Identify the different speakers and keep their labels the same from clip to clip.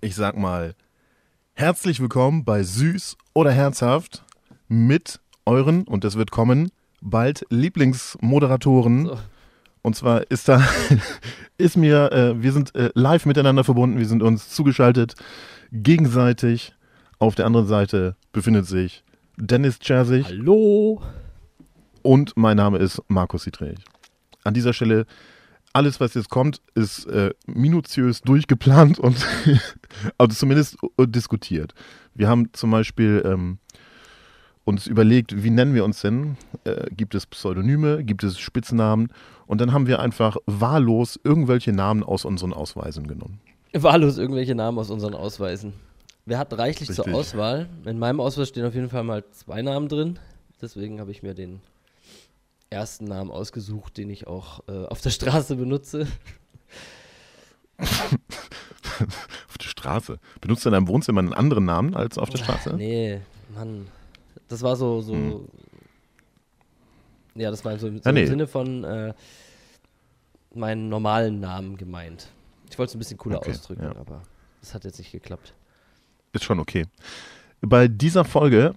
Speaker 1: ich sag mal, herzlich willkommen bei Süß oder Herzhaft mit euren, und das wird kommen, bald Lieblingsmoderatoren.
Speaker 2: So.
Speaker 1: Und zwar ist da, ist mir, äh, wir sind äh, live miteinander verbunden, wir sind uns zugeschaltet, gegenseitig. Auf der anderen Seite befindet sich Dennis Chersig.
Speaker 2: Hallo.
Speaker 1: Und mein Name ist Markus Dietrich. An dieser Stelle, alles, was jetzt kommt, ist äh, minutiös durchgeplant und also zumindest äh, diskutiert. Wir haben zum Beispiel ähm, uns überlegt, wie nennen wir uns denn? Äh, gibt es Pseudonyme? Gibt es Spitznamen? Und dann haben wir einfach wahllos irgendwelche Namen aus unseren Ausweisen genommen.
Speaker 2: Wahllos irgendwelche Namen aus unseren Ausweisen. Wir hatten reichlich zur
Speaker 1: Richtig.
Speaker 2: Auswahl. In meinem Ausweis stehen auf jeden Fall mal zwei Namen drin. Deswegen habe ich mir den ersten Namen ausgesucht, den ich auch äh, auf der Straße benutze.
Speaker 1: Auf der Straße. Benutzt du in deinem Wohnzimmer einen anderen Namen als auf der Straße?
Speaker 2: Nee, Mann. Das war so, so. Ja, das war so, im- so
Speaker 1: Ja, Ah, nee.
Speaker 2: im Sinne von äh, meinen normalen Namen gemeint. Ich wollte es ein bisschen cooler
Speaker 1: Okay,
Speaker 2: ausdrücken,
Speaker 1: ja.
Speaker 2: aber das hat jetzt nicht geklappt.
Speaker 1: Ist schon okay. Bei dieser Folge,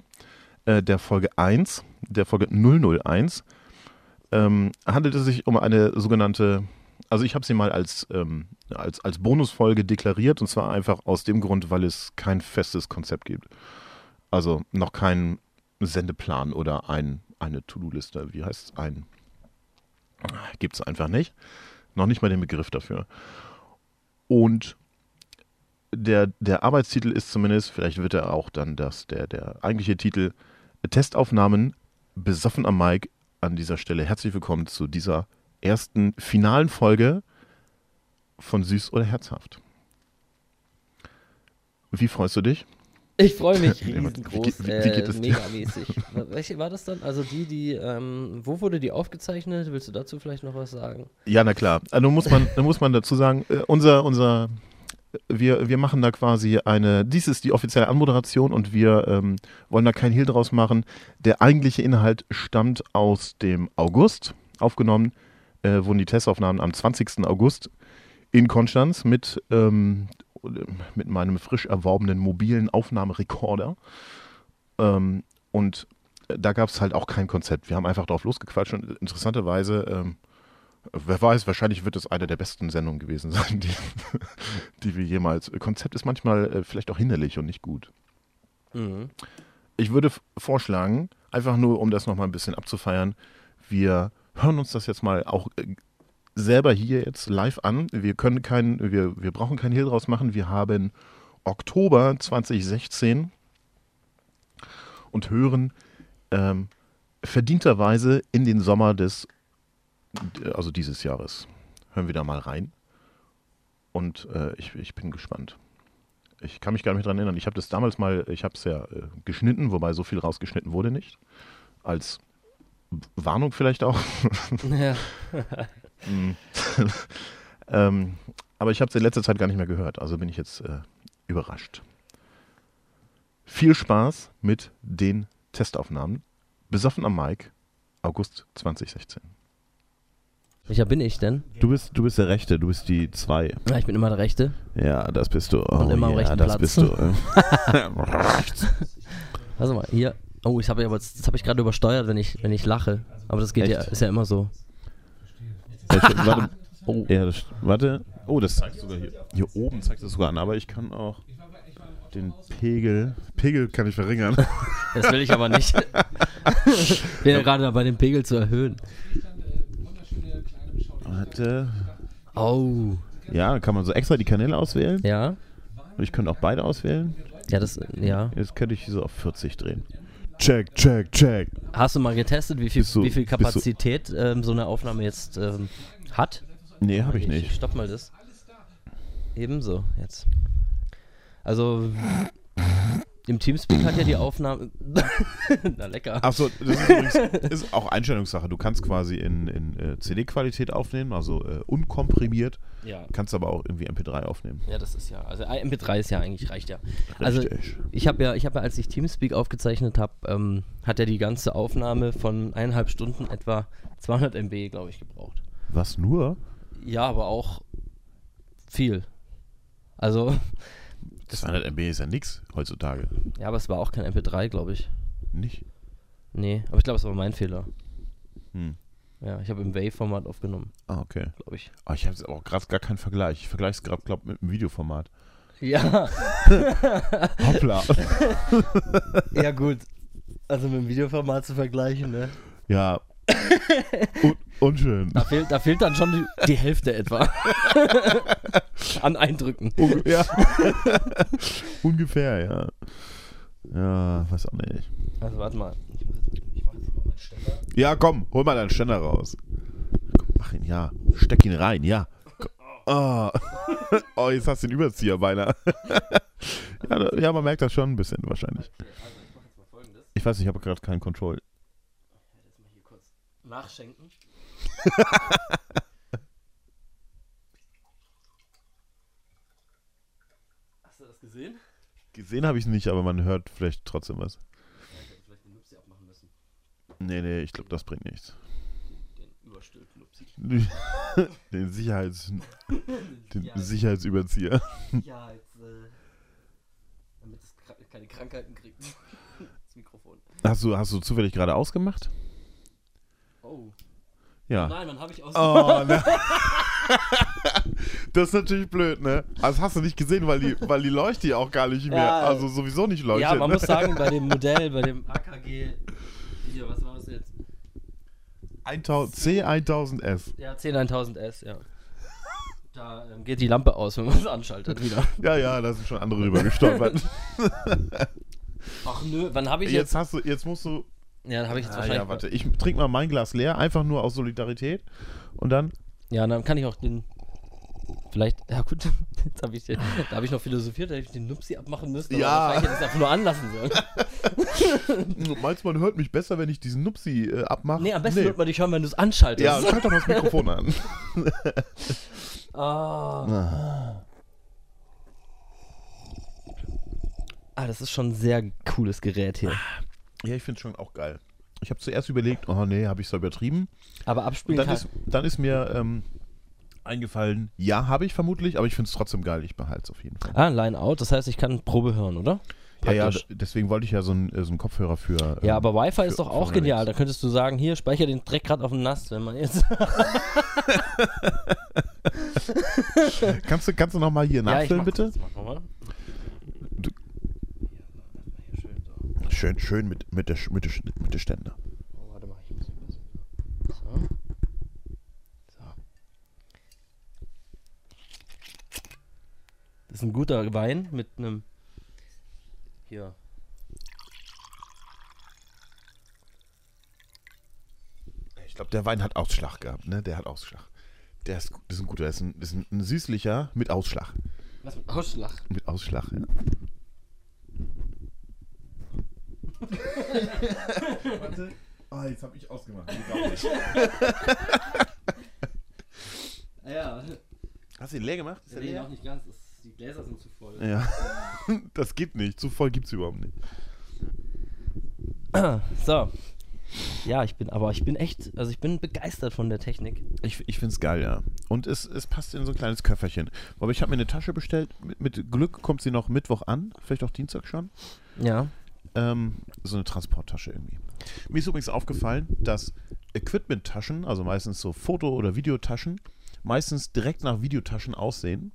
Speaker 1: äh, der Folge 1, der Folge 001, ähm, handelt es sich um eine sogenannte, also ich habe sie mal als, ähm, als, als Bonusfolge deklariert und zwar einfach aus dem Grund, weil es kein festes Konzept gibt. Also noch keinen Sendeplan oder ein, eine To-Do-Liste, wie heißt es, ein, gibt es einfach nicht. Noch nicht mal den Begriff dafür. Und der, der Arbeitstitel ist zumindest, vielleicht wird er auch dann das, der, der eigentliche Titel, Testaufnahmen besoffen am Mic. An dieser Stelle herzlich willkommen zu dieser ersten finalen Folge von Süß oder Herzhaft. Wie freust du dich?
Speaker 2: Ich freue mich
Speaker 1: Ja, warte, wie
Speaker 2: riesengroß,
Speaker 1: geht- wie- wie geht
Speaker 2: äh,
Speaker 1: das Ding?
Speaker 2: megamäßig. Wa- Welche war das dann? Also die, die, ähm, wo wurde die aufgezeichnet? Willst du dazu vielleicht noch was sagen?
Speaker 1: Ja, na klar. Also muss man, da muss man dazu sagen, äh, unser, unser, äh, wir, wir machen da quasi eine, dies ist die offizielle Anmoderation und wir ähm, wollen da keinen Hehl draus machen. Der eigentliche Inhalt stammt aus dem August. Aufgenommen äh, wurden die Testaufnahmen am 20. August in Konstanz mit, ähm, mit meinem frisch erworbenen mobilen Aufnahmerekorder. Ähm, und da gab es halt auch kein Konzept. Wir haben einfach drauf losgequatscht und interessanterweise ähm, Wer weiß, wahrscheinlich wird es eine der besten Sendungen gewesen sein, die, die wir jemals. Konzept ist manchmal äh, vielleicht auch hinderlich und nicht gut.
Speaker 2: Mhm.
Speaker 1: Ich würde f- vorschlagen, einfach nur, um das nochmal ein bisschen abzufeiern, wir hören uns das jetzt mal auch äh, selber hier jetzt live an. Wir können keinen, wir, wir brauchen keinen Hehl draus machen. Wir haben Oktober 2016 und hören ähm, verdienterweise in den Sommer des, also dieses Jahres. Hören wir da mal rein. Und äh, ich, ich bin gespannt. Ich kann mich gar nicht dran erinnern. Ich habe das damals mal, ich habe es ja äh, geschnitten, wobei so viel rausgeschnitten wurde nicht. Als Warnung vielleicht auch.
Speaker 2: Ja.
Speaker 1: Mm. ähm, aber ich habe es in letzter Zeit gar nicht mehr gehört, also bin ich jetzt äh, überrascht. Viel Spaß mit den Testaufnahmen. Besoffen am Mike, August 2016.
Speaker 2: Welcher bin ich denn?
Speaker 3: Du bist, du bist der Rechte, du bist die zwei.
Speaker 2: Ja, Ich bin immer der Rechte.
Speaker 3: Ja, das bist du. Oh,
Speaker 2: Und immer am
Speaker 3: ja,
Speaker 2: rechten
Speaker 3: das
Speaker 2: Platz.
Speaker 3: bist du.
Speaker 2: Warte mal, hier. Oh, ich habe jetzt, das habe ich gerade übersteuert, wenn ich, wenn ich lache. Aber das geht ja,
Speaker 3: Echt?
Speaker 2: ist ja immer so.
Speaker 3: Ich- warte,
Speaker 2: Oh.
Speaker 3: ja, das, warte. Oh, das zeigt sogar hier. Hier oben zeigt es sogar an, aber ich kann auch den Pegel.
Speaker 1: Pegel kann ich verringern.
Speaker 2: Das will ich aber nicht. bin ja gerade dabei, den Pegel zu erhöhen.
Speaker 3: Warte.
Speaker 2: Oh.
Speaker 3: Ja, kann man so extra die Kanäle auswählen.
Speaker 2: Ja.
Speaker 3: Und ich könnte auch beide auswählen.
Speaker 2: Ja, das, ja.
Speaker 3: Jetzt könnte ich so auf 40 drehen. Check, check, check.
Speaker 2: Hast du mal getestet, wie viel,
Speaker 3: Bist du-
Speaker 2: wie viel
Speaker 3: bist du-
Speaker 2: Kapazität ähm, so eine Aufnahme jetzt ähm, hat?
Speaker 3: Nee, habe ich
Speaker 2: Ich
Speaker 3: nicht.
Speaker 2: stopp mal das. Ebenso, jetzt. Also, im Teamspeak hat ja die Aufnahme. Na lecker.
Speaker 3: Achso, das ist, übrigens, ist auch Einstellungssache. Du kannst quasi in, in äh, CD-Qualität aufnehmen, also äh, unkomprimiert.
Speaker 2: Ja.
Speaker 3: Kannst aber auch irgendwie MP3 aufnehmen.
Speaker 2: ja, das ist ja. Also, MP3 ist ja eigentlich, reicht ja. Also,
Speaker 3: Richtig.
Speaker 2: ich habe ja, ich habe ja, als ich Teamspeak aufgezeichnet habe, ähm, hat ja die ganze Aufnahme von eineinhalb Stunden etwa 200 MB, glaube ich, gebraucht.
Speaker 3: Was nur?
Speaker 2: Ja, aber auch viel. Also, Das,
Speaker 3: 200 MB äh, ist ja nix heutzutage.
Speaker 2: ja, aber es war auch kein MP3, glaube ich.
Speaker 3: Nicht?
Speaker 2: Nee, aber ich glaube, es war mein Fehler.
Speaker 3: Hm.
Speaker 2: Ja, ich habe im Wave-Format aufgenommen,
Speaker 3: Ah, okay.
Speaker 2: glaube ich.
Speaker 3: Aber ich habe jetzt auch gerade gar keinen Vergleich. Ich vergleiche es gerade, glaube mit dem Videoformat.
Speaker 2: Ja,
Speaker 3: Hoppla.
Speaker 2: ja gut. Also mit dem Videoformat zu vergleichen, ne?
Speaker 3: ja. Un unschön.
Speaker 2: Da fehlt, da fehlt dann schon die, die Hälfte etwa an Eindrücken.
Speaker 3: Unge ja. Ungefähr, ja. Ja, weiß auch nicht.
Speaker 2: Also warte mal. Ich muss jetzt- ich mach jetzt mal meinen Stecker.
Speaker 3: Ja, komm, hol mal deinen Ständer raus. Komm, mach ihn, ja. Steck ihn rein, ja. Komm. Ah. Oh, jetzt hast du den Überzieher beinahe. ja, da- ja, man merkt das schon ein bisschen wahrscheinlich. Ich weiß nicht, ich habe gerade keinen Control.
Speaker 2: Jetzt mal hier kurz nachschenken. Hast du das gesehen?
Speaker 3: Gesehen habe ich es nicht, aber man hört vielleicht trotzdem was.
Speaker 2: Ja, ich hätte vielleicht den Nupsi abmachen müssen.
Speaker 3: Nee, nee, ich glaube, das bringt nichts.
Speaker 2: Den überstülpten Nupsi.
Speaker 3: Den Sicherheits... Den
Speaker 2: Ja,
Speaker 3: Sicherheitsüberzieher.
Speaker 2: ja, jetzt, äh, damit es kra- keine Krankheiten kriegt. das Mikrofon.
Speaker 3: Hast du, hast du zufällig gerade ausgemacht?
Speaker 2: Oh.
Speaker 3: Ja.
Speaker 2: Nein, dann habe ich aus.
Speaker 3: Ah. Oh, ne. Das ist natürlich blöd, ne? Also hast du nicht gesehen, weil die, weil die leuchtet ja auch gar nicht mehr.
Speaker 2: Ja.
Speaker 3: also sowieso nicht leuchtet.
Speaker 2: ja, man
Speaker 3: ne?
Speaker 2: muss sagen, bei dem Modell, bei dem AKG. Hier, was war das jetzt?
Speaker 3: 1000 C1000S.
Speaker 2: Ja, 10.000S, ja. Da ähm, geht die Lampe aus, wenn man es anschaltet wieder.
Speaker 3: Ja, ja, da sind schon andere drüber gestolpert.
Speaker 2: Ach nö, wann habe ich jetzt?
Speaker 3: jetzt hast du, jetzt musst du.
Speaker 2: Ja, dann habe ich jetzt
Speaker 3: Ah,
Speaker 2: wahrscheinlich.
Speaker 3: ja, warte, ich trinke mal mein Glas leer, einfach nur aus Solidarität. Und dann.
Speaker 2: Ja, dann kann ich auch den. Vielleicht, ja gut, jetzt habe ich den, da habe ich noch philosophiert, da hätte ich den Nupsi abmachen müssen. aber
Speaker 3: Ja.
Speaker 2: wahrscheinlich hätte ich es einfach nur anlassen sollen.
Speaker 3: Meinst du, man hört mich besser, wenn ich diesen Nupsi äh, abmache?
Speaker 2: Nee, am besten hört man dich hören, wenn du es anschaltest.
Speaker 3: Ja, schalt doch mal das Mikrofon an.
Speaker 2: Ah. ah, das ist schon ein sehr cooles Gerät hier.
Speaker 3: Ja, ich finde es schon auch geil. Ich habe zuerst überlegt, oh nee, habe ich es übertrieben.
Speaker 2: Aber
Speaker 3: Und
Speaker 2: abspielen
Speaker 3: dann
Speaker 2: kann.
Speaker 3: ist, dann ist mir ähm, eingefallen, ja, habe ich vermutlich, aber ich finde es trotzdem geil. Ich behalte es auf jeden Fall.
Speaker 2: ah, Line Out, das heißt, ich kann Probe hören, oder?
Speaker 3: Ja, ja,
Speaker 2: Praktisch.
Speaker 3: d- deswegen wollte ich ja so einen, äh, so einen Kopfhörer für. ähm,
Speaker 2: Ja, aber Wi-Fi
Speaker 3: für-
Speaker 2: ist doch
Speaker 3: für
Speaker 2: auch
Speaker 3: unterwegs.
Speaker 2: genial. Da könntest du sagen, hier, speicher den Dreck gerade auf dem Nass, wenn man jetzt.
Speaker 3: Kannst du, kannst du nochmal hier nachfüllen,
Speaker 2: mach
Speaker 3: bitte?
Speaker 2: kurz, mach nochmal.
Speaker 3: Du-
Speaker 2: Ja, warte mal hier schön so.
Speaker 3: Schön, schön mit, mit, der, Sch- mit, der, Sch- mit der Ständer.
Speaker 2: Oh, warte mal, ich muss hier was. So. So. Das ist ein guter Wein mit einem. Hier.
Speaker 3: Ich glaube, der Wein hat Ausschlag gehabt, ne? Der hat Ausschlag. Der ist, gut- das ist ein guter, das ist ein, das ist ein, ein süßlicher mit Ausschlag.
Speaker 2: Was mit Ausschlag?
Speaker 3: Mit Ausschlag, ja. Warte. Ah, jetzt habe ich ausgemacht.
Speaker 2: Ja,
Speaker 3: Hast du ihn leer gemacht? Ist
Speaker 2: nee, noch nicht ganz. Das, die Gläser sind zu voll.
Speaker 3: Ja. Das geht nicht. Zu voll gibt's überhaupt nicht.
Speaker 2: So. Ja, ich bin, aber ich bin echt, also ich bin begeistert von der Technik.
Speaker 3: Ich, ich find's geil, ja. Und es, es passt in so ein kleines Köfferchen. Aber ich habe mir eine Tasche bestellt. Mit, mit Glück kommt sie noch Mittwoch an, vielleicht auch Dienstag schon.
Speaker 2: Ja.
Speaker 3: Ähm, so eine Transporttasche irgendwie. Mir ist übrigens aufgefallen, dass Equipment-Taschen, also meistens so Foto- oder Videotaschen, meistens direkt nach Videotaschen aussehen.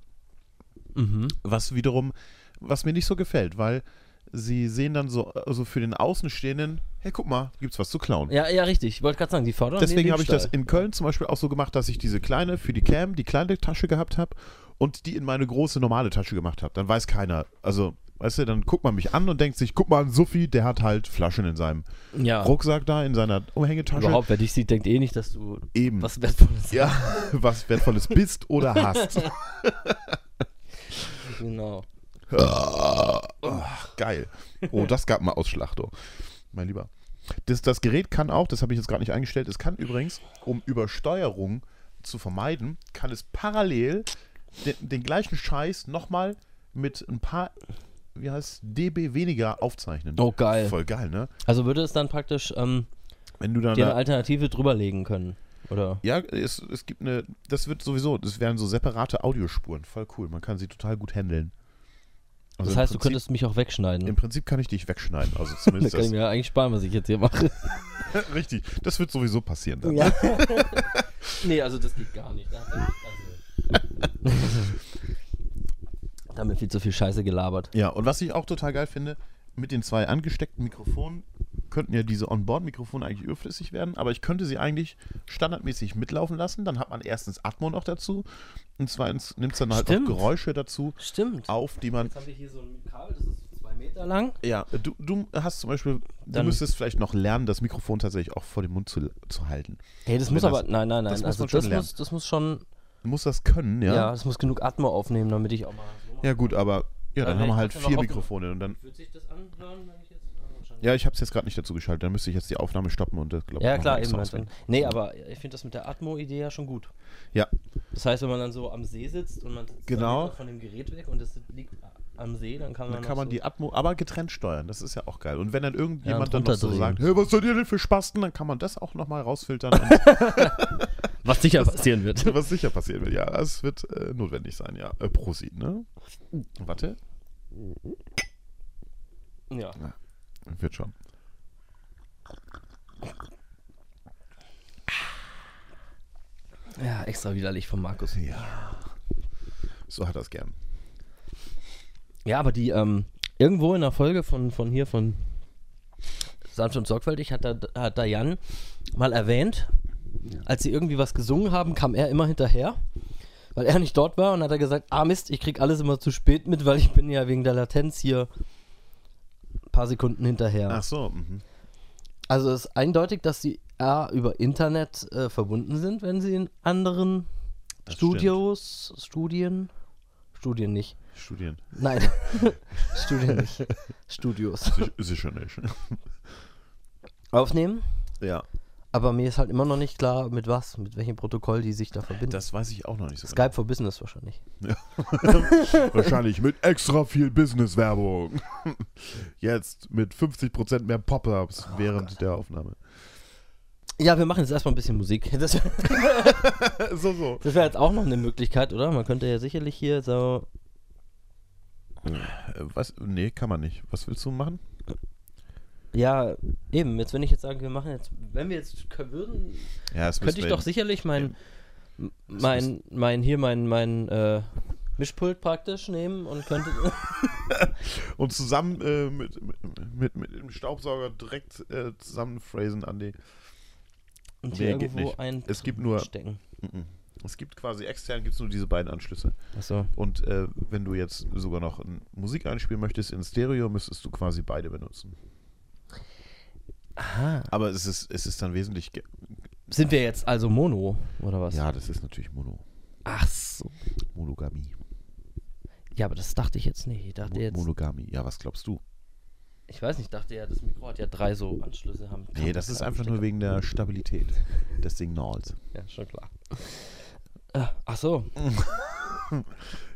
Speaker 2: Mhm.
Speaker 3: Was wiederum, was mir nicht so gefällt, weil sie sehen dann so, also für den Außenstehenden, hey, guck mal, gibt's was zu klauen.
Speaker 2: Ja, ja, richtig. Ich wollte gerade sagen, die fördern den
Speaker 3: Deswegen habe ich das
Speaker 2: Diebstahl.
Speaker 3: in Köln zum Beispiel auch so gemacht, dass ich diese kleine für die Cam, die kleine Tasche gehabt habe und die in meine große normale Tasche gemacht habe. Dann weiß keiner. Also, weißt du, dann guckt man mich an und denkt sich, guck mal an Sophie, der hat halt Flaschen in seinem
Speaker 2: ja.
Speaker 3: Rucksack da, in seiner Umhängetasche.
Speaker 2: Ah. Überhaupt, wer dich sieht, denkt eh nicht, dass du
Speaker 3: Eben.
Speaker 2: was Wertvolles
Speaker 3: Ja, was Wertvolles bist oder hast.
Speaker 2: hast. Genau.
Speaker 3: Ach, geil. Oh, das gab mal Ausschlag, du. Mein Lieber. Das, das Gerät kann auch, das habe ich jetzt gerade nicht eingestellt, es kann übrigens, um Übersteuerung zu vermeiden, kann es parallel den, den gleichen Scheiß nochmal mit ein paar, wie heißt dB weniger aufzeichnen.
Speaker 2: Oh, geil.
Speaker 3: Voll geil, ne?
Speaker 2: Also würde es dann praktisch ähm,
Speaker 3: Wenn du dann
Speaker 2: dir eine
Speaker 3: da,
Speaker 2: Alternative drüberlegen können. Oder?
Speaker 3: ja, es, es gibt eine, das wird sowieso, das wären so separate Audiospuren, voll cool, man kann sie total gut handeln. Also
Speaker 2: das
Speaker 3: im
Speaker 2: heißt, du
Speaker 3: Prinzip-
Speaker 2: könntest mich auch wegschneiden.
Speaker 3: Im Prinzip kann ich dich wegschneiden. Also
Speaker 2: Da
Speaker 3: zumindest
Speaker 2: kann ich
Speaker 3: das,
Speaker 2: mir ja eigentlich sparen, was ich jetzt hier mache.
Speaker 3: richtig. Das wird sowieso passieren dann.
Speaker 2: Ja. nee, also das geht gar nicht. Da hat er- Also. da haben wir viel zu viel Scheiße gelabert.
Speaker 3: Ja, und was ich auch total geil finde, mit den zwei angesteckten Mikrofonen könnten ja diese Onboard-Mikrofone eigentlich überflüssig werden, aber ich könnte sie eigentlich standardmäßig mitlaufen lassen. Dann hat man erstens Atmo noch dazu und zweitens nimmt es dann halt
Speaker 2: Stimmt.
Speaker 3: auch Geräusche dazu
Speaker 2: Stimmt.
Speaker 3: auf, die man.
Speaker 2: Jetzt haben wir hier so ein Kabel, das ist so zwei Meter lang.
Speaker 3: Ja, du, du hast zum Beispiel, du
Speaker 2: Dann-
Speaker 3: müsstest vielleicht noch lernen, das Mikrofon tatsächlich auch vor dem Mund zu, zu halten.
Speaker 2: Hey, Also das muss
Speaker 3: das-
Speaker 2: aber. Nein, nein, nein.
Speaker 3: das muss
Speaker 2: also
Speaker 3: man schon
Speaker 2: das,
Speaker 3: lernen.
Speaker 2: muss, das muss schon.
Speaker 3: Du musst das können,
Speaker 2: Ja.
Speaker 3: ja.
Speaker 2: das muss genug Atmo aufnehmen, damit ich auch mal. So
Speaker 3: Ja, gut, aber ja, dann
Speaker 2: Ja,
Speaker 3: haben wir
Speaker 2: ich
Speaker 3: halt
Speaker 2: kann's ja
Speaker 3: vier
Speaker 2: noch hoffen.
Speaker 3: Mikrofone und dann.
Speaker 2: Wird sich das anhören, wenn ich jetzt. Ah, wahrscheinlich.
Speaker 3: Ja, ich habe es jetzt gerade nicht dazu geschaltet. Dann müsste ich jetzt die Aufnahme stoppen und äh, das glaube
Speaker 2: Ja, klar, eben. Dann, nee, aber ich finde das mit der Atmo-Idee also. ja schon gut.
Speaker 3: Ja,
Speaker 2: Das heißt, wenn man dann so am See sitzt und man sitzt
Speaker 3: Genau.
Speaker 2: dann von dem Gerät weg und das liegt am See, dann kann man.
Speaker 3: Dann
Speaker 2: noch
Speaker 3: kann man
Speaker 2: so
Speaker 3: die Atmo, aber getrennt steuern. Das ist ja auch geil. Und wenn dann irgendjemand
Speaker 2: Ja,
Speaker 3: dann
Speaker 2: und
Speaker 3: noch so
Speaker 2: runterdrehen.
Speaker 3: sagt, hey, was seid ihr denn für Spasten, dann kann man das auch nochmal rausfiltern, und,
Speaker 2: Was sicher passieren wird.
Speaker 3: was sicher passieren wird. Ja, es wird äh, notwendig sein, ja. Äh, Prosit, ne? Warte,
Speaker 2: Ja.
Speaker 3: wird schon.
Speaker 2: ja, extra widerlich von Markus.
Speaker 3: Ja. So hat das gern.
Speaker 2: Ja, aber die, ähm, irgendwo in der Folge von, von hier, von Sanft und Sorgfältig, hat da, hat da Jan mal erwähnt, als sie irgendwie was gesungen haben, kam er immer hinterher, weil er nicht dort war und hat er gesagt, ah Mist, ich krieg alles immer zu spät mit, weil ich bin ja wegen der Latenz hier ein paar Sekunden hinterher.
Speaker 3: Ach so, mhm.
Speaker 2: Also es ist eindeutig, dass sie A, über Internet äh, verbunden sind, wenn sie in anderen
Speaker 3: Das
Speaker 2: Studios, Studien, Studien nicht,
Speaker 3: Studien.
Speaker 2: Nein. Studien nicht. Studios.
Speaker 3: Sich- Sicher nicht.
Speaker 2: Aufnehmen.
Speaker 3: Ja,
Speaker 2: Aber mir ist halt immer noch nicht klar, mit was, mit welchem Protokoll die sich da verbinden.
Speaker 3: das weiß ich auch noch nicht so
Speaker 2: Skype for Business wahrscheinlich.
Speaker 3: genau. Wahrscheinlich mit extra viel Business-Werbung. Jetzt mit 50% mehr Pop-Ups
Speaker 2: Oh
Speaker 3: während der Aufnahme.
Speaker 2: Ja, wir machen jetzt erstmal ein bisschen Musik. Das, das
Speaker 3: So, so.
Speaker 2: wäre jetzt auch noch eine Möglichkeit, oder? Man könnte ja sicherlich hier so.
Speaker 3: Äh, Was? Nee, kann man nicht. Was willst du machen?
Speaker 2: Ja, eben. Jetzt, wenn ich jetzt sage, wir machen jetzt. Wenn wir jetzt k- würden,
Speaker 3: Ja, es
Speaker 2: könnte ich doch sicherlich mein.
Speaker 3: Das
Speaker 2: Mein, mein, hier mein, mein, äh, Mischpult praktisch nehmen und könnte.
Speaker 3: Und zusammen äh, mit, mit, mit, mit dem Staubsauger direkt äh, zusammenphrasen, Andi.
Speaker 2: und
Speaker 3: Nee, geht nicht.
Speaker 2: ein.
Speaker 3: Es gibt nur-
Speaker 2: Stecken.
Speaker 3: Mhm. Es gibt quasi extern gibt's nur diese beiden Anschlüsse.
Speaker 2: Achso.
Speaker 3: Und äh, wenn du jetzt sogar noch ein Musik einspielen möchtest in Stereo, müsstest du quasi beide benutzen.
Speaker 2: Aha.
Speaker 3: Aber es ist, es ist dann wesentlich. ge-
Speaker 2: Sind wir jetzt also Mono, oder was?
Speaker 3: Ja, das ist natürlich Mono.
Speaker 2: Ach so.
Speaker 3: Monogamie.
Speaker 2: Ja, aber das dachte ich jetzt nicht. Ich dachte
Speaker 3: Mo
Speaker 2: jetzt.
Speaker 3: Monogamie. Ja, was glaubst du?
Speaker 2: Ich weiß nicht, dachte ja, das Mikro hat ja drei so Anschlüsse haben.
Speaker 3: Nee, das ist einfach nur wegen der Stabilität des Signals.
Speaker 2: Ja, schon klar. Äh, Ach so,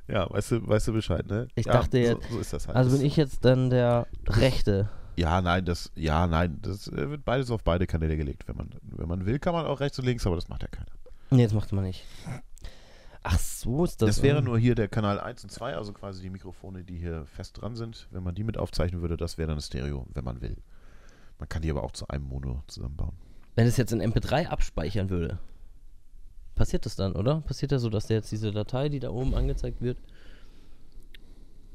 Speaker 3: Ja, weißt du, weißt du Bescheid, ne?
Speaker 2: Ich
Speaker 3: ja,
Speaker 2: dachte jetzt-
Speaker 3: So, so ist das halt.
Speaker 2: also bin ich jetzt dann der Rechte.
Speaker 3: Ja, nein, das, ja, nein, das äh, wird beides auf beide Kanäle gelegt. Wenn man, wenn man will, kann man auch rechts und links, aber das macht ja keiner.
Speaker 2: Nee, das macht man nicht. Ach so, ist das. Ähm,
Speaker 3: Das, wäre nur hier der Kanal 1 und 2, also quasi die Mikrofone, die hier fest dran sind. Wenn man die mit aufzeichnen würde, das wäre dann Stereo, wenn man will. Man kann die aber auch zu einem Mono zusammenbauen.
Speaker 2: Wenn es jetzt in MP3 abspeichern würde, passiert das dann, oder? Passiert ja so, dass der jetzt diese Datei, die da oben angezeigt wird,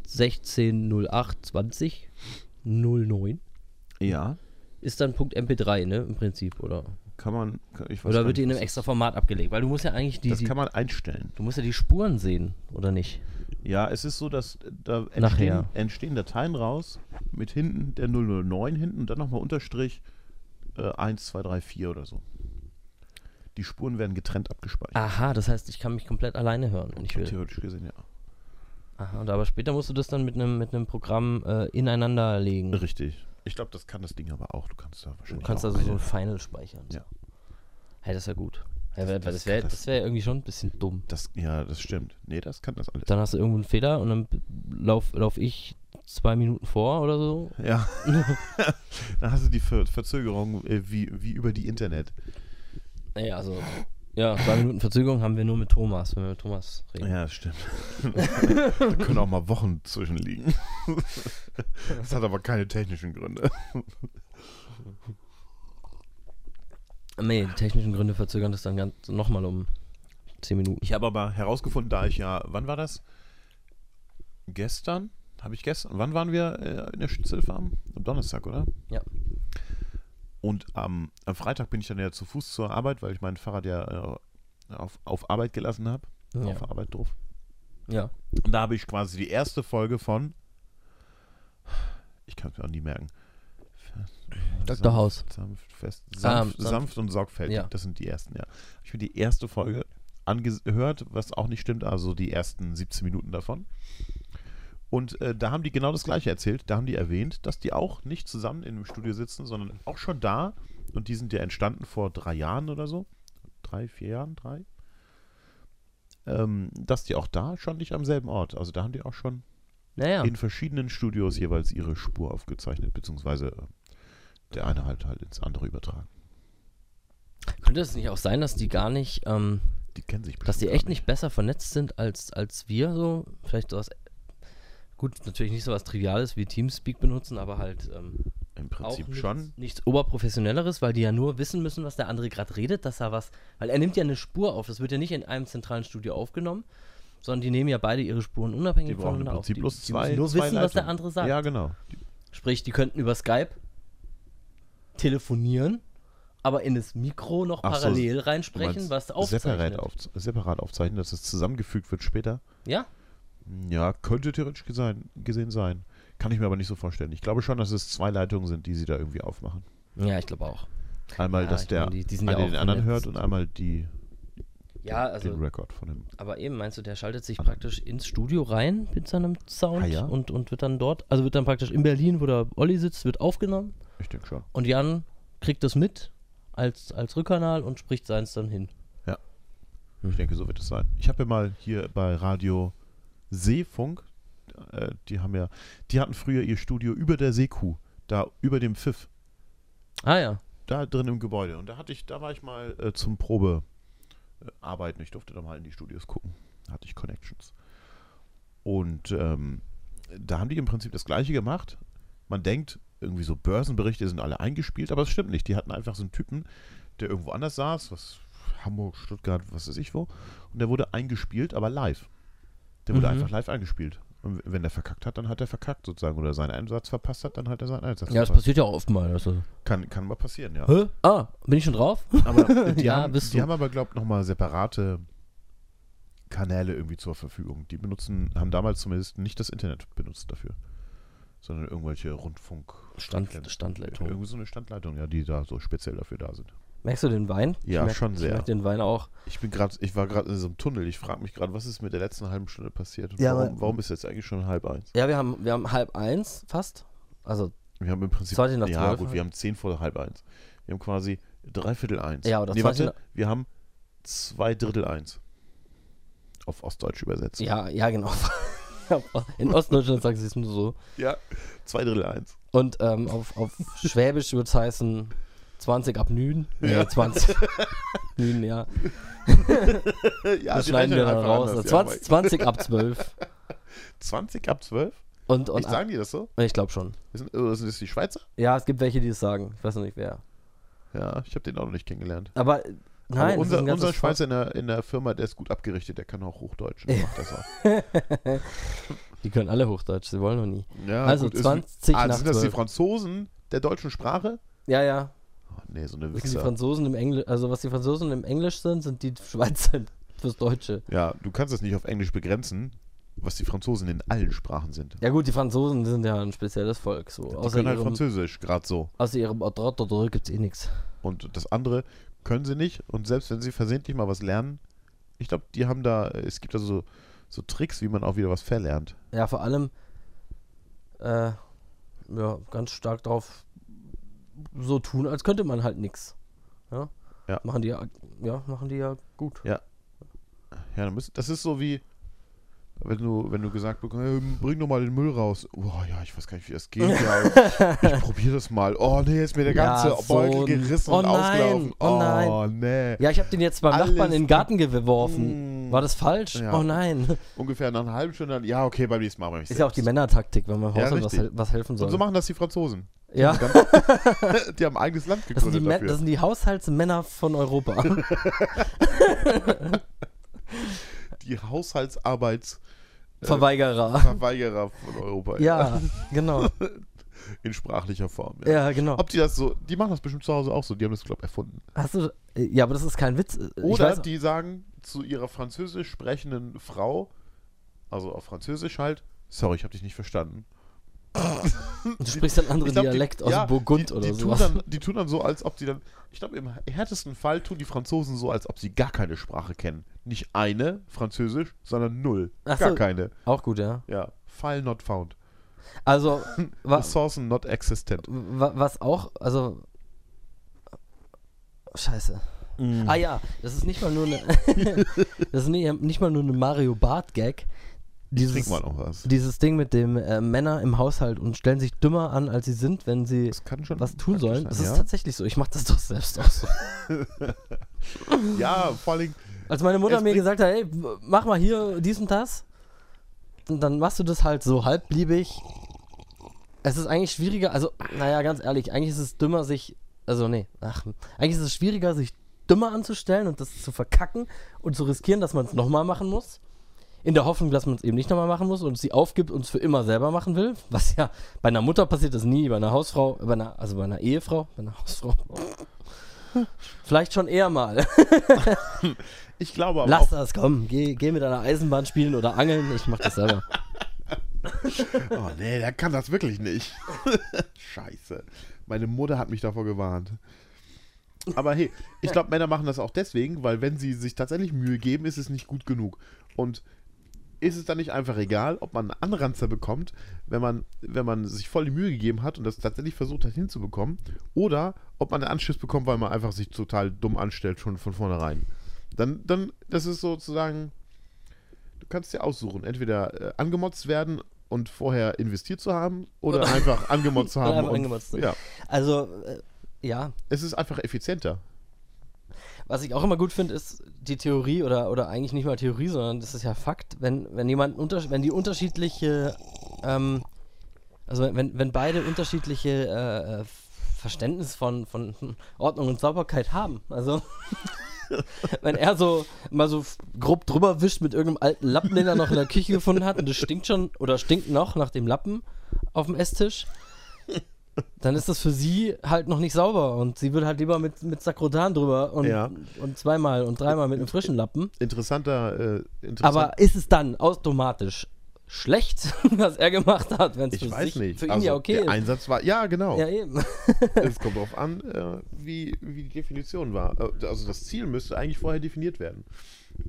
Speaker 2: 160820 09
Speaker 3: Ja,
Speaker 2: ist dann Punkt MP3, ne? Im Prinzip, oder?
Speaker 3: kann man, kann- ich weiß
Speaker 2: Oder
Speaker 3: gar
Speaker 2: wird die in
Speaker 3: nicht, was
Speaker 2: einem extra Format abgelegt? Weil du musst ja eigentlich die,
Speaker 3: Das
Speaker 2: die
Speaker 3: kann man einstellen.
Speaker 2: Du musst ja die Spuren sehen, oder nicht?
Speaker 3: Ja, es ist so, dass äh, da entstehen,
Speaker 2: Nachher.
Speaker 3: entstehen Dateien raus mit hinten der 009 hinten und dann nochmal Unterstrich äh, 1, 2, 3, 4 oder so. Die Spuren werden getrennt abgespeichert.
Speaker 2: Aha, das heißt, ich kann mich komplett alleine hören, wenn ich will.
Speaker 3: Theoretisch gesehen, ja.
Speaker 2: Aha, und aber später musst du das dann mit einem mit einem Programm äh, ineinander legen. Du
Speaker 3: Richtig. Ich glaube, das kann das Ding aber auch. Du kannst da wahrscheinlich.
Speaker 2: kannst
Speaker 3: auch
Speaker 2: also so ein
Speaker 3: eine-
Speaker 2: Final speichern.
Speaker 3: Ja.
Speaker 2: Hey, das ist ja gut. Ja, weil- weil
Speaker 3: das-
Speaker 2: das wäre
Speaker 3: das-
Speaker 2: das wär irgendwie schon ein bisschen dumm.
Speaker 3: das, ja, das stimmt. Nee, das kann das alles.
Speaker 2: Dann hast du irgendwo einen Fehler und dann b- lauf, lauf ich zwei Minuten vor oder so.
Speaker 3: ja. dann hast du die Ver Verzögerung äh, wie, wie über die Internet.
Speaker 2: Naja, also Ja, zwei Minuten Verzögerung haben wir nur mit Thomas, wenn wir mit Thomas reden.
Speaker 1: Ja, stimmt.
Speaker 3: Da können auch mal Wochen zwischenliegen. Das hat aber keine technischen Gründe.
Speaker 2: Nee, die technischen Gründe verzögern das dann ganz nochmal um zehn Minuten.
Speaker 3: Ich habe aber herausgefunden, da ich ja, wann war das? Gestern? Habe ich gestern, wann waren wir äh, in der Schützelfarm? Am Donnerstag, oder?
Speaker 2: Ja.
Speaker 3: Und am- am Freitag bin ich dann ja zu Fuß zur Arbeit, weil ich mein Fahrrad ja äh, auf, auf Arbeit gelassen habe.
Speaker 2: Ja.
Speaker 3: Auf Arbeit drauf.
Speaker 2: Ja.
Speaker 3: Und da habe ich quasi die erste Folge von. Ich kann es mir auch nie merken.
Speaker 2: Dr. House.
Speaker 3: Sanft, fest,
Speaker 2: Ah,
Speaker 3: sanft,
Speaker 2: sanft.
Speaker 3: sanft und sorgfältig.
Speaker 2: Ja.
Speaker 3: Das sind die ersten, ja. Hab Ich habe die erste Folge angehört, was auch nicht stimmt, also die ersten 17 Minuten davon. Und äh, da haben die genau das Gleiche erzählt. Da haben die erwähnt, dass die auch nicht zusammen in einem Studio sitzen, sondern auch schon da. Und die sind ja entstanden vor drei Jahren oder so. Drei, vier Jahren, drei. Ähm, dass die auch da schon nicht am selben Ort. Also da haben die auch schon
Speaker 2: Naja.
Speaker 3: in verschiedenen Studios jeweils ihre Spur aufgezeichnet, beziehungsweise äh, der eine halt halt ins andere übertragen.
Speaker 2: Könnte es nicht auch sein, dass die gar nicht, ähm,
Speaker 3: Die kennen sich
Speaker 2: dass die
Speaker 3: bestimmt
Speaker 2: echt
Speaker 3: gar
Speaker 2: nicht besser vernetzt sind als, als wir so? Vielleicht sowas. Gut, natürlich nicht so was Triviales wie Teamspeak benutzen, aber halt ähm,
Speaker 3: Im
Speaker 2: auch
Speaker 3: Prinzip
Speaker 2: nichts,
Speaker 3: schon.
Speaker 2: nichts Oberprofessionelleres, weil die ja nur wissen müssen, was der andere gerade redet, dass er was. Weil er nimmt ja eine Spur auf. Das wird ja nicht in einem zentralen Studio aufgenommen, sondern die nehmen ja beide ihre Spuren unabhängig
Speaker 3: Die brauchen im
Speaker 2: voneinander
Speaker 3: Prinzip
Speaker 2: auf.
Speaker 3: bloß
Speaker 2: die
Speaker 3: zwei.
Speaker 2: müssen nur
Speaker 3: zwei
Speaker 2: wissen, was der
Speaker 3: Leitungen.
Speaker 2: andere sagt.
Speaker 3: Ja, genau.
Speaker 2: Sprich, die könnten über Skype telefonieren, aber in das Mikro noch
Speaker 3: Ach so,
Speaker 2: parallel
Speaker 3: Du
Speaker 2: reinsprechen,
Speaker 3: meinst,
Speaker 2: was aufzeichnet.
Speaker 3: separat, auf, separat aufzeichnen, dass es zusammengefügt wird später.
Speaker 2: Ja,
Speaker 3: Ja, könnte theoretisch gesein, gesehen sein. Kann ich mir aber nicht so vorstellen. Ich glaube schon, dass es zwei Leitungen sind, die sie da irgendwie aufmachen.
Speaker 2: ja, ich glaube auch.
Speaker 3: Einmal,
Speaker 2: Ja,
Speaker 3: dass
Speaker 2: ich
Speaker 3: der
Speaker 2: meine, die- die sind
Speaker 3: eine
Speaker 2: ja auch
Speaker 3: den anderen
Speaker 2: vernetzt.
Speaker 3: hört und einmal die,
Speaker 2: Ja,
Speaker 3: den
Speaker 2: also,
Speaker 3: Rekord von dem.
Speaker 2: aber eben meinst du, der schaltet sich praktisch ins Studio rein mit seinem Sound
Speaker 3: Ah, ja?
Speaker 2: und, und wird dann dort, also wird dann praktisch in Berlin, wo der Olli sitzt, wird aufgenommen
Speaker 3: Ich denke schon.
Speaker 2: und Jan kriegt das mit als, als Rückkanal und spricht seins dann hin.
Speaker 3: Ich denke, so wird es sein. Ich habe ja mal hier bei Radio Seefunk, äh, die haben ja, die hatten früher ihr Studio über der Seekuh, da über dem Pfiff,
Speaker 2: Ah ja,
Speaker 3: da drin im Gebäude. Und da hatte ich, da war ich mal äh, zum Probearbeiten. Ich durfte da mal in die Studios gucken. Da hatte ich Connections. Und ähm, da haben die im Prinzip das gleiche gemacht. Man denkt, irgendwie so Börsenberichte sind alle eingespielt, aber es stimmt nicht. Die hatten einfach so einen Typen, der irgendwo anders saß, was Hamburg, Stuttgart, was weiß ich wo, und der wurde eingespielt, aber live. Der wurde
Speaker 2: Mhm.
Speaker 3: einfach live eingespielt. Und wenn der verkackt hat, dann hat er verkackt sozusagen. Oder seinen Einsatz verpasst hat, dann hat er seinen Einsatz
Speaker 2: ja, das
Speaker 3: verpasst.
Speaker 2: passiert ja auch oft mal. Also.
Speaker 3: Kann, kann mal passieren, ja.
Speaker 2: Hä? Ah, bin ich schon drauf?
Speaker 3: Aber die,
Speaker 2: Ja,
Speaker 3: haben,
Speaker 2: bist
Speaker 3: die
Speaker 2: du.
Speaker 3: haben aber, glaube ich, nochmal separate Kanäle irgendwie zur Verfügung. Die benutzen, haben damals zumindest nicht das Internet benutzt dafür, sondern irgendwelche Rundfunk.
Speaker 2: Stand,
Speaker 3: Standleitung.
Speaker 2: Standleitung.
Speaker 3: Irgendwie so eine Standleitung, ja, die da so speziell dafür da sind.
Speaker 2: Merkst du den Wein?
Speaker 3: Ja,
Speaker 2: ich merk,
Speaker 3: schon sehr.
Speaker 2: Ich merk den Wein auch.
Speaker 3: Ich bin gerade, ich war gerade in so einem Tunnel. Ich frage mich gerade, was ist mit der letzten halben Stunde passiert?
Speaker 2: Ja,
Speaker 3: warum,
Speaker 2: aber-
Speaker 3: warum ist jetzt eigentlich schon halb eins?
Speaker 2: Ja, wir haben, wir haben halb eins fast. Also,
Speaker 3: Wir haben im Prinzip.
Speaker 2: Zweite nach
Speaker 3: ja,
Speaker 2: zwölf
Speaker 3: gut, wir haben zehn vor halb eins. Wir haben quasi dreiviertel eins.
Speaker 2: Ja, oder
Speaker 3: nee,
Speaker 2: zweite
Speaker 3: warte, wir haben zwei Drittel eins. Auf Ostdeutsch übersetzt.
Speaker 2: ja, ja, genau. In Ostdeutschland sagen sie es nur so.
Speaker 3: Ja, zwei Drittel eins.
Speaker 2: Und ähm, auf, auf Schwäbisch würde es heißen 20 ab Nüden. Nee,
Speaker 3: Ja.
Speaker 2: 20. Nüden, ja.
Speaker 3: ja,
Speaker 2: Das
Speaker 3: die
Speaker 2: schneiden wir
Speaker 3: rechnen
Speaker 2: dann
Speaker 3: einfach
Speaker 2: raus.
Speaker 3: anders, ja,
Speaker 2: 20,
Speaker 3: aber
Speaker 2: 20 ab 12.
Speaker 3: 20 ab 12?
Speaker 2: Und, und
Speaker 3: ich sagen die das so?
Speaker 2: ab, ich glaube schon.
Speaker 3: Das sind, oh, das sind das die Schweizer?
Speaker 2: Ja, es gibt welche, die es sagen. Ich weiß noch nicht wer.
Speaker 3: Ja, ich habe den auch noch nicht kennengelernt.
Speaker 2: Aber äh,
Speaker 3: Aber
Speaker 2: nein, das
Speaker 3: unser,
Speaker 2: ist ein ganzes
Speaker 3: unser Schweizer in der, in der Firma, der ist gut abgerichtet, der kann auch Hochdeutsch und macht das auch.
Speaker 2: Volk. Die können alle Hochdeutsch, sie wollen noch nie.
Speaker 3: Ja,
Speaker 2: Also
Speaker 3: ist-
Speaker 2: 20
Speaker 3: ah,
Speaker 2: nach
Speaker 3: Sind das die
Speaker 2: 12.
Speaker 3: Franzosen der deutschen Sprache?
Speaker 2: Ja, ja.
Speaker 3: Oh, nee, so eine
Speaker 2: Was die
Speaker 3: Wichser.
Speaker 2: Franzosen im Englisch, also was die Franzosen im Englisch sind, sind die Schweizer fürs Deutsche.
Speaker 3: Ja, du kannst das nicht auf Englisch begrenzen, was die Franzosen in allen Sprachen sind.
Speaker 2: Ja gut, die Franzosen sind ja ein spezielles Volk. So.
Speaker 3: Die
Speaker 2: Außer,
Speaker 3: können halt
Speaker 2: ihrem,
Speaker 3: Französisch, gerade so.
Speaker 2: außer ihrem Adrotterdrö gibt es eh nichts.
Speaker 3: Und das andere können sie nicht. Und selbst wenn sie versehentlich mal was lernen, ich glaube, die haben da, es gibt da so, so Tricks, wie man auch wieder was verlernt.
Speaker 2: Ja, vor allem äh, ja, ganz stark drauf so tun, als könnte man halt nichts. Ja?
Speaker 3: Ja.
Speaker 2: Machen die ja, ja, machen die ja gut.
Speaker 3: Ja, dann müssen, das ist so wie, Wenn du, wenn du gesagt bekommst, ähm, bring doch mal den Müll raus. Oh ja, ich weiß gar nicht, wie das geht. Ja, ich probier das mal. Oh nee, ist mir der
Speaker 2: Ja,
Speaker 3: ganze
Speaker 2: so
Speaker 3: Beutel
Speaker 2: ein-
Speaker 3: gerissen
Speaker 2: Oh
Speaker 3: und
Speaker 2: nein,
Speaker 3: ausgelaufen.
Speaker 2: oh nein.
Speaker 3: nee.
Speaker 2: Ja, ich habe den jetzt beim
Speaker 3: Alles-
Speaker 2: Nachbarn in den Garten geworfen.
Speaker 3: Mm.
Speaker 2: War das falsch?
Speaker 3: Ja.
Speaker 2: Oh nein.
Speaker 3: Ungefähr nach einer halben Stunde dann, ja, okay, beim nächsten Mal mache ich
Speaker 2: Ist ja auch die
Speaker 3: selbst.
Speaker 2: Männertaktik, wenn man im
Speaker 3: Ja,
Speaker 2: Haushalt was,
Speaker 3: richtig.
Speaker 2: hel- was helfen soll.
Speaker 3: Und so machen das die Franzosen.
Speaker 2: ja,
Speaker 3: Die haben ein eigenes Land
Speaker 2: das sind, die
Speaker 3: gegründet
Speaker 2: Mä-
Speaker 3: dafür.
Speaker 2: das sind die Haushaltsmänner von Europa.
Speaker 3: die Haushaltsarbeitsverweigerer
Speaker 2: Verweigerer.
Speaker 3: von Europa.
Speaker 2: Ja, genau.
Speaker 3: In sprachlicher Form. Ja.
Speaker 2: Ja, genau.
Speaker 3: Ob die das so, die machen das bestimmt zu Hause auch so, die haben das, glaube ich, erfunden.
Speaker 2: Hast du. äh, Ja, aber das ist kein Witz. Ich
Speaker 3: Oder
Speaker 2: weiß-
Speaker 3: die sagen zu ihrer französisch sprechenden Frau, also auf Französisch halt, sorry, ich habe dich nicht verstanden.
Speaker 2: Du sprichst einen anderen
Speaker 3: Ich glaub, die-
Speaker 2: Dialekt aus
Speaker 3: ja,
Speaker 2: Burgund
Speaker 3: die,
Speaker 2: oder
Speaker 3: die
Speaker 2: sowas.
Speaker 3: Tun dann, die tun dann so, als ob die dann, ich glaube, im härtesten Fall tun die Franzosen so, als ob sie gar keine Sprache kennen. Nicht eine, Französisch, sondern null.
Speaker 2: Ach
Speaker 3: gar
Speaker 2: so.
Speaker 3: keine.
Speaker 2: Auch gut, ja.
Speaker 3: Ja, file not found.
Speaker 2: Also, wa
Speaker 3: Ressourcen not existent.
Speaker 2: wa was auch, also. Scheiße.
Speaker 3: Mm.
Speaker 2: Ah ja, das ist nicht mal nur eine. das ist nicht, nicht mal nur eine Mario Bart Gag.
Speaker 3: Trink
Speaker 2: Dieses,
Speaker 3: mal noch was.
Speaker 2: dieses Ding mit dem äh, Männer im Haushalt und stellen sich dümmer an, als sie sind, wenn sie
Speaker 3: Das kann schon
Speaker 2: was tun
Speaker 3: praktisch
Speaker 2: sollen.
Speaker 3: sein,
Speaker 2: Das ist
Speaker 3: ja.
Speaker 2: tatsächlich so. Ich mache das doch selbst auch so.
Speaker 3: Ja, vor allem,
Speaker 2: Als meine Mutter
Speaker 3: Es
Speaker 2: mir
Speaker 3: bringt-
Speaker 2: gesagt hat, hey, mach mal hier dies und das, und dann machst du das halt so halbbliebig. Es ist eigentlich schwieriger, also, naja, ganz ehrlich, eigentlich ist es dümmer, sich, also, nee, ach, eigentlich ist es schwieriger, sich dümmer anzustellen und das zu verkacken und zu riskieren, dass man es nochmal machen muss. In der Hoffnung, dass man es eben nicht nochmal machen muss und es sie aufgibt und es für immer selber machen will. Was ja bei einer Mutter passiert das nie, bei einer Hausfrau, bei einer, also bei einer Ehefrau, bei einer Hausfrau. Vielleicht schon eher mal.
Speaker 3: ich glaube aber
Speaker 2: Lass
Speaker 3: auch,
Speaker 2: das, komm, geh, geh mit einer Eisenbahn spielen oder angeln, ich mach das selber.
Speaker 3: oh nee, der kann das wirklich nicht. Scheiße. Meine Mutter hat mich davor gewarnt. Aber hey, ich glaube, Männer machen das auch deswegen, weil wenn sie sich tatsächlich Mühe geben, ist es nicht gut genug. Und ist es dann nicht einfach egal, ob man einen Anranzer bekommt, wenn man, wenn man sich voll die Mühe gegeben hat und das tatsächlich versucht hat hinzubekommen, oder ob man einen Anschiss bekommt, weil man einfach sich total dumm anstellt, schon von vornherein. Dann, dann, das ist sozusagen, du kannst dir aussuchen, entweder äh, angemotzt werden und vorher investiert zu haben, oder einfach angemotzt zu
Speaker 2: Oder
Speaker 3: haben.
Speaker 2: einfach
Speaker 3: und,
Speaker 2: angemotzt zu-
Speaker 3: ja,
Speaker 2: Also, äh, ja,
Speaker 3: es ist einfach effizienter.
Speaker 2: was ich auch immer gut finde, ist die Theorie oder, oder eigentlich nicht mal Theorie, sondern das ist ja Fakt, wenn, wenn jemand unter, wenn die unterschiedliche, ähm, also wenn, wenn beide unterschiedliche äh, äh, Verständnis von, von Ordnung und Sauberkeit haben. Also wenn er so mal so grob drüber wischt mit irgendeinem alten Lappen, den er noch in der Küche gefunden hat und das stinkt schon oder stinkt noch nach dem Lappen auf dem Esstisch, dann ist das für sie halt noch nicht sauber und sie würde halt lieber mit, mit Sakrotan drüber und,
Speaker 3: Ja.
Speaker 2: und zweimal und dreimal mit einem frischen Lappen.
Speaker 3: Interessanter, äh, interessant-
Speaker 2: Aber ist es dann automatisch schlecht, was er gemacht hat, wenn es
Speaker 3: ich
Speaker 2: für,
Speaker 3: weiß
Speaker 2: sich-
Speaker 3: nicht.
Speaker 2: für ihn
Speaker 3: also,
Speaker 2: ja okay
Speaker 3: der
Speaker 2: ist?
Speaker 3: Einsatz war, ja, genau.
Speaker 2: Ja, eben.
Speaker 3: Es kommt darauf an, äh, wie, wie die Definition war. Äh, Also das Ziel müsste eigentlich vorher definiert werden.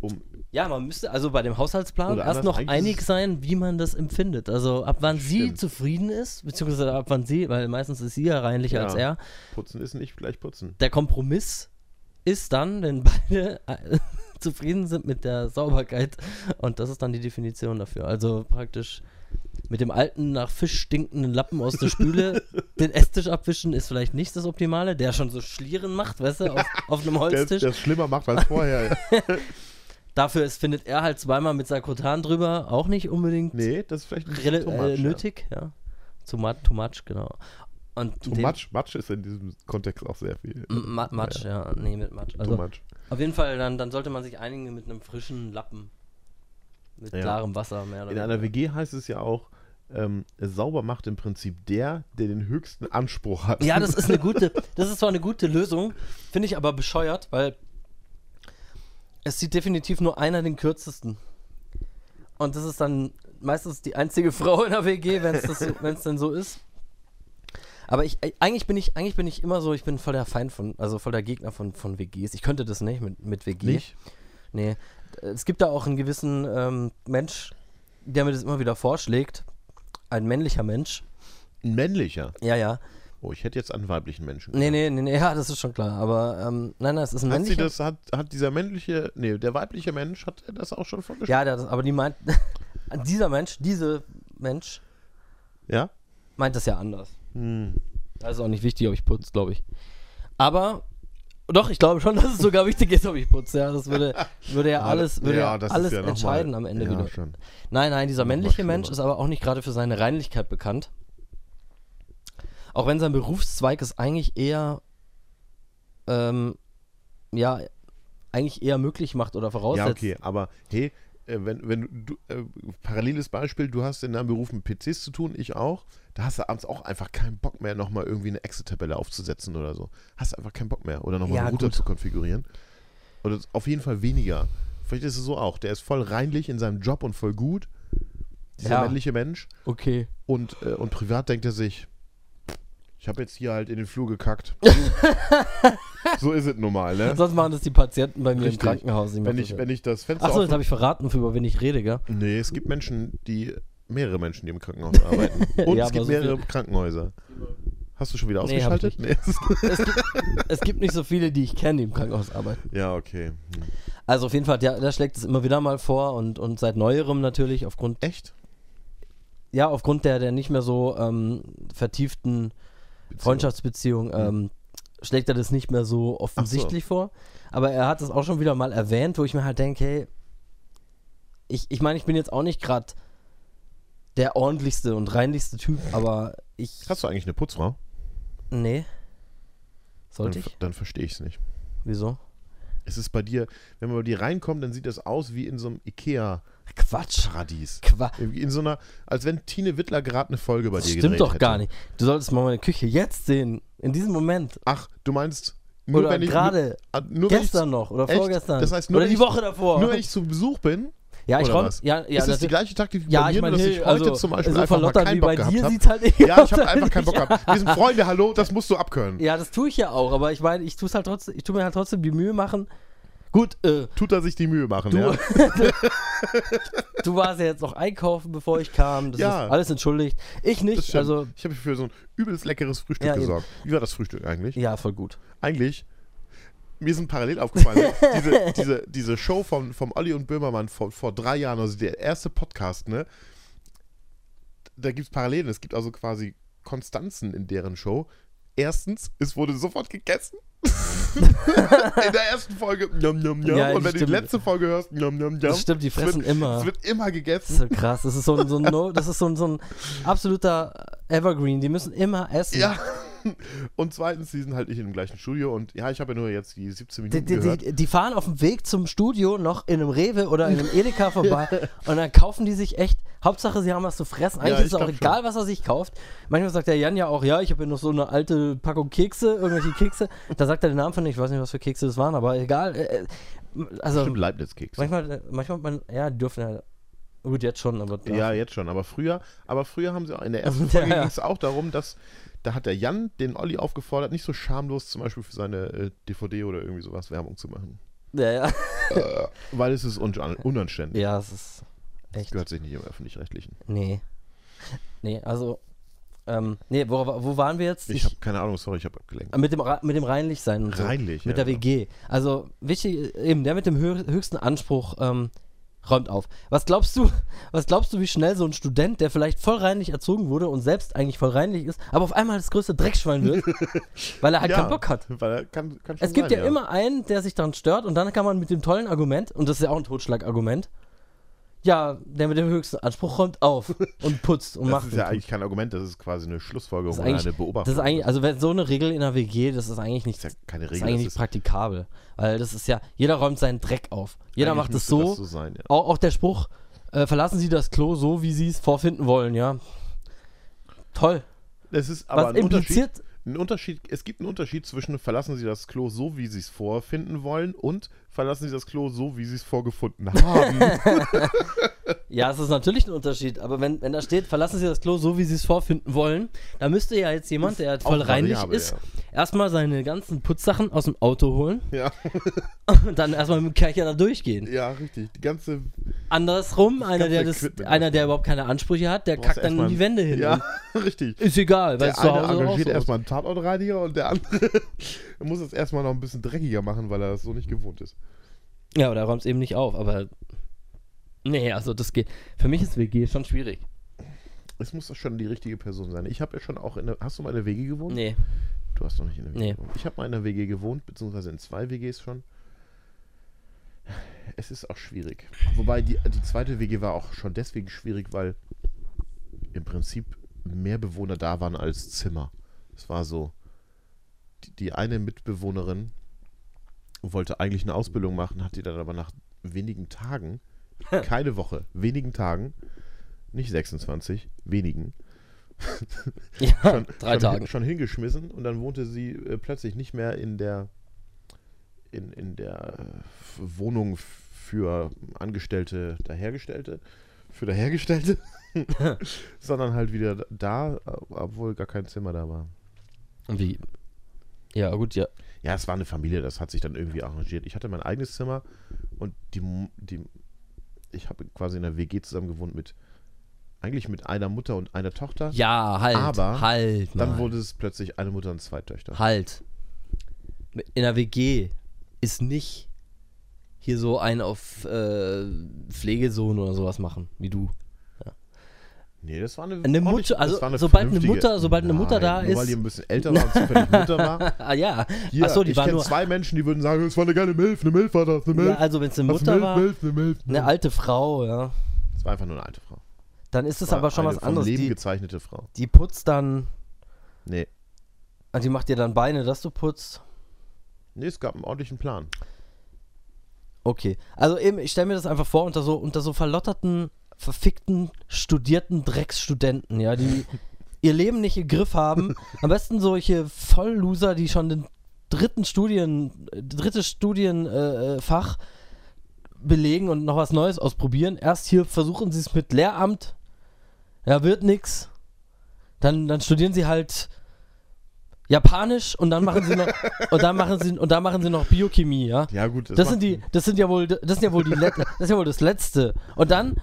Speaker 3: Um,
Speaker 2: ja, man müsste also bei dem Haushaltsplan
Speaker 3: Oder
Speaker 2: erst
Speaker 3: anders,
Speaker 2: noch
Speaker 3: eigentlich
Speaker 2: einig
Speaker 3: ist es-
Speaker 2: sein, wie man das empfindet. Also ab wann sie
Speaker 3: Stimmt.
Speaker 2: zufrieden ist, beziehungsweise ab wann sie, weil meistens ist sie ja reinlicher
Speaker 3: Ja.
Speaker 2: als er.
Speaker 3: putzen ist nicht gleich putzen.
Speaker 2: Der Kompromiss ist dann, wenn beide äh, zufrieden sind mit der Sauberkeit und das ist dann die Definition dafür. Also praktisch mit dem alten, nach Fisch stinkenden Lappen aus der Spüle den Esstisch abwischen ist vielleicht nicht das Optimale, der schon so Schlieren macht, weißt du, auf, auf einem
Speaker 3: Der
Speaker 2: Holztisch.
Speaker 3: es schlimmer macht als vorher.
Speaker 2: Dafür ist, findet er halt zweimal mit Sakrotan drüber auch nicht unbedingt
Speaker 3: nee, das ist vielleicht nicht
Speaker 2: rele-
Speaker 3: too much,
Speaker 2: äh, nötig. Ja. Too, much, too much, genau. Und
Speaker 3: Ja. Too
Speaker 2: dem-
Speaker 3: much, much ist in diesem Kontext auch sehr viel.
Speaker 2: M- ma- Much, ja. Nee, mit Matsch.
Speaker 3: Too
Speaker 2: Also,
Speaker 3: much.
Speaker 2: Auf jeden Fall, dann, dann sollte man sich einigen mit einem frischen Lappen. Mit
Speaker 3: Ja.
Speaker 2: klarem Wasser mehr oder
Speaker 3: In einer WG heißt es ja auch, ähm, sauber macht im Prinzip der, der den höchsten Anspruch hat.
Speaker 2: Ja, das ist eine gute, das ist zwar eine gute Lösung, finde ich aber bescheuert, weil es sieht definitiv nur einer den kürzesten. Und das ist dann meistens die einzige Frau in der WG, wenn es denn so ist. Aber ich, äh, eigentlich bin ich, eigentlich bin ich immer so, ich bin voll der Feind von, also voll der Gegner von, von WGs. Ich könnte das nicht mit, mit WG.
Speaker 3: nicht.
Speaker 2: Nee. Es gibt da auch einen gewissen ähm, Mensch, der mir das immer wieder vorschlägt. Ein männlicher Mensch.
Speaker 3: Ein männlicher.
Speaker 2: Ja, ja.
Speaker 3: Oh, ich hätte jetzt an weiblichen Menschen.
Speaker 2: Nee, nee, nee, nee, ja, das ist schon klar. Aber ähm, nein, nein, es ist ein
Speaker 3: Hat, sie
Speaker 2: männlicher.
Speaker 3: das, hat, hat dieser männliche, nee, der weibliche Mensch, hat er das auch schon vorgestellt?
Speaker 2: Ja, der, hat das- aber die meint. Dieser Mensch, diese Mensch
Speaker 3: Ja?
Speaker 2: meint das ja anders.
Speaker 3: Hm.
Speaker 2: Das ist auch nicht wichtig, ob ich putze, glaube ich. Aber doch, ich glaube schon, dass es sogar wichtig ist, ob ich putze. Ja, das würde, würde ja alles, würde ja,
Speaker 3: das ist
Speaker 2: alles
Speaker 3: ja nochmal-
Speaker 2: entscheiden am Ende
Speaker 3: ja,
Speaker 2: wieder.
Speaker 3: Schon.
Speaker 2: Nein, nein, dieser
Speaker 3: Nochmal
Speaker 2: männliche
Speaker 3: schlimmer.
Speaker 2: Mensch ist aber auch nicht gerade für seine Reinlichkeit bekannt. Auch wenn sein Berufszweig ist eigentlich eher, ähm, ja, eigentlich eher möglich macht oder
Speaker 3: Ja,
Speaker 2: voraussetzt.
Speaker 3: okay, aber hey, äh, wenn, wenn du, du äh, paralleles Beispiel, du hast in deinem Beruf mit PCs zu tun, ich auch, da hast du abends auch einfach keinen Bock mehr, nochmal irgendwie eine Excel-Tabelle aufzusetzen oder so. Hast einfach keinen Bock mehr. Oder nochmal
Speaker 2: Ja,
Speaker 3: einen Router
Speaker 2: gut.
Speaker 3: zu konfigurieren. Oder auf jeden Fall weniger. Vielleicht ist es so auch. Der ist voll reinlich in seinem Job und voll gut. Dieser
Speaker 2: Ja.
Speaker 3: männliche Mensch.
Speaker 2: okay.
Speaker 3: Und, äh, und privat denkt er sich, ich habe jetzt hier halt in den Flur gekackt. so ist es normal, ne?
Speaker 2: Sonst machen das die Patienten bei mir
Speaker 3: Richtig.
Speaker 2: im Krankenhaus. die
Speaker 3: Wenn
Speaker 2: machen
Speaker 3: ich,
Speaker 2: das
Speaker 3: wenn
Speaker 2: ja.
Speaker 3: ich das Fenster
Speaker 2: Achso,
Speaker 3: aufmache-
Speaker 2: jetzt habe ich verraten, für über wen ich rede, gell?
Speaker 3: Nee, es gibt Menschen, die, mehrere Menschen, die im Krankenhaus arbeiten. Und
Speaker 2: Ja,
Speaker 3: es
Speaker 2: aber
Speaker 3: gibt
Speaker 2: so
Speaker 3: mehrere Krankenhäuser. Hast du schon wieder
Speaker 2: Nee, hab ich
Speaker 3: ausgeschaltet? Nee,
Speaker 2: Es gibt nicht so viele, die ich kenne, die im Krankenhaus arbeiten.
Speaker 3: ja, okay. Hm.
Speaker 2: Also auf jeden Fall, der, der schlägt es immer wieder mal vor und, und seit neuerem natürlich, aufgrund,
Speaker 3: Echt?
Speaker 2: ja, aufgrund der, der nicht mehr so ähm, vertieften
Speaker 3: Beziehung.
Speaker 2: Freundschaftsbeziehung
Speaker 3: Hm.
Speaker 2: ähm, schlägt er das nicht mehr so offensichtlich vor. Aber er hat es auch schon wieder mal erwähnt, wo ich mir halt denke, hey, ich, ich meine, ich bin jetzt auch nicht gerade der ordentlichste und reinlichste Typ, aber ich.
Speaker 3: Hast du eigentlich eine Putzfrau?
Speaker 2: Nee.
Speaker 3: Dann,
Speaker 2: Sollte ich?
Speaker 3: dann verstehe ich es nicht.
Speaker 2: Wieso?
Speaker 3: Es ist bei dir, wenn man bei dir reinkommt, dann sieht das aus wie in so einem Ikea-Paradies.
Speaker 2: Quatsch. Quatsch.
Speaker 3: Irgendwie In so einer, als wenn Tine Wittler gerade eine Folge bei
Speaker 2: Das
Speaker 3: dir
Speaker 2: stimmt
Speaker 3: gedreht
Speaker 2: doch gar
Speaker 3: hätte.
Speaker 2: nicht. Du solltest mal meine Küche jetzt sehen. In diesem Moment.
Speaker 3: Ach, du meinst, nur
Speaker 2: Oder
Speaker 3: wenn ich.
Speaker 2: gerade
Speaker 3: nur- ah, nur wenn
Speaker 2: gestern noch oder
Speaker 3: Echt?
Speaker 2: vorgestern.
Speaker 3: Das heißt, nur
Speaker 2: oder
Speaker 3: wenn
Speaker 2: die
Speaker 3: ich-
Speaker 2: Woche davor.
Speaker 3: Ich, nur wenn ich zu Besuch bin,
Speaker 2: ja, ich
Speaker 3: oder
Speaker 2: räum,
Speaker 3: was?
Speaker 2: ja, ja,
Speaker 3: ist das die
Speaker 2: natürlich.
Speaker 3: gleiche Taktik wie
Speaker 2: ja,
Speaker 3: bei
Speaker 2: ich
Speaker 3: mir, nur
Speaker 2: meine,
Speaker 3: dass
Speaker 2: hey,
Speaker 3: ich heute
Speaker 2: also,
Speaker 3: zum Beispiel
Speaker 2: so
Speaker 3: einfach mal
Speaker 2: verlottert wie
Speaker 3: keinen
Speaker 2: bei
Speaker 3: Bock gehabt
Speaker 2: dir
Speaker 3: habe.
Speaker 2: sieht's halt eh
Speaker 3: Ja, ich habe
Speaker 2: aus,
Speaker 3: einfach keinen Bock
Speaker 2: ja.
Speaker 3: gehabt. Wir sind Freunde, hallo, das musst du abkönnen.
Speaker 2: Ja, das tue ich ja auch, aber ich meine, ich tue halt trotzdem, ich tue mir halt trotzdem die Mühe machen. Gut, äh,
Speaker 3: Tut er sich die Mühe machen,
Speaker 2: du,
Speaker 3: ja?
Speaker 2: du warst ja jetzt noch einkaufen, bevor ich kam. Das
Speaker 3: Ja.
Speaker 2: ist alles entschuldigt. Ich
Speaker 3: Das
Speaker 2: nicht,
Speaker 3: stimmt.
Speaker 2: also
Speaker 3: ich habe für so ein übelst leckeres Frühstück
Speaker 2: Ja, eben.
Speaker 3: gesorgt. Wie war das Frühstück eigentlich?
Speaker 2: ja, voll gut.
Speaker 3: Eigentlich, mir sind parallel aufgefallen, diese, diese, diese Show von, vom Olli und Böhmermann vor, vor drei Jahren, also der erste Podcast, ne? Da gibt es Parallelen. Es gibt also quasi Konstanzen in deren Show. Erstens, es wurde sofort gegessen. in der ersten Folge, nom, nom, nom.
Speaker 2: Ja,
Speaker 3: und wenn du die
Speaker 2: stimmt.
Speaker 3: letzte Folge hörst, nom, nom, nom.
Speaker 2: Das stimmt, die fressen immer.
Speaker 3: Es wird immer gegessen.
Speaker 2: Das ist so krass. Das ist so ein, so ein, no, das ist so ein, so ein absoluter Evergreen. Die müssen immer essen.
Speaker 3: Ja. Und zweitens, die sind halt nicht in dem gleichen Studio und ja, ich habe ja nur jetzt die
Speaker 2: Die,
Speaker 3: 17 Minuten
Speaker 2: die,
Speaker 3: gehört.
Speaker 2: die, die fahren auf dem Weg zum Studio noch in einem Rewe oder in einem Edeka vorbei und dann kaufen die sich echt. Hauptsache, sie haben was zu fressen. Eigentlich
Speaker 3: Ja,
Speaker 2: ist
Speaker 3: ich
Speaker 2: es auch
Speaker 3: glaub
Speaker 2: egal, was er sich kauft. Manchmal sagt der Jan ja auch, ja, ich habe hier noch so eine alte Packung Kekse, irgendwelche Kekse. Da sagt er den Namen von, ich weiß nicht, was für Kekse das waren, aber egal. äh, äh, Also
Speaker 3: Stimmt, Leibniz-Keks.
Speaker 2: manchmal, äh, manchmal, man, ja, die dürfen ja. Gut, jetzt schon, aber da-
Speaker 3: Ja, jetzt schon, aber früher, aber früher haben sie auch, in der ersten
Speaker 2: Ja,
Speaker 3: Folge
Speaker 2: ja.
Speaker 3: ging es auch darum, dass, da hat der Jan den Olli aufgefordert, nicht so schamlos zum Beispiel für seine äh, DVD oder irgendwie sowas Werbung zu machen.
Speaker 2: ja, ja.
Speaker 3: Weil es ist un unanständig.
Speaker 2: ja, es ist
Speaker 3: Das
Speaker 2: echt.
Speaker 3: gehört sich nicht im Öffentlich-Rechtlichen.
Speaker 2: Nee. Nee, also. Ähm, nee, wo, wo waren wir jetzt?
Speaker 3: Ich habe keine Ahnung, sorry, ich habe abgelenkt.
Speaker 2: mit dem, Ra- mit dem Reinlichsein und so.
Speaker 3: Reinlich,
Speaker 2: Mit
Speaker 3: ja,
Speaker 2: der WG. Also wichtig, eben, der mit dem höher- höchsten Anspruch ähm, räumt auf. Was glaubst du, was glaubst du, wie schnell so ein Student, der vielleicht voll reinlich erzogen wurde und selbst eigentlich voll reinlich ist, aber auf einmal das größte Dreckschwein wird, weil er halt keinen Bock hat?
Speaker 3: Weil er kann, kann schon
Speaker 2: Es gibt
Speaker 3: sein,
Speaker 2: ja, immer einen, der sich daran stört und dann kann man mit dem tollen Argument, und das ist ja auch ein Totschlagargument, ja, der mit dem höchsten Anspruch räumt auf und putzt und
Speaker 3: Das
Speaker 2: macht.
Speaker 3: ist
Speaker 2: und
Speaker 3: ja
Speaker 2: tut.
Speaker 3: eigentlich kein Argument, das ist quasi eine Schlussfolgerung
Speaker 2: Das ist
Speaker 3: oder eine
Speaker 2: eigentlich,
Speaker 3: Beobachtung.
Speaker 2: das ist eigentlich, also wenn so eine Regel in der WG, das ist eigentlich nicht,
Speaker 3: Das ist ja keine
Speaker 2: das ist
Speaker 3: Regel.
Speaker 2: eigentlich
Speaker 3: das
Speaker 2: nicht
Speaker 3: ist-
Speaker 2: praktikabel, weil das ist ja, jeder räumt seinen Dreck auf. Jeder
Speaker 3: eigentlich
Speaker 2: macht es
Speaker 3: müsste
Speaker 2: so,
Speaker 3: Das so sein, ja.
Speaker 2: Auch, auch der Spruch, äh, verlassen Sie das Klo so, wie Sie es vorfinden wollen, ja. Toll.
Speaker 3: Das ist aber
Speaker 2: Was
Speaker 3: ein Unterschied,
Speaker 2: impliziert?
Speaker 3: ein Unterschied. Es gibt einen Unterschied zwischen verlassen Sie das Klo so, wie Sie es vorfinden wollen und verlassen Sie das Klo so, wie Sie es vorgefunden haben.
Speaker 2: Ja, es ist natürlich ein Unterschied, aber wenn, wenn da steht, verlassen Sie das Klo so, wie Sie es vorfinden wollen, dann müsste ja jetzt jemand, der voll
Speaker 3: auch
Speaker 2: reinlich
Speaker 3: variabel,
Speaker 2: ist,
Speaker 3: ja.
Speaker 2: erstmal seine ganzen Putzsachen aus dem Auto holen
Speaker 3: ja,
Speaker 2: und dann erstmal mit dem Kercher da durchgehen.
Speaker 3: ja, richtig. Die ganze.
Speaker 2: Andersrum, einer
Speaker 3: ganze
Speaker 2: der, das,
Speaker 3: Equipment
Speaker 2: einer, der überhaupt keine Ansprüche hat, der
Speaker 3: brauchst
Speaker 2: kackt dann
Speaker 3: erstmal-
Speaker 2: in die Wände hin.
Speaker 3: Ja, richtig.
Speaker 2: Ist egal, weil es
Speaker 3: Der
Speaker 2: zu Hause
Speaker 3: eine
Speaker 2: auch
Speaker 3: engagiert
Speaker 2: so
Speaker 3: erstmal einen Tatortreiniger und der andere muss es erstmal noch ein bisschen dreckiger machen, weil er das so nicht gewohnt ist.
Speaker 2: Ja, aber da räumt es eben nicht auf. Aber Nee, also das geht. Für mich ist WG schon schwierig.
Speaker 3: Es muss doch schon die richtige Person sein. Ich habe ja schon auch in der. Hast du mal in der WG gewohnt?
Speaker 2: Nee.
Speaker 3: Du hast doch nicht in der WG
Speaker 2: Nee.
Speaker 3: gewohnt. Ich habe mal in der WG gewohnt, beziehungsweise in zwei WGs schon. Es ist auch schwierig. Wobei die, die zweite WG war auch schon deswegen schwierig, weil im Prinzip mehr Bewohner da waren als Zimmer. Es war so, die, die eine Mitbewohnerin wollte eigentlich eine Ausbildung machen, hat die dann aber nach wenigen Tagen, keine Woche, wenigen Tagen, nicht 26, wenigen,
Speaker 2: Ja,
Speaker 3: schon,
Speaker 2: drei
Speaker 3: schon,
Speaker 2: Tage.
Speaker 3: schon hingeschmissen und dann wohnte sie äh, plötzlich nicht mehr in der in, in der äh, Wohnung für Angestellte, der Hergestellte, für der Hergestellte, sondern halt wieder da, obwohl gar kein Zimmer da war.
Speaker 2: Wie? Ja, gut, ja.
Speaker 3: Ja, es war eine Familie, das hat sich dann irgendwie arrangiert. Ich hatte mein eigenes Zimmer und die, Mu- die ich habe quasi in der WG zusammen gewohnt mit eigentlich mit einer Mutter und einer Tochter.
Speaker 2: Ja, halt.
Speaker 3: Aber
Speaker 2: halt,
Speaker 3: Dann
Speaker 2: mal.
Speaker 3: wurde es plötzlich eine Mutter und zwei Töchter.
Speaker 2: Halt. In der WG ist nicht hier so ein auf äh, Pflegesohn oder sowas machen, wie du.
Speaker 3: Nee, das war eine,
Speaker 2: Eine
Speaker 3: ordentlich-
Speaker 2: Mutter,
Speaker 3: das
Speaker 2: also
Speaker 3: war eine
Speaker 2: sobald eine
Speaker 3: vernünftige-
Speaker 2: Mutter- sobald eine Mutter da
Speaker 3: nur Weil
Speaker 2: ist-
Speaker 3: die ein bisschen älter war und zufällig Mutter war.
Speaker 2: Ah ja.
Speaker 3: Hier,
Speaker 2: Achso, die
Speaker 3: ich
Speaker 2: war
Speaker 3: kenn
Speaker 2: nur.
Speaker 3: zwei Menschen, die würden sagen, es war eine geile Milf, eine Milf war das, eine Milf.
Speaker 2: Ja, also wenn es eine
Speaker 3: Was,
Speaker 2: Mutter
Speaker 3: Milf,
Speaker 2: war, Ne.
Speaker 3: Milf, eine Milf.
Speaker 2: eine alte Frau, ja,
Speaker 3: Es war einfach nur eine alte Frau.
Speaker 2: dann ist es
Speaker 3: War
Speaker 2: aber schon
Speaker 3: eine
Speaker 2: was anderes.
Speaker 3: Vom Leben
Speaker 2: Die,
Speaker 3: gezeichnete Frau.
Speaker 2: die putzt dann,
Speaker 3: Nee.
Speaker 2: also die macht dir dann Beine, dass du putzt.
Speaker 3: Nee, es gab einen ordentlichen Plan.
Speaker 2: Okay. Also eben, ich stelle mir das einfach vor, unter so, unter so verlotterten, verfickten, studierten Drecksstudenten, ja, die ihr Leben nicht im Griff haben. Am besten solche Vollloser, die schon den dritten Studien, drittes Studienfach äh, belegen und noch was Neues ausprobieren. Erst hier versuchen sie es mit Lehramt, ja, wird nix. Dann, dann studieren sie halt Japanisch und dann machen sie noch und dann machen sie und dann machen sie noch Biochemie, ja.
Speaker 3: Ja, gut.
Speaker 2: Das
Speaker 3: macht-
Speaker 2: sind die, das sind ja wohl, das sind ja wohl die, Let das ist ja wohl das Letzte. Und dann,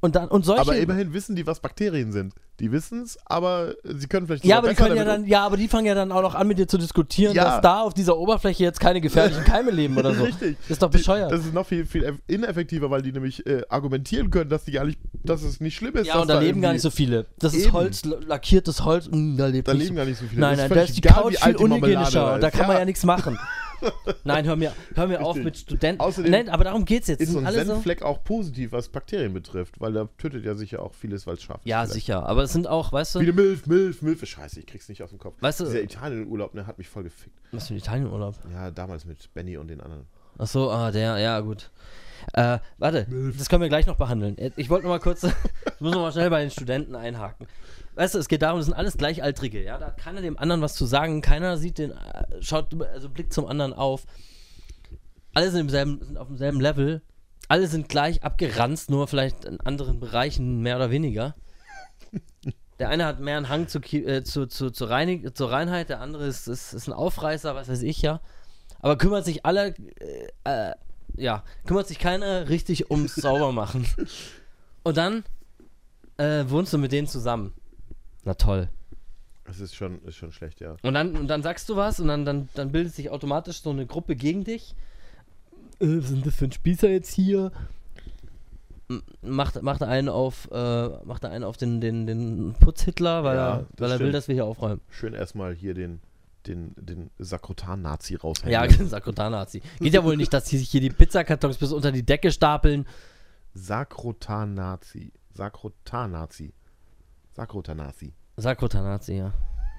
Speaker 2: und dann, und solche.
Speaker 3: Aber immerhin wissen die, was Bakterien sind. Die wissen es, aber sie können vielleicht
Speaker 2: ja,
Speaker 3: sogar
Speaker 2: aber die
Speaker 3: besser
Speaker 2: können ja
Speaker 3: damit
Speaker 2: dann, ja, aber die fangen ja dann auch noch an, mit dir zu diskutieren,
Speaker 3: Ja.
Speaker 2: dass da auf dieser Oberfläche jetzt keine gefährlichen Keime leben oder so.
Speaker 3: Richtig.
Speaker 2: Ist doch
Speaker 3: Die-
Speaker 2: bescheuert.
Speaker 3: Das ist noch viel, viel ineffektiver, weil die nämlich äh, argumentieren können, dass, die gar nicht, dass es nicht schlimm ist.
Speaker 2: ja,
Speaker 3: dass
Speaker 2: und da leben gar
Speaker 3: irgendwie-
Speaker 2: nicht so viele. Das ist
Speaker 3: Eben.
Speaker 2: Holz, lackiertes Holz, mh, da lebt
Speaker 3: Da
Speaker 2: nicht
Speaker 3: leben
Speaker 2: so.
Speaker 3: gar nicht so viele.
Speaker 2: Nein,
Speaker 3: Das
Speaker 2: nein,
Speaker 3: ist
Speaker 2: da
Speaker 3: völlig
Speaker 2: ist die
Speaker 3: egal, wie
Speaker 2: Couch
Speaker 3: alt
Speaker 2: viel
Speaker 3: die Marmelade
Speaker 2: unhygienischer und da
Speaker 3: ist.
Speaker 2: kann man ja nichts machen. Nein, hör mir, hör mir auf
Speaker 3: Richtig.
Speaker 2: mit Studenten.
Speaker 3: Außerdem
Speaker 2: Nein, aber darum geht's jetzt.
Speaker 3: ist so ein
Speaker 2: Alle so-
Speaker 3: Senffleck auch positiv, was Bakterien betrifft, weil da tötet ja sicher auch vieles, weil es scharf
Speaker 2: Ja,
Speaker 3: ist. vielleicht.
Speaker 2: sicher. Aber es sind auch, weißt
Speaker 3: Wie
Speaker 2: du,
Speaker 3: eine Milf, Milf, Milf. Scheiße, ich krieg's nicht aus dem Kopf.
Speaker 2: Weißt du-
Speaker 3: Dieser Italien-Urlaub, ne, hat mich voll gefickt.
Speaker 2: was für ein Italienurlaub.
Speaker 3: Ja, damals mit Benny und den anderen.
Speaker 2: Ach so, ah, der, ja, gut. Äh, warte, das können wir gleich noch behandeln. Äh, Ich wollte noch mal kurz, ich muss noch mal schnell bei den Studenten einhaken. Weißt du, es geht darum, das sind alles Gleichaltrige, ja? Da hat keiner dem anderen was zu sagen, keiner sieht den, äh, schaut, also blickt zum anderen auf. Alle sind, im selben, sind auf demselben Level, alle sind gleich abgeranzt, nur vielleicht in anderen Bereichen mehr oder weniger. Der eine hat mehr einen Hang zu, Ki- äh, zu, zu, zu Reinig, zur Reinheit, der andere ist, ist, ist ein Aufreißer, was weiß ich, ja. Aber kümmert sich alle, äh, äh, ja, kümmert sich keiner richtig ums Saubermachen. Und dann äh, wohnst du mit denen zusammen. Na toll.
Speaker 3: Das ist schon, ist schon schlecht, ja.
Speaker 2: Und dann, und dann sagst du was und dann, dann, dann bildet sich automatisch so eine Gruppe gegen dich. Äh, was sind das für ein Spießer jetzt hier? M- Macht, macht einen auf, äh, macht einen auf den, den, den Putzhitler, weil,
Speaker 3: Ja,
Speaker 2: er,
Speaker 3: das
Speaker 2: weil er will,
Speaker 3: stimmt.
Speaker 2: dass wir hier aufräumen.
Speaker 3: Schön erstmal hier den, den, den Sakrotan-Nazi raushängen.
Speaker 2: Ja, genau. Sakrotan-Nazi. Geht ja wohl nicht, dass die sich hier die Pizzakartons bis unter die Decke stapeln.
Speaker 3: Sakrotan-Nazi. Sakrotan-Nazi. Sakrotan-Nazi.
Speaker 2: Sakrotan-Nazi, ja.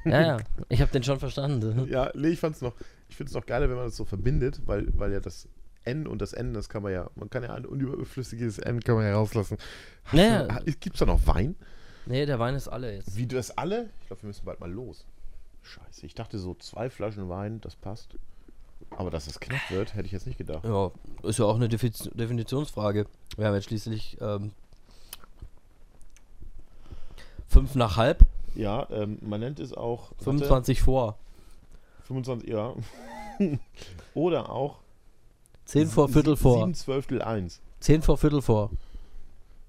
Speaker 2: Ja, ja, ich habe den schon verstanden.
Speaker 3: Ja, nee, ich fand's noch, ich find's noch geiler, wenn man das so verbindet, weil, weil ja das N und das N, das kann man ja, man kann ja ein unüberflüssiges N kann man ja rauslassen. Hast
Speaker 2: Naja.
Speaker 3: du- ha- gibt's da noch Wein?
Speaker 2: Nee, der Wein ist alle jetzt.
Speaker 3: Wie das alle? Ich glaube, wir müssen bald mal los. Scheiße, ich dachte so zwei Flaschen Wein, das passt. Aber dass es knapp wird, hätte ich jetzt nicht gedacht.
Speaker 2: Ja, ist ja auch eine Defiz Definitionsfrage. Wir haben jetzt schließlich ähm, fünf nach halb,
Speaker 3: Ja, ähm, man nennt es auch warte,
Speaker 2: 25 vor,
Speaker 3: 25 ja. Oder auch
Speaker 2: 10 vor,
Speaker 3: sie-
Speaker 2: Viertel vor,
Speaker 3: Sieben Zwölftel eins.
Speaker 2: 10 vor, Viertel vor.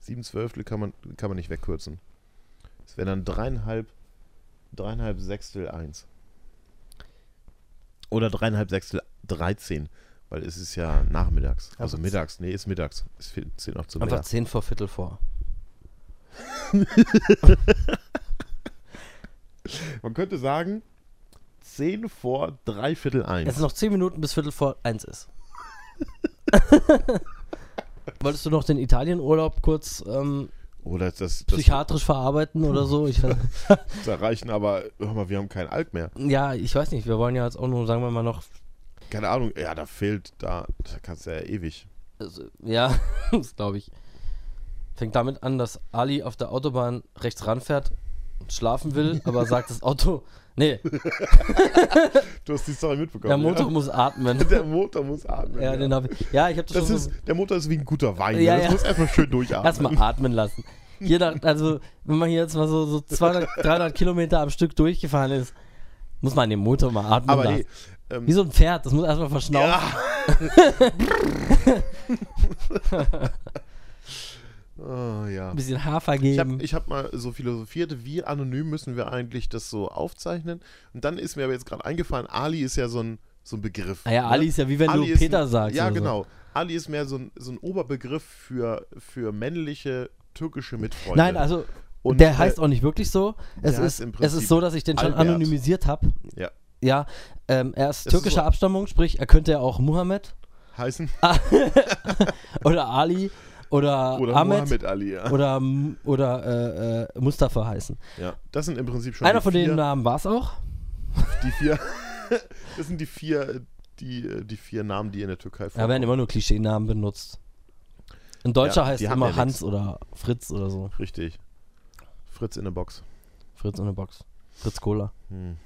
Speaker 3: Sieben Zwölftel kann man, kann man nicht wegkürzen. Es wären dann dreieinhalb, dreieinhalb Sechstel eins. Oder dreieinhalb Sechstel 13. weil es ist ja nachmittags. Also
Speaker 2: Aber-
Speaker 3: mittags, nee, ist mittags. Es fehlt 10 nach zu
Speaker 2: Einfach
Speaker 3: Mittag.
Speaker 2: 10 vor Viertel vor.
Speaker 3: Man könnte sagen, 10 vor dreiviertel
Speaker 2: Es
Speaker 3: eins.
Speaker 2: sind noch 10 Minuten bis Viertel vor 1 ist. Wolltest du noch den Italienurlaub kurz ähm,
Speaker 3: Oder das, das,
Speaker 2: psychiatrisch verarbeiten oder so? Ich weiß,
Speaker 3: das erreichen, aber hör mal, wir haben keinen Alk mehr.
Speaker 2: ja, ich weiß nicht. Wir wollen ja jetzt auch nur, sagen wir mal, noch.
Speaker 3: Keine Ahnung, ja, da fehlt, da, da kannst du ja ewig.
Speaker 2: Also, ja, das glaube ich. Fängt damit an, dass Ali auf der Autobahn rechts ranfährt und schlafen will, aber sagt das Auto: Nee,
Speaker 3: Du hast die Story mitbekommen.
Speaker 2: der Motor
Speaker 3: ja?
Speaker 2: muss atmen.
Speaker 3: Der Motor muss atmen.
Speaker 2: Ja, genau. den hab ich. Ja, ich habe das,
Speaker 3: das
Speaker 2: schon
Speaker 3: ist,
Speaker 2: so
Speaker 3: der Motor ist wie ein guter Wein.
Speaker 2: Ja,
Speaker 3: ne? das
Speaker 2: ja.
Speaker 3: muss erstmal schön durchatmen.
Speaker 2: erstmal atmen lassen. Hier nach, also, wenn man hier jetzt mal so, so 200, 300 Kilometer am Stück durchgefahren ist, muss man den Motor mal atmen
Speaker 3: aber
Speaker 2: lassen.
Speaker 3: nee, ähm,
Speaker 2: Wie so ein Pferd, das muss erstmal verschnaufen.
Speaker 3: oh, ja.
Speaker 2: Ein bisschen Hafer
Speaker 3: Ich habe
Speaker 2: geben.
Speaker 3: ich hab mal so philosophiert, wie anonym müssen wir eigentlich das so aufzeichnen. Und dann ist mir aber jetzt gerade eingefallen, Ali ist ja so ein, so ein Begriff. ne?
Speaker 2: Ah ja, Ali ist ja wie wenn
Speaker 3: Ali
Speaker 2: du
Speaker 3: ist
Speaker 2: Peter
Speaker 3: ein,
Speaker 2: sagst.
Speaker 3: Ja,
Speaker 2: oder so.
Speaker 3: genau. Ali ist mehr so ein, so ein Oberbegriff für, für männliche türkische Mitfreunde.
Speaker 2: Nein, also
Speaker 3: Und,
Speaker 2: der
Speaker 3: äh,
Speaker 2: heißt auch nicht wirklich so. Es
Speaker 3: der
Speaker 2: ist,
Speaker 3: heißt im
Speaker 2: es
Speaker 3: Prinzip
Speaker 2: ist so, dass ich den schon
Speaker 3: Albert.
Speaker 2: anonymisiert habe.
Speaker 3: Ja.
Speaker 2: Ja, ähm, er ist
Speaker 3: Es ist
Speaker 2: türkischer
Speaker 3: so-
Speaker 2: Abstammung, sprich, er könnte ja auch Muhammad
Speaker 3: äh, heißen
Speaker 2: oder Ali oder,
Speaker 3: oder
Speaker 2: Ahmed
Speaker 3: Mohammed Ali. Ja.
Speaker 2: oder, M- oder äh, äh, Mustafa heißen.
Speaker 3: ja, das sind im Prinzip schon
Speaker 2: Einer
Speaker 3: die
Speaker 2: von
Speaker 3: vier,
Speaker 2: den Namen war es auch.
Speaker 3: die vier. das sind die vier, die, die vier Namen, die in der Türkei
Speaker 2: Da werden immer nur Klischeenamen benutzt. Ein Deutscher
Speaker 3: Ja,
Speaker 2: heißt
Speaker 3: die haben
Speaker 2: immer
Speaker 3: ja
Speaker 2: Hans oder Fritz oder so.
Speaker 3: Richtig. Fritz in der Box.
Speaker 2: Fritz in der Box. Fritz Cola.
Speaker 3: Hm.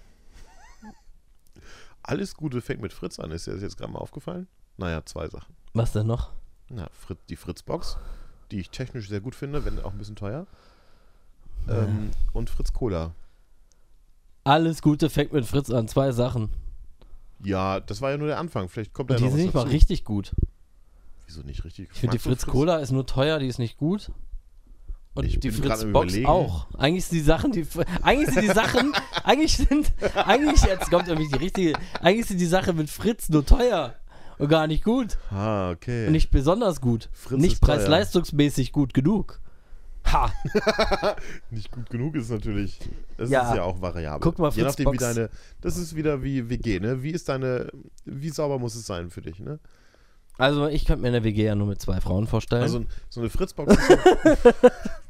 Speaker 3: Alles Gute fängt mit Fritz an, ist dir das jetzt gerade mal aufgefallen? Naja, zwei Sachen.
Speaker 2: Was denn noch?
Speaker 3: Na, Fritz, die Fritz-Box, die ich technisch sehr gut finde, wenn auch ein bisschen teuer. Ähm, und Fritz Cola.
Speaker 2: Alles Gute fängt mit Fritz an. Zwei Sachen.
Speaker 3: Ja, das war ja nur der Anfang. Vielleicht kommt
Speaker 2: Und
Speaker 3: ja
Speaker 2: die
Speaker 3: noch
Speaker 2: sind
Speaker 3: was
Speaker 2: nicht
Speaker 3: dazu.
Speaker 2: mal richtig gut.
Speaker 3: Wieso nicht richtig?
Speaker 2: Ich finde, die
Speaker 3: Magst
Speaker 2: Fritz
Speaker 3: du
Speaker 2: Cola ist nur teuer, die ist nicht gut. Und
Speaker 3: Ich
Speaker 2: die
Speaker 3: bin grad
Speaker 2: Fritz
Speaker 3: am
Speaker 2: Box
Speaker 3: Überlegen.
Speaker 2: auch. Eigentlich sind die Sachen, die. Eigentlich sind die Sachen. eigentlich sind. Eigentlich. Jetzt kommt nämlich die richtige. Eigentlich sind die Sachen mit Fritz nur teuer. Und gar nicht gut.
Speaker 3: Ah, okay.
Speaker 2: Und nicht besonders gut.
Speaker 3: Fritz
Speaker 2: nicht
Speaker 3: ist teuer.
Speaker 2: preis-leistungsmäßig gut genug. Ha!
Speaker 3: Nicht gut genug ist natürlich. Das
Speaker 2: Ja.
Speaker 3: ist ja auch variabel.
Speaker 2: Guck mal,
Speaker 3: Je
Speaker 2: Fritz
Speaker 3: nachdem, wie
Speaker 2: Box.
Speaker 3: deine. Das ist wieder wie WG, ne? Wie ist deine. Wie sauber muss es sein für dich, ne?
Speaker 2: Also ich könnte mir eine WG ja nur mit zwei Frauen vorstellen.
Speaker 3: Also so eine Fritzbox ist ja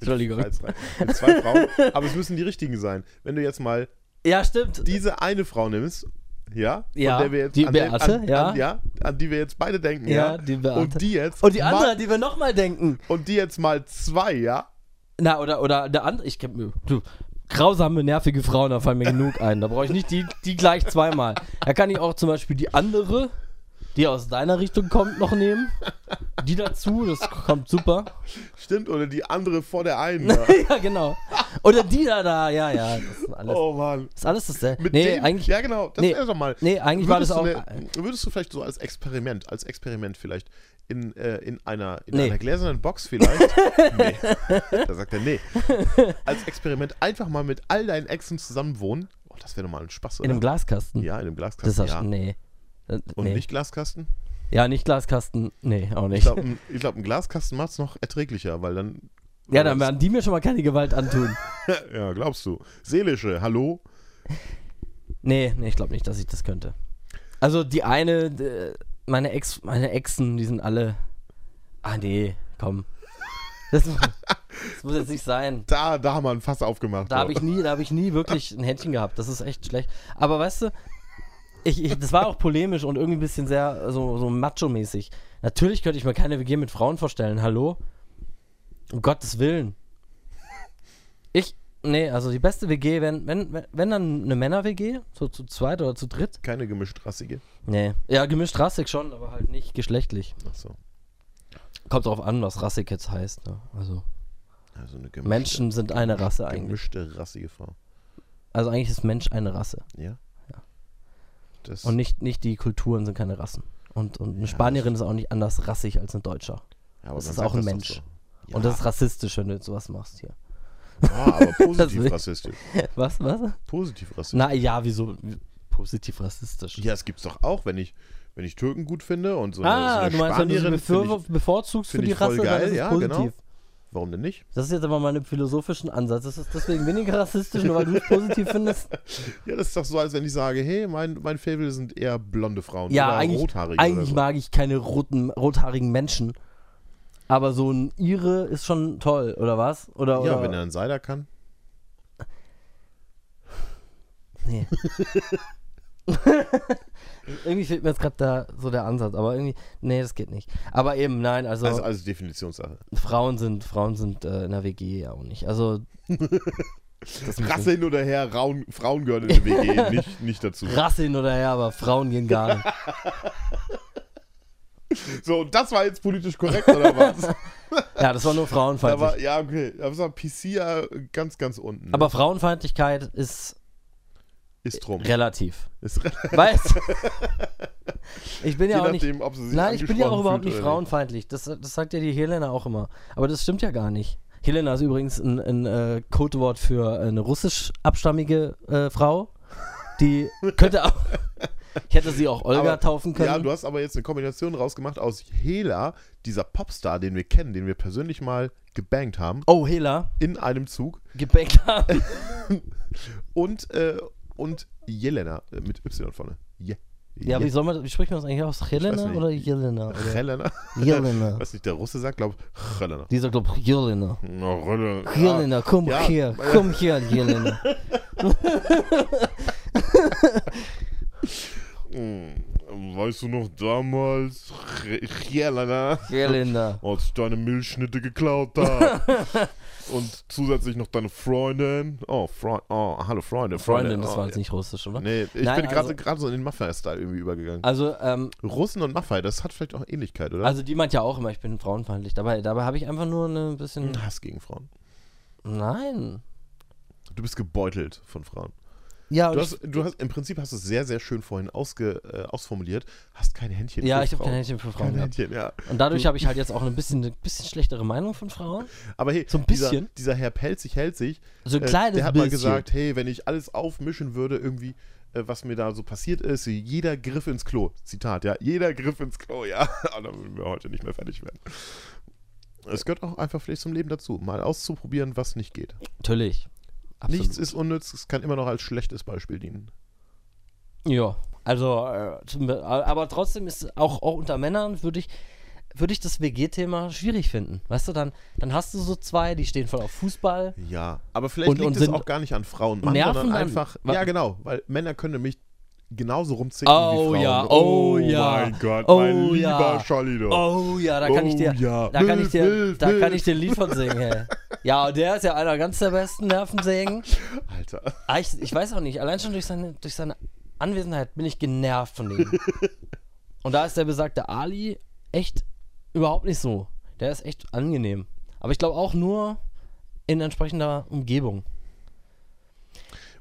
Speaker 2: Entschuldigung.
Speaker 3: Mit zwei- mit zwei Frauen, aber es müssen die richtigen sein. Wenn du jetzt mal
Speaker 2: ja, stimmt.
Speaker 3: diese eine Frau nimmst, ja, von
Speaker 2: Ja,
Speaker 3: der wir jetzt
Speaker 2: die
Speaker 3: an der-
Speaker 2: Beate,
Speaker 3: an,
Speaker 2: ja.
Speaker 3: An, ja, an die wir jetzt beide denken, ja,
Speaker 2: Ja, die Beate.
Speaker 3: und die jetzt
Speaker 2: Und die andere,
Speaker 3: mal,
Speaker 2: die wir nochmal denken.
Speaker 3: und die jetzt mal zwei, ja,
Speaker 2: Na, oder, oder der andere, ich kenn mir. Du, grausame, nervige Frauen, da fallen mir genug ein. Da brauche ich nicht die, die gleich zweimal. Da kann ich auch zum Beispiel die andere, die aus deiner Richtung kommt, noch nehmen. Die dazu, das kommt super.
Speaker 3: stimmt oder die andere vor der einen. Ja.
Speaker 2: ja, genau. Oder die da, da, ja, ja. Das ist alles,
Speaker 3: Oh Mann.
Speaker 2: das ist alles dasselbe.
Speaker 3: Mit
Speaker 2: nee,
Speaker 3: dem,
Speaker 2: eigentlich,
Speaker 3: ja genau, das
Speaker 2: nee,
Speaker 3: wäre doch mal.
Speaker 2: nee, eigentlich war das
Speaker 3: würdest
Speaker 2: auch.
Speaker 3: du Eine, würdest du vielleicht so als Experiment, als Experiment vielleicht in, äh, in, einer, in
Speaker 2: Nee.
Speaker 3: einer gläsernen Box vielleicht? nee. Da sagt er nee. Als Experiment einfach mal mit all deinen Exen zusammenwohnen. Oh, das wäre doch mal ein Spaß,
Speaker 2: in einem
Speaker 3: oder?
Speaker 2: Glaskasten.
Speaker 3: ja, in einem
Speaker 2: Das
Speaker 3: Glaskasten.
Speaker 2: ist
Speaker 3: ja.
Speaker 2: ja. nee. Äh,
Speaker 3: Und
Speaker 2: nee.
Speaker 3: nicht Glaskasten?
Speaker 2: Ja, nicht Glaskasten. Nee, auch
Speaker 3: Ich
Speaker 2: nicht.
Speaker 3: glaube, ein, ich glaub, ein Glaskasten macht es noch erträglicher, weil dann.
Speaker 2: ja, dann werden die mir schon mal keine Gewalt antun.
Speaker 3: Ja, glaubst du. Seelische, hallo?
Speaker 2: Nee, nee, ich glaube nicht, dass ich das könnte. Also die eine, d- meine Ex, meine Exen, die sind alle. Ah nee, komm. Das, das muss jetzt nicht sein.
Speaker 3: Da, da haben wir ein Fass aufgemacht.
Speaker 2: Da
Speaker 3: so.
Speaker 2: habe ich nie, da habe ich nie wirklich ein Händchen gehabt. Das ist echt schlecht. Aber weißt du, ich, ich, das war auch polemisch und irgendwie ein bisschen sehr äh, so, so macho-mäßig. Natürlich könnte ich mir keine WG mit Frauen vorstellen. Hallo? Um Gottes Willen. Ich, nee, also die beste WG, wenn, wenn, wenn- wenn dann eine Männer-WG, so zu zweit oder zu dritt.
Speaker 3: Keine gemischtrassige.
Speaker 2: Nee. Ja, gemischt rassig schon, aber halt nicht geschlechtlich.
Speaker 3: Achso.
Speaker 2: Kommt drauf an, was rassig jetzt heißt. Ne? Also
Speaker 3: Also eine gemischte,
Speaker 2: Menschen sind eine Rasse eigentlich.
Speaker 3: gemischte, rassige Frau.
Speaker 2: Also eigentlich ist Mensch eine Rasse.
Speaker 3: Ja? Das,
Speaker 2: Und nicht, nicht die Kulturen sind keine Rassen. Und, und eine
Speaker 3: Ja,
Speaker 2: Spanierin ist auch nicht anders rassig als ein Deutscher.
Speaker 3: ja, aber
Speaker 2: das
Speaker 3: man
Speaker 2: ist
Speaker 3: sagt
Speaker 2: auch ein
Speaker 3: das doch
Speaker 2: Mensch.
Speaker 3: so. Ja,
Speaker 2: Und das ist rassistisch, wenn du jetzt sowas machst hier.
Speaker 3: ah, aber positiv
Speaker 2: will-
Speaker 3: rassistisch.
Speaker 2: Was, was?
Speaker 3: Positiv rassistisch.
Speaker 2: Na ja, wieso? Positiv rassistisch.
Speaker 3: Ja, es gibt's doch auch, wenn ich, Wenn ich Türken gut finde und so eine, so
Speaker 2: ah,
Speaker 3: also eine
Speaker 2: du meinst, wenn du sie
Speaker 3: Spanierin finde
Speaker 2: bevor,
Speaker 3: ich,
Speaker 2: bevorzugst für
Speaker 3: find
Speaker 2: die
Speaker 3: ich voll
Speaker 2: Rasse,
Speaker 3: geil,
Speaker 2: dann ist es
Speaker 3: ja,
Speaker 2: positiv.
Speaker 3: genau. warum denn nicht?
Speaker 2: Das ist jetzt aber mal ein philosophischen Ansatz. Das ist deswegen weniger rassistisch, nur weil du es positiv findest.
Speaker 3: Ja, das ist doch so, als wenn ich sage, hey, mein, mein Favorite sind eher blonde Frauen
Speaker 2: Ja,
Speaker 3: oder
Speaker 2: eigentlich,
Speaker 3: rothaarige oder
Speaker 2: eigentlich
Speaker 3: so.
Speaker 2: mag ich keine roten, rothaarigen Menschen. Aber so ein Ire ist schon toll, oder was? Oder,
Speaker 3: Ja,
Speaker 2: oder?
Speaker 3: wenn er einen Seider kann.
Speaker 2: Nee. irgendwie fehlt mir jetzt gerade da so der Ansatz, aber irgendwie, nee, das geht nicht. Aber eben, nein, also,
Speaker 3: Also, also Definitionssache.
Speaker 2: Mhm. Frauen sind, Frauen sind äh, in der WG ja auch nicht. Also das muss
Speaker 3: Rasse hin oder her, Raun, Frauen gehören in die WG nicht, nicht dazu.
Speaker 2: nicht- Rasse hin oder her, aber Frauen gehen gar nicht.
Speaker 3: So, und das war jetzt politisch korrekt, oder was?
Speaker 2: Ja, das war nur
Speaker 3: da
Speaker 2: Frauenfeindlichkeit.
Speaker 3: war, ja, okay. Da war PC ja ganz, ganz unten. ne?
Speaker 2: Aber Frauenfeindlichkeit ist
Speaker 3: ist drum.
Speaker 2: relativ.
Speaker 3: Ist re
Speaker 2: Weißt Ich bin ja
Speaker 3: je
Speaker 2: auch nicht.
Speaker 3: nachdem, ob sie sich
Speaker 2: Nein, ich bin ja auch
Speaker 3: angesprochen
Speaker 2: überhaupt
Speaker 3: fühlt
Speaker 2: nicht
Speaker 3: oder
Speaker 2: frauenfeindlich. Das, das sagt ja die Helena auch immer. Aber das stimmt ja gar nicht. Helena ist übrigens ein, ein äh, Codewort für eine russisch abstammige äh, Frau. Die könnte auch. Ich hätte sie auch Olga
Speaker 3: Aber-
Speaker 2: taufen können.
Speaker 3: Ja, du hast aber jetzt eine Kombination rausgemacht aus Hela, dieser Popstar, den wir kennen, den wir persönlich mal gebankt haben,
Speaker 2: oh, Hela.
Speaker 3: in einem Zug,
Speaker 2: Gebäck haben.
Speaker 3: und, äh, und Jelena äh, mit Y vorne. Je
Speaker 2: Ja,
Speaker 3: Je-
Speaker 2: wie, soll man, wie spricht man das eigentlich aus? Helena
Speaker 3: nicht.
Speaker 2: oder Jelena? Oder?
Speaker 3: Helena.
Speaker 2: Jelena.
Speaker 3: Weiß nicht, der Russe sagt, glaube ich, Helena.
Speaker 2: Die sagt, glaube ich, Jelena.
Speaker 3: Na, Helena.
Speaker 2: Jelena, komm
Speaker 3: Ah. Ja.
Speaker 2: her, komm her, Jelena.
Speaker 3: Ah, Hm, Weißt du noch damals, Re- Jelena,
Speaker 2: Jelena.
Speaker 3: als ich deine Milchschnitte geklaut habe? Und zusätzlich noch deine Freundin. Oh, Freund, oh hallo Freunde.
Speaker 2: Freundin, das
Speaker 3: oh,
Speaker 2: war jetzt nicht russisch, oder?
Speaker 3: Nee, ich
Speaker 2: Nein,
Speaker 3: bin gerade
Speaker 2: also-
Speaker 3: gerade so in den Maffei-Style irgendwie übergegangen.
Speaker 2: Also, ähm,
Speaker 3: Russen und Maffei, das hat vielleicht auch Ähnlichkeit, oder?
Speaker 2: also die meint ja auch immer, ich bin frauenfeindlich. Dabei, dabei habe ich einfach nur ein bisschen.
Speaker 3: Ein Hm, Hass gegen Frauen.
Speaker 2: Nein.
Speaker 3: Du bist gebeutelt von Frauen.
Speaker 2: Ja,
Speaker 3: Du
Speaker 2: und
Speaker 3: hast, du hast, Im Prinzip hast du es sehr, sehr schön vorhin ausge, äh, ausformuliert. Hast kein Händchen
Speaker 2: ich, ja,
Speaker 3: für
Speaker 2: ich habe
Speaker 3: Frauen.
Speaker 2: kein Händchen für Frauen
Speaker 3: Kein
Speaker 2: gehabt.
Speaker 3: Händchen, ja.
Speaker 2: Und dadurch habe ich halt jetzt auch ein bisschen, ein bisschen schlechtere Meinung von Frauen.
Speaker 3: Aber hey,
Speaker 2: So ein bisschen.
Speaker 3: Dieser, dieser Herr hält sich, hält sich.
Speaker 2: So ein
Speaker 3: äh,
Speaker 2: kleines
Speaker 3: Der hat
Speaker 2: bisschen.
Speaker 3: mal gesagt, hey, wenn ich alles aufmischen würde, irgendwie, äh, was mir da so passiert ist, jeder Griff ins Klo. Zitat, ja. Jeder Griff ins Klo, ja. Ah, da würden wir heute nicht mehr fertig werden. Es gehört auch einfach vielleicht zum Leben dazu, mal auszuprobieren, was nicht geht.
Speaker 2: Natürlich. Absolut.
Speaker 3: Nichts ist unnütz, es kann immer noch als schlechtes Beispiel dienen.
Speaker 2: Ja, also, äh, zum- aber trotzdem ist auch, auch unter Männern würde ich, würde ich das WG-Thema schwierig finden. Weißt du, dann, dann hast du so zwei, die stehen voll auf Fußball.
Speaker 3: Ja, aber vielleicht
Speaker 2: Und-
Speaker 3: liegt
Speaker 2: und
Speaker 3: es
Speaker 2: sind-
Speaker 3: auch gar nicht an Frauen, Mann,
Speaker 2: Nerven
Speaker 3: sondern
Speaker 2: dann-
Speaker 3: einfach.
Speaker 2: wa-
Speaker 3: Ja, genau, weil Männer können nämlich genauso rumzicken wie
Speaker 2: Oh
Speaker 3: Frauen.
Speaker 2: ja, oh ja,
Speaker 3: mein Gott,
Speaker 2: oh
Speaker 3: mein lieber
Speaker 2: ja.
Speaker 3: Scholli, du.
Speaker 2: Oh ja, da kann ich
Speaker 3: Oh
Speaker 2: dir,
Speaker 3: ja.
Speaker 2: da kann
Speaker 3: Milf,
Speaker 2: ich dir,
Speaker 3: Milf,
Speaker 2: da kann
Speaker 3: Milf.
Speaker 2: ich dir ein Lied von singen, ey. Ja, der ist ja einer ganz der besten Nervensägen.
Speaker 3: Alter.
Speaker 2: Ah, Ich, ich weiß auch nicht, allein schon durch seine, durch seine Anwesenheit bin ich genervt von dem. Und da ist der besagte Ali echt überhaupt nicht so. Der ist echt angenehm. Aber ich glaube auch nur in entsprechender Umgebung.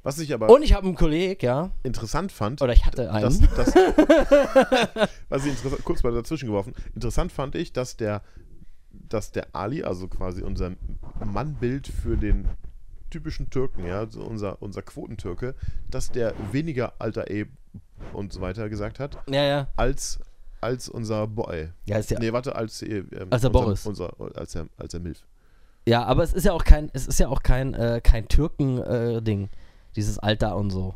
Speaker 3: Was ich aber
Speaker 2: Und ich habe einen Kolleg, ja,
Speaker 3: interessant fand,
Speaker 2: oder ich hatte einen.
Speaker 3: dass, dass was ich interessant, kurz mal dazwischen geworfen, interessant fand ich, dass der, dass der Ali, also quasi unser Mannbild für den typischen Türken, ja, also unser, unser Quotentürke, dass der weniger alter E und so weiter gesagt hat,
Speaker 2: ja, ja.
Speaker 3: als, als unser Boy.
Speaker 2: Ja, ist ja,
Speaker 3: Nee, warte, als, äh, ähm,
Speaker 2: Als der
Speaker 3: unser,
Speaker 2: Boris.
Speaker 3: Unser, als, der, als der Milf.
Speaker 2: ja, aber es ist ja auch kein, es ist ja auch kein, äh, kein Türken-Ding, dieses Alter und so.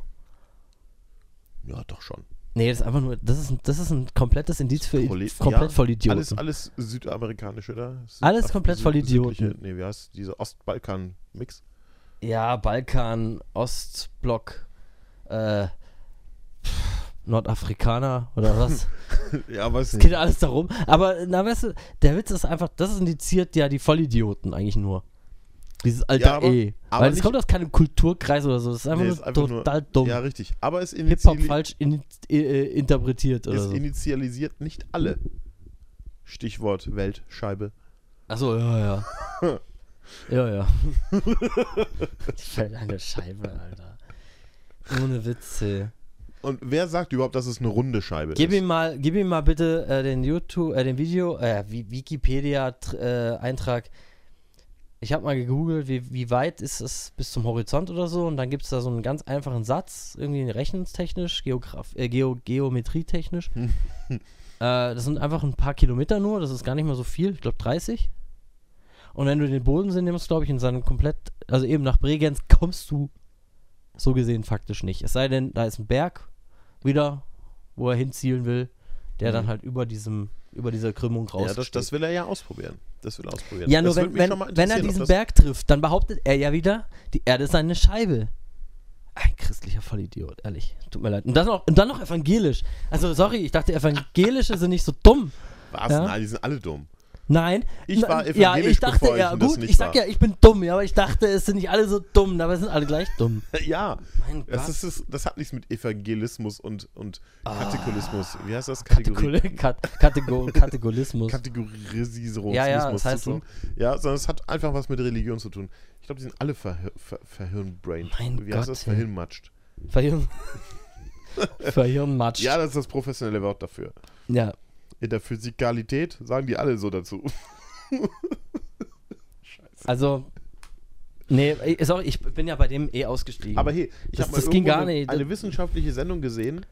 Speaker 3: Ja, doch schon.
Speaker 2: Nee, das ist einfach nur, das ist, ein- das ist ein komplettes Indiz für
Speaker 3: Prole-
Speaker 2: komplett voll Idioten.
Speaker 3: Alles, alles südamerikanische da.
Speaker 2: Alles komplett
Speaker 3: Süd-
Speaker 2: Vollidioten.
Speaker 3: südliche- Nee, wie heißt diese Ostbalkan-Mix?
Speaker 2: Ja, Balkan, Ostblock, äh, pff, Nordafrikaner oder was.
Speaker 3: Ja, weiß
Speaker 2: Geht ja alles darum. Aber na weißt du, der Witz ist einfach, das indiziert ja die Vollidioten eigentlich nur. Dieses alter
Speaker 3: aber-
Speaker 2: E.
Speaker 3: aber
Speaker 2: Weil es
Speaker 3: nicht-
Speaker 2: kommt aus keinem Kulturkreis oder so. Das ist einfach,
Speaker 3: Nee,
Speaker 2: nur,
Speaker 3: ist einfach nur-
Speaker 2: total dumm.
Speaker 3: Ja, richtig. Aber es,
Speaker 2: Hip-Hop
Speaker 3: initiali
Speaker 2: falsch in, äh, äh, interpretiert oder
Speaker 3: es
Speaker 2: so.
Speaker 3: initialisiert nicht alle. Stichwort Weltscheibe.
Speaker 2: Achso, ja, ja. ja, ja. Ich fällt eine Scheibe, Alter. Ohne Witze.
Speaker 3: Und wer sagt überhaupt, dass es eine runde Scheibe
Speaker 2: Gib
Speaker 3: ist?
Speaker 2: ihm mal, gib ihm mal bitte äh, den YouTube, äh, den Video, äh, Wikipedia-Eintrag. äh, ich habe mal gegoogelt, wie, wie weit ist es bis zum Horizont oder so. Und dann gibt es da so einen ganz einfachen Satz, irgendwie rechnungstechnisch, Geograf äh, Geo geometrietechnisch. äh, das sind einfach ein paar Kilometer nur, das ist gar nicht mal so viel, ich glaube 30. Und wenn du den Bodensee nimmst, glaube ich, in seinem komplett, also eben nach Bregenz kommst du so gesehen faktisch nicht. Es sei denn, da ist ein Berg wieder, wo er hinzielen will, der dann halt über diesem, über dieser Krümmung raus.
Speaker 3: Mhm. Ja, das, das will er ja ausprobieren. Das will er ausprobieren.
Speaker 2: Ja, nur
Speaker 3: das
Speaker 2: wenn,
Speaker 3: würde mich
Speaker 2: wenn,
Speaker 3: schon mal
Speaker 2: wenn er
Speaker 3: interessieren, ob
Speaker 2: diesen
Speaker 3: das-
Speaker 2: Berg trifft, dann behauptet er ja wieder, die Erde sei eine Scheibe. Ein christlicher Vollidiot, ehrlich. Tut mir leid. Und dann noch, und dann noch evangelisch. Also, sorry, ich dachte, Evangelische sind nicht so dumm.
Speaker 3: Was?
Speaker 2: Ja.
Speaker 3: Nein, die sind alle dumm.
Speaker 2: Nein.
Speaker 3: Ich
Speaker 2: na-
Speaker 3: war
Speaker 2: Ja,
Speaker 3: evangelisch,
Speaker 2: ich dachte,
Speaker 3: bevor ich
Speaker 2: ja,
Speaker 3: das
Speaker 2: gut,
Speaker 3: nicht
Speaker 2: ich sag
Speaker 3: war.
Speaker 2: ja, ich bin dumm, ja, aber ich dachte, es sind nicht alle so dumm, aber es sind alle gleich dumm.
Speaker 3: Ja,
Speaker 2: Mein
Speaker 3: das,
Speaker 2: Gott.
Speaker 3: ist, das, das hat nichts mit Evangelismus und, und
Speaker 2: Ah.
Speaker 3: Katekulismus. Wie heißt das?
Speaker 2: Kategori Kat Kategor Kategorismus.
Speaker 3: Kategorisierung
Speaker 2: Ja, ja, das heißt
Speaker 3: zu tun. Ja, sondern es hat einfach was mit Religion zu tun. Ich glaube, die sind alle verhir ver verhirnbrained.
Speaker 2: Mein
Speaker 3: Wie
Speaker 2: Gott,
Speaker 3: heißt das?
Speaker 2: ey.
Speaker 3: Verhirnmatscht.
Speaker 2: Verhirn. Verhirnmatsch.
Speaker 3: Ja, das ist das professionelle Wort dafür.
Speaker 2: ja.
Speaker 3: In der Physikalität sagen die alle so dazu.
Speaker 2: Also, nee, ey, sorry, ich bin ja bei dem eh ausgestiegen.
Speaker 3: Aber hey, ich
Speaker 2: Das-
Speaker 3: habe
Speaker 2: das ging
Speaker 3: irgendwo
Speaker 2: gar
Speaker 3: eine,
Speaker 2: nicht.
Speaker 3: eine wissenschaftliche Sendung gesehen,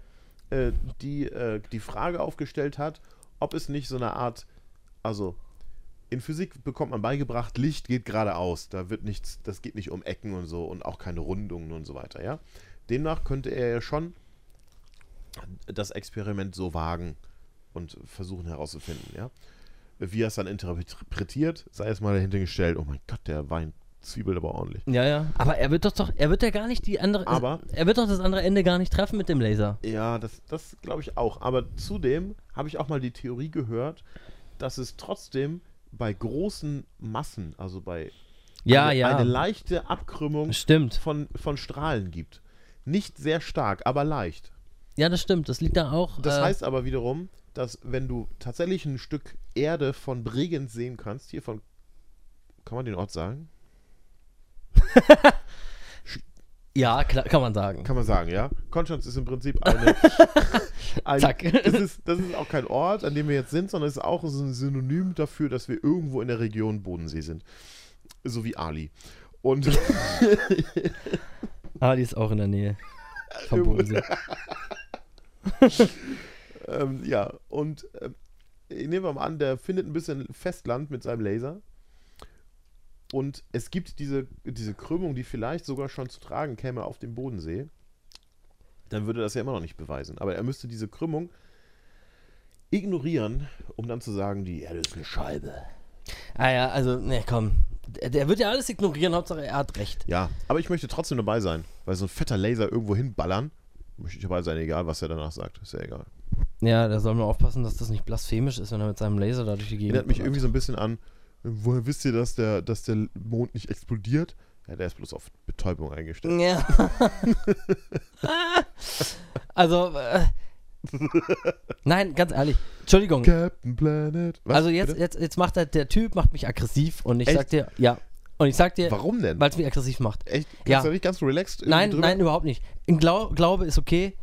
Speaker 3: äh, die äh, die Frage aufgestellt hat, ob es nicht so eine Art, also in Physik bekommt man beigebracht, Licht geht geradeaus, da wird nichts, das geht nicht um Ecken und so und auch keine Rundungen und so weiter, ja. Demnach könnte er ja schon das Experiment so wagen und versuchen herauszufinden, ja. Wie er es dann interpretiert, sei es mal dahinter gestellt, oh mein Gott, der Wein zwiebelt aber ordentlich.
Speaker 2: ja, ja. Aber er wird doch doch, er wird ja gar nicht die andere.
Speaker 3: Aber-
Speaker 2: er wird doch das andere Ende gar nicht treffen mit dem Laser.
Speaker 3: Ja, das, das glaube ich auch. Aber zudem habe ich auch mal die Theorie gehört, dass es trotzdem bei großen Massen, also bei
Speaker 2: Ja,
Speaker 3: eine,
Speaker 2: ja.
Speaker 3: eine leichte Abkrümmung
Speaker 2: Stimmt.
Speaker 3: von, von Strahlen gibt. Nicht sehr stark, aber leicht.
Speaker 2: Ja, das stimmt. Das liegt da auch.
Speaker 3: Das
Speaker 2: äh,
Speaker 3: heißt aber wiederum, dass wenn du tatsächlich ein Stück Erde von Bregenz sehen kannst, hier von, kann man den Ort sagen?
Speaker 2: Ja, klar, kann man sagen.
Speaker 3: Kann man sagen, ja. Konstanz ist im Prinzip eine. ein,
Speaker 2: Zack.
Speaker 3: Das ist, das ist auch kein Ort, an dem wir jetzt sind, sondern es ist auch so ein Synonym dafür, dass wir irgendwo in der Region Bodensee sind. So wie Ali. Und
Speaker 2: ah, die ist auch in der Nähe. Vom Bodensee.
Speaker 3: ähm, ja, und ähm, nehmen wir mal an, der findet ein bisschen Festland mit seinem Laser. Und es gibt diese, diese Krümmung, die vielleicht sogar schon zu tragen käme auf dem Bodensee. Dann würde das ja immer noch nicht beweisen. Aber er müsste diese Krümmung ignorieren, um dann zu sagen, die Erde ist eine Scheibe.
Speaker 2: ah ja, also, nee, komm. Der, der wird ja alles ignorieren, Hauptsache er hat recht.
Speaker 3: Ja, aber ich möchte trotzdem dabei sein, weil so ein fetter Laser irgendwo hinballern, möchte ich dabei sein, egal was er danach sagt, ist ja egal.
Speaker 2: Ja, da soll man aufpassen, dass das nicht blasphemisch ist, wenn er mit seinem Laser da durch die Gegend.
Speaker 3: Erinnert mich
Speaker 2: ballert.
Speaker 3: irgendwie so ein bisschen an, woher wisst ihr, dass der, dass der Mond nicht explodiert? Ja, der ist bloß auf Betäubung eingestellt.
Speaker 2: Ja. also, äh, nein, ganz ehrlich. Entschuldigung.
Speaker 3: Captain Planet. Was?
Speaker 2: Mhm. also jetzt,
Speaker 3: Bitte?
Speaker 2: jetzt, jetzt macht der, der Typ macht mich aggressiv und ich
Speaker 3: Echt?
Speaker 2: sag dir, ja. Und ich sag dir,
Speaker 3: Warum denn?
Speaker 2: weil es mich aggressiv macht.
Speaker 3: Echt? Kannst
Speaker 2: Ja.
Speaker 3: du da nicht ganz relaxed irgendwie
Speaker 2: Nein,
Speaker 3: drüber-
Speaker 2: nein, überhaupt nicht. Ein Glau Glaube ist okay.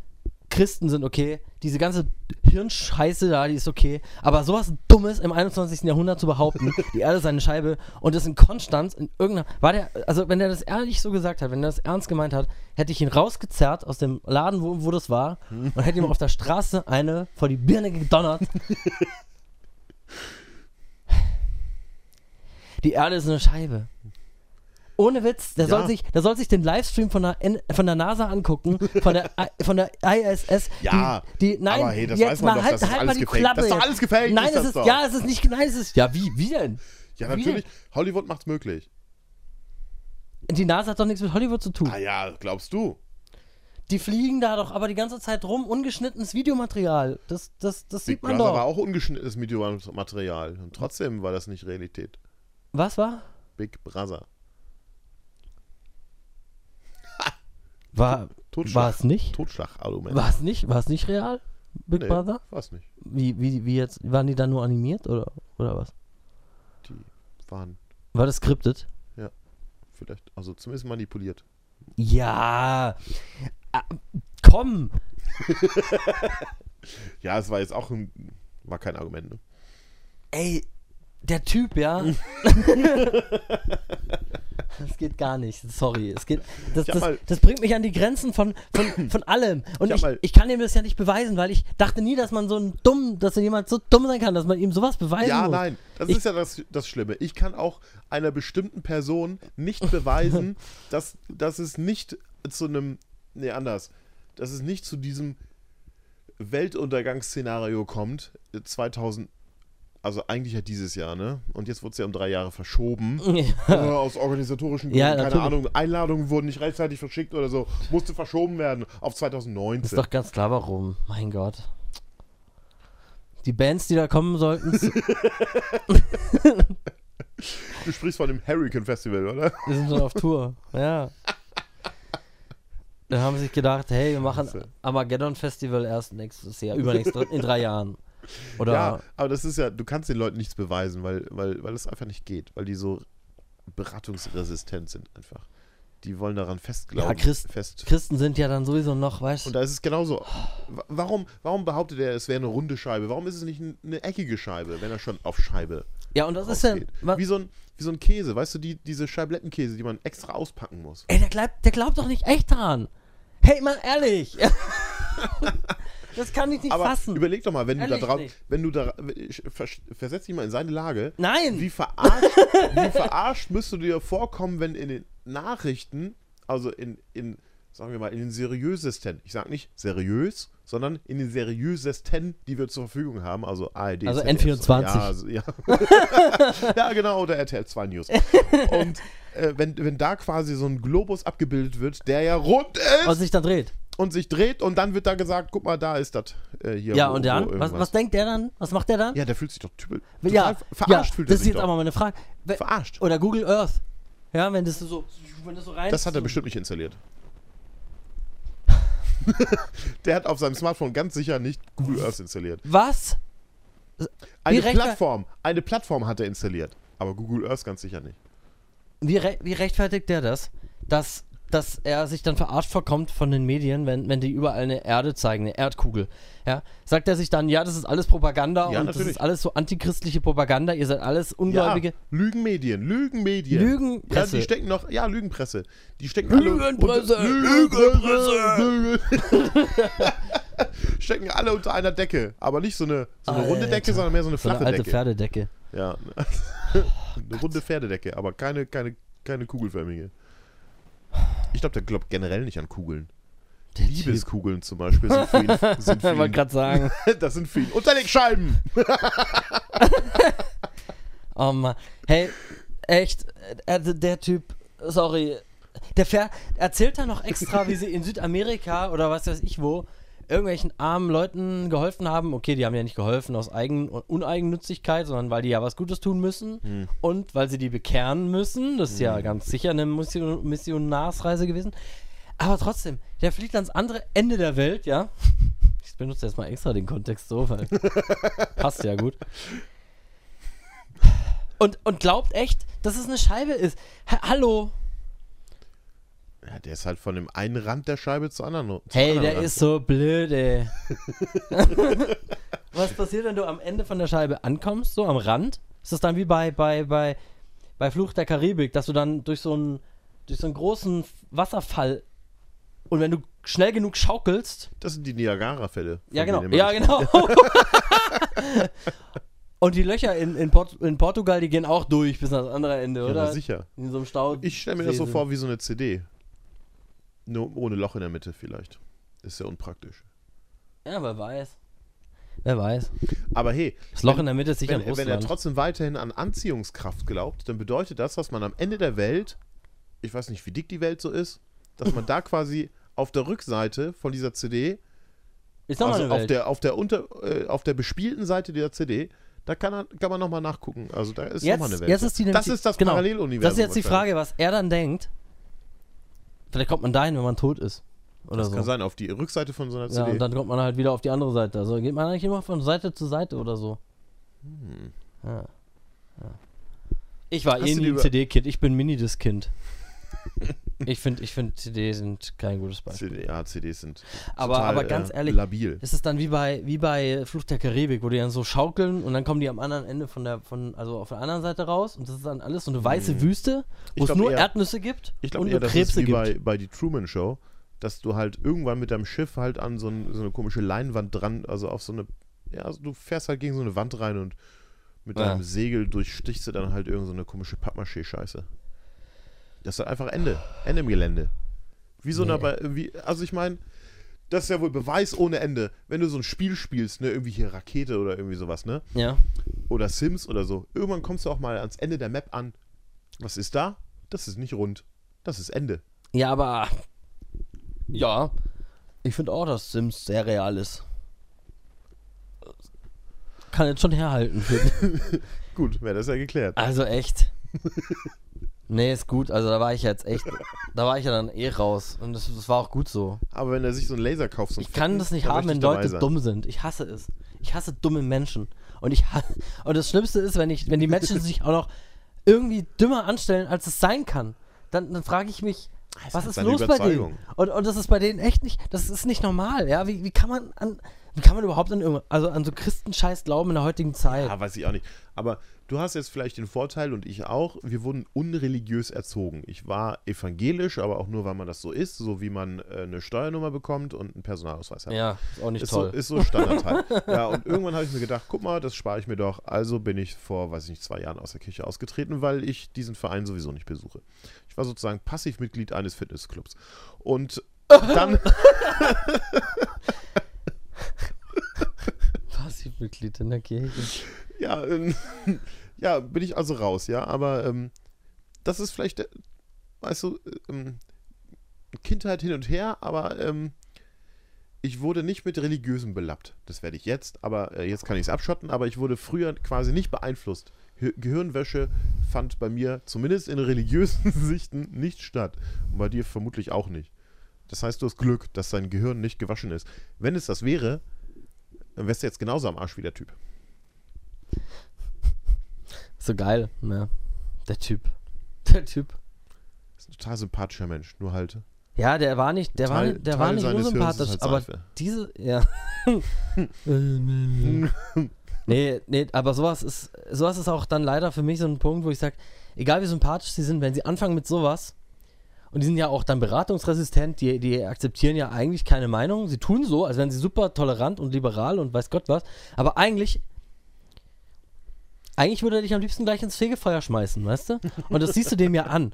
Speaker 2: Christen sind okay. Diese ganze Hirnscheiße da, die ist okay. Aber sowas Dummes im 21. Jahrhundert zu behaupten, die Erde sei eine Scheibe und das in Konstanz in irgendeiner. War der, also wenn er das ehrlich so gesagt hat, wenn er das ernst gemeint hat, hätte ich ihn rausgezerrt aus dem Laden, wo, wo das war, und hätte ihm auf der Straße eine vor die Birne gedonnert. Die Erde ist eine Scheibe. Ohne Witz, der,
Speaker 3: Ja.
Speaker 2: soll, sich, der soll sich den Livestream von der, N- von der NASA angucken, von der, I- von der ISS.
Speaker 3: Ja,
Speaker 2: die, die, nein,
Speaker 3: aber hey, das
Speaker 2: jetzt
Speaker 3: weiß
Speaker 2: mal
Speaker 3: man doch,
Speaker 2: halt,
Speaker 3: das ist
Speaker 2: halt
Speaker 3: alles
Speaker 2: mal die
Speaker 3: gefaked.
Speaker 2: Klappe.
Speaker 3: Das ist doch
Speaker 2: jetzt.
Speaker 3: alles gefaked,
Speaker 2: Nein,
Speaker 3: ist
Speaker 2: es
Speaker 3: das
Speaker 2: ist,
Speaker 3: doch.
Speaker 2: ja, es ist nicht, nein, es ist, ja, wie, wie denn?
Speaker 3: Ja,
Speaker 2: Wie
Speaker 3: natürlich. Hollywood macht's möglich.
Speaker 2: Die NASA hat doch nichts mit Hollywood zu tun.
Speaker 3: Ah ja, glaubst du?
Speaker 2: Die fliegen da doch aber die ganze Zeit rum, ungeschnittenes Videomaterial. Das, das, das
Speaker 3: Big
Speaker 2: sieht man
Speaker 3: Brother war
Speaker 2: doch.
Speaker 3: auch ungeschnittenes Videomaterial. Und trotzdem war das nicht Realität.
Speaker 2: Was war?
Speaker 3: Big Brother.
Speaker 2: War,
Speaker 3: Totschlag.
Speaker 2: war es nicht?
Speaker 3: Totschlagargument.
Speaker 2: War es nicht? War es nicht real? Big
Speaker 3: Nee,
Speaker 2: Brother?
Speaker 3: Weiß nicht.
Speaker 2: Wie, wie, wie jetzt? Waren die dann nur animiert oder, oder was?
Speaker 3: Die waren
Speaker 2: War das skriptet?
Speaker 3: vielleicht, also zumindest manipuliert.
Speaker 2: Ja. Ah, komm.
Speaker 3: Ja, es war jetzt auch ein, war kein Argument, ne?
Speaker 2: Ey, der Typ, ja. das geht gar nicht, sorry. Es geht, das,
Speaker 3: hab
Speaker 2: das,
Speaker 3: mal-
Speaker 2: das bringt mich an die Grenzen von, von, von allem. Und
Speaker 3: Ich hab
Speaker 2: ich,
Speaker 3: mal-
Speaker 2: ich kann ihm das ja nicht beweisen, weil ich dachte nie, dass man so ein dumm, dass so jemand so dumm sein kann, dass man ihm sowas beweisen
Speaker 3: Ja,
Speaker 2: muss.
Speaker 3: nein, das
Speaker 2: Also, Ich-
Speaker 3: ist ja das, das Schlimme. Ich kann auch einer bestimmten Person nicht beweisen, dass, dass es nicht zu einem, nee, anders, dass es nicht zu diesem Weltuntergangsszenario kommt, äh, 2000, also eigentlich ja dieses Jahr, ne? Und jetzt wurde es ja um drei Jahre verschoben.
Speaker 2: Ja.
Speaker 3: Oder aus organisatorischen Gründen,
Speaker 2: Mhm. Ja,
Speaker 3: keine
Speaker 2: natürlich.
Speaker 3: Ahnung, Einladungen wurden nicht rechtzeitig verschickt oder so, musste verschoben werden auf
Speaker 2: Ist
Speaker 3: 2019.
Speaker 2: doch ganz klar, warum. Mein Gott. Die Bands, die da kommen sollten, s-
Speaker 3: Du sprichst von dem Hurricane Festival, oder?
Speaker 2: die sind schon auf Tour. Ja. Da haben sie sich gedacht, hey, wir machen Armageddon Festival erst nächstes Jahr, übernächstes, in drei Jahren. Oder
Speaker 3: Ja, aber das ist ja, du kannst den Leuten nichts beweisen, weil, weil, weil das einfach nicht geht, weil die so beratungsresistent sind einfach. Die wollen daran festglauben.
Speaker 2: Ja, Christ-
Speaker 3: fest.
Speaker 2: Christen sind ja dann sowieso noch, weißt
Speaker 3: Und
Speaker 2: du?
Speaker 3: da ist es genauso. Wa- Warum, warum behauptet er, es wäre eine runde Scheibe? Warum ist es nicht n- eine eckige Scheibe, wenn er schon auf Scheibe
Speaker 2: Ja, und das ist ja.
Speaker 3: rausgeht?
Speaker 2: wa-
Speaker 3: Wie so, ein, wie so ein Käse, weißt du, die, diese Scheiblettenkäse, die man extra auspacken muss.
Speaker 2: Ey, der glaubt, der glaubt doch nicht echt dran. Hey, mal ehrlich. das kann ich nicht
Speaker 3: Aber
Speaker 2: fassen.
Speaker 3: überleg doch mal, wenn du da
Speaker 2: Ehrlich
Speaker 3: drauf,
Speaker 2: nicht.
Speaker 3: wenn du da, vers- versetz dich mal in seine Lage.
Speaker 2: Nein.
Speaker 3: Wie verarscht, wie verarscht müsste dir vorkommen, wenn in den Nachrichten, also in, in, sagen wir mal, in den seriösesten, ich sag nicht seriös, sondern in den seriösesten, die wir zur Verfügung haben, also ARD.
Speaker 2: Also
Speaker 3: ZDF,
Speaker 2: N24.
Speaker 3: Ja, also, ja. ja, genau, oder RTL 2 News. Und äh, wenn, wenn da quasi so ein Globus abgebildet wird, der ja rund ist
Speaker 2: was sich da dreht.
Speaker 3: und sich dreht und dann wird da gesagt, guck mal, da ist das äh, hier.
Speaker 2: Ja,
Speaker 3: wo-
Speaker 2: und
Speaker 3: wo
Speaker 2: dann? Was,
Speaker 3: irgendwas-
Speaker 2: was denkt der dann? Was macht der dann?
Speaker 3: ja, der fühlt sich doch typisch.
Speaker 2: Ja,
Speaker 3: total verarscht
Speaker 2: ja,
Speaker 3: fühlt er
Speaker 2: das ist
Speaker 3: sich
Speaker 2: jetzt
Speaker 3: doch.
Speaker 2: aber meine Frage. Wer-
Speaker 3: Verarscht.
Speaker 2: Oder Google Earth. Ja, wenn das so, wenn das so rein
Speaker 3: Das hat er bestimmt nicht installiert. der hat auf seinem Smartphone ganz sicher nicht Google Earth installiert.
Speaker 2: Was?
Speaker 3: Eine
Speaker 2: Direkt-
Speaker 3: Plattform, eine Plattform hat er installiert, aber Google Earth ganz sicher nicht.
Speaker 2: Wie, re wie rechtfertigt der das? Dass, dass er sich dann verarscht vorkommt von den Medien, wenn, wenn die überall eine Erde zeigen, eine Erdkugel. Ja? Sagt er sich dann, ja, das ist alles Propaganda
Speaker 3: Ja,
Speaker 2: und das
Speaker 3: natürlich.
Speaker 2: ist alles so antichristliche Propaganda, ihr seid alles Ungläubige.
Speaker 3: Lügenmedien, Lügenmedien. Ja,
Speaker 2: Lügenpresse.
Speaker 3: die stecken noch, ja, Lügenpresse. Die stecken
Speaker 2: Lügenpresse,
Speaker 3: alle Lügenpresse, Lügen- stecken alle unter einer Decke, aber nicht so eine, so eine runde
Speaker 2: Alter.
Speaker 3: Decke, sondern mehr so eine
Speaker 2: so
Speaker 3: flache
Speaker 2: eine alte
Speaker 3: Decke.
Speaker 2: Pferdedecke.
Speaker 3: Ja. Oh, eine runde Pferdedecke, aber keine, keine, keine kugelförmige. Ich glaube, der glaubt generell nicht an Kugeln.
Speaker 2: Der Typ.
Speaker 3: Liebeskugeln zum Beispiel sind für ihn. Sind für
Speaker 2: Ich wollte
Speaker 3: ihn
Speaker 2: gerade sagen.
Speaker 3: das sind für ihn Unterlegscheiben!
Speaker 2: Oh Mann. Hey, echt, also der Typ, sorry. Der Fer erzählt da noch extra, wie sie in Südamerika oder was weiß ich wo irgendwelchen armen Leuten geholfen haben. Okay, die haben ja nicht geholfen aus Eigen und Uneigennützigkeit, sondern weil die ja was Gutes tun müssen und weil sie die bekehren müssen. Das ist ja ganz sicher eine Mission Missionarsreise gewesen. Aber trotzdem, der fliegt ans andere Ende der Welt, ja. Ich benutze jetzt mal extra den Kontext so, weil passt ja gut. Und, und glaubt echt, dass es eine Scheibe ist. Ha Hallo.
Speaker 3: Ja, der ist halt von dem einen Rand der Scheibe zu anderen. Zum
Speaker 2: Hey,
Speaker 3: anderen
Speaker 2: der
Speaker 3: Rand.
Speaker 2: ist so blöd, ey. Was passiert, wenn du am Ende von der Scheibe ankommst, so am Rand? Ist das dann wie bei, bei, bei, bei Fluch der Karibik, dass du dann durch so einen, durch so einen großen Wasserfall und wenn du schnell genug schaukelst,
Speaker 3: Das sind die Niagara-Fälle. von
Speaker 2: Ja, genau.
Speaker 3: denen
Speaker 2: Ja,
Speaker 3: immer nicht-
Speaker 2: genau. Und die Löcher in, in, Port in Portugal, die gehen auch durch bis ans andere Ende,
Speaker 3: Ja,
Speaker 2: oder?
Speaker 3: sicher.
Speaker 2: In so einem Stau.
Speaker 3: Ich stelle mir das so
Speaker 2: See-
Speaker 3: vor wie so eine CD. Nur ohne Loch in der Mitte vielleicht. Ist ja unpraktisch.
Speaker 2: Ja, wer weiß. Wer weiß.
Speaker 3: Aber hey,
Speaker 2: Das Loch in der Mitte ist sicher
Speaker 3: wenn,
Speaker 2: in
Speaker 3: wenn er
Speaker 2: Russland.
Speaker 3: trotzdem weiterhin an Anziehungskraft glaubt, dann bedeutet das, dass man am Ende der Welt, ich weiß nicht, wie dick die Welt so ist, dass man da quasi auf der Rückseite von dieser CD,
Speaker 2: Ist nochmal
Speaker 3: also
Speaker 2: eine
Speaker 3: auf
Speaker 2: Welt.
Speaker 3: der, auf, der unter, äh, auf der bespielten Seite dieser CD, da kann, er- kann man nochmal nachgucken. Also da ist nochmal eine
Speaker 2: Jetzt,
Speaker 3: Welt.
Speaker 2: jetzt ist die
Speaker 3: das ist das
Speaker 2: genau.
Speaker 3: Paralleluniversum.
Speaker 2: Das ist jetzt die
Speaker 3: wahrscheinlich.
Speaker 2: Frage, was er dann denkt. Vielleicht kommt man dahin, wenn man tot ist. Oder
Speaker 3: Das
Speaker 2: so.
Speaker 3: kann sein, auf die Rückseite von so einer
Speaker 2: ja,
Speaker 3: CD.
Speaker 2: und dann kommt man halt wieder auf die andere Seite. Also geht man eigentlich immer von Seite zu Seite oder so. Ja. Ja. Ich war
Speaker 3: Hast
Speaker 2: eh
Speaker 3: Hm. du
Speaker 2: nie
Speaker 3: die
Speaker 2: ein
Speaker 3: über-
Speaker 2: CD-Kind, ich bin Minidisc-Kind. Ich finde, ich find, CDs sind kein gutes Beispiel.
Speaker 3: CD, ja, CDs sind
Speaker 2: Aber,
Speaker 3: total,
Speaker 2: aber ganz
Speaker 3: äh,
Speaker 2: ehrlich,
Speaker 3: labil.
Speaker 2: ist es dann wie bei, wie bei Fluch der Karibik, wo die dann so schaukeln und dann kommen die am anderen Ende von der, von, also auf der anderen Seite raus und das ist dann alles so eine weiße Wüste,
Speaker 3: Mhm. Ich
Speaker 2: wo es
Speaker 3: glaub
Speaker 2: nur
Speaker 3: eher-
Speaker 2: Erdnüsse gibt
Speaker 3: Ich
Speaker 2: und
Speaker 3: glaube
Speaker 2: nur
Speaker 3: eher, das
Speaker 2: Krebse
Speaker 3: ist wie
Speaker 2: gibt.
Speaker 3: bei, bei die Truman Show, dass du halt irgendwann mit deinem Schiff halt an so, ein, so eine komische Leinwand dran, also auf so eine, ja, also du fährst halt gegen so eine Wand rein und mit
Speaker 2: Ja.
Speaker 3: deinem Segel durchstichst du dann halt irgend so eine komische Pappmaché-Scheiße. Das ist halt einfach Ende. Ende im Gelände. Wie so eine, bei- wie, also ich meine, das ist ja wohl Beweis ohne Ende. Wenn du so ein Spiel spielst, ne, irgendwie hier Rakete oder irgendwie sowas, ne?
Speaker 2: ja.
Speaker 3: Oder Sims oder so, irgendwann kommst du auch mal ans Ende der Map an. Was ist da? Das ist nicht rund. Das ist Ende.
Speaker 2: ja, aber ja, ich finde auch, dass Sims sehr real ist. Kann jetzt schon herhalten.
Speaker 3: Gut, wäre das ja geklärt.
Speaker 2: Also echt. nee, ist gut. Also da war ich jetzt echt, da war ich ja dann eh raus. Und das, das war auch gut so.
Speaker 3: Aber wenn er sich so einen Laser kauft, so einen
Speaker 2: Ich kann
Speaker 3: fetten,
Speaker 2: das nicht
Speaker 3: dann
Speaker 2: haben,
Speaker 3: möchte
Speaker 2: wenn
Speaker 3: ich dabei
Speaker 2: Leute
Speaker 3: sein.
Speaker 2: dumm sind. Ich hasse es. Ich hasse dumme Menschen. Und ich hasse, und das Schlimmste ist, wenn ich, wenn die Menschen sich auch noch irgendwie dümmer anstellen, als es sein kann. Dann, dann frage ich mich, was ist
Speaker 3: seine
Speaker 2: los bei denen?
Speaker 3: Überzeugung.
Speaker 2: Und, und das ist bei denen echt nicht, das ist nicht normal, ja. Wie, wie kann man an, wie kann man überhaupt an, irgend- also an so Christenscheiß glauben in der heutigen Zeit?
Speaker 3: Ja, Ah, weiß ich auch nicht. Aber du hast jetzt vielleicht den Vorteil und ich auch, wir wurden unreligiös erzogen. Ich war evangelisch, aber auch nur, weil man das so ist, so wie man äh, eine Steuernummer bekommt und einen Personalausweis hat.
Speaker 2: Ja, ist auch nicht
Speaker 3: ist, so,
Speaker 2: toll.
Speaker 3: ist so Standard halt. ja, und irgendwann habe ich mir gedacht, guck mal, das spare ich mir doch. Also bin ich vor, weiß ich nicht, zwei Jahren aus der Kirche ausgetreten, weil ich diesen Verein sowieso nicht besuche. Ich war sozusagen Passivmitglied eines Fitnessclubs. Und dann
Speaker 2: Passivmitglied in der Kirche.
Speaker 3: Ja, ähm, ja, bin ich also raus, ja. Aber ähm, das ist vielleicht, äh, weißt du, äh, ähm, Kindheit hin und her, aber ähm, ich wurde nicht mit Religiösen belappt. Das werde ich jetzt, aber äh, jetzt kann ich es abschotten, aber ich wurde früher quasi nicht beeinflusst. Hi- Gehirnwäsche fand bei mir zumindest in religiösen Sichten nicht statt. Und bei dir vermutlich auch nicht. Das heißt, du hast Glück, dass dein Gehirn nicht gewaschen ist. Wenn es das wäre, dann wärst du jetzt genauso am Arsch wie der Typ.
Speaker 2: So geil, ne? Der Typ. Der Typ.
Speaker 3: ist ein total sympathischer Mensch, nur halt.
Speaker 2: Ja, der war nicht, der war,
Speaker 3: Teil-
Speaker 2: nicht- der
Speaker 3: Teil
Speaker 2: war nicht
Speaker 3: seines Hirns
Speaker 2: unsympathisch,
Speaker 3: ist halt
Speaker 2: aber
Speaker 3: Seife.
Speaker 2: diese, ja. nee, nee, aber sowas ist, sowas ist auch dann leider für mich so ein Punkt, wo ich sage, egal wie sympathisch sie sind, wenn sie anfangen mit sowas, und die sind ja auch dann beratungsresistent, die, die akzeptieren ja eigentlich keine Meinung, sie tun so, als wären sie super tolerant und liberal und weiß Gott was, aber eigentlich eigentlich würde er dich am liebsten gleich ins Fegefeuer schmeißen, weißt du? Und das siehst du dem ja an.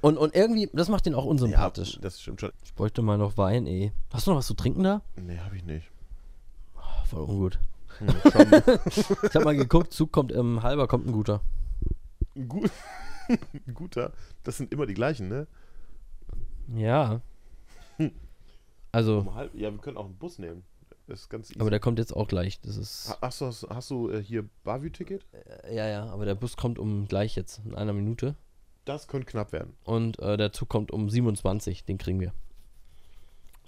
Speaker 2: Und, und irgendwie, das macht ihn auch unsympathisch.
Speaker 3: das stimmt schon.
Speaker 2: Ich bräuchte mal noch Wein, ey. Hast du noch was zu trinken da?
Speaker 3: Nee, habe ich nicht.
Speaker 2: Ach, voll ungut. Hm, ich habe mal geguckt, Zug kommt im Halber, kommt ein guter.
Speaker 3: Gut, guter. Das sind immer die gleichen, ne?
Speaker 2: Ja. Also,
Speaker 3: Um halb, ja, wir können auch einen Bus nehmen. Das ist ganz easy.
Speaker 2: aber der kommt jetzt auch gleich. Das ist.
Speaker 3: Ha- hast du, hast, hast du äh, hier Barview-Ticket?
Speaker 2: Äh, Ja, ja, aber der Bus kommt um gleich jetzt, in einer Minute.
Speaker 3: Das könnte knapp werden.
Speaker 2: Und äh, der Zug kommt um 27, den kriegen wir.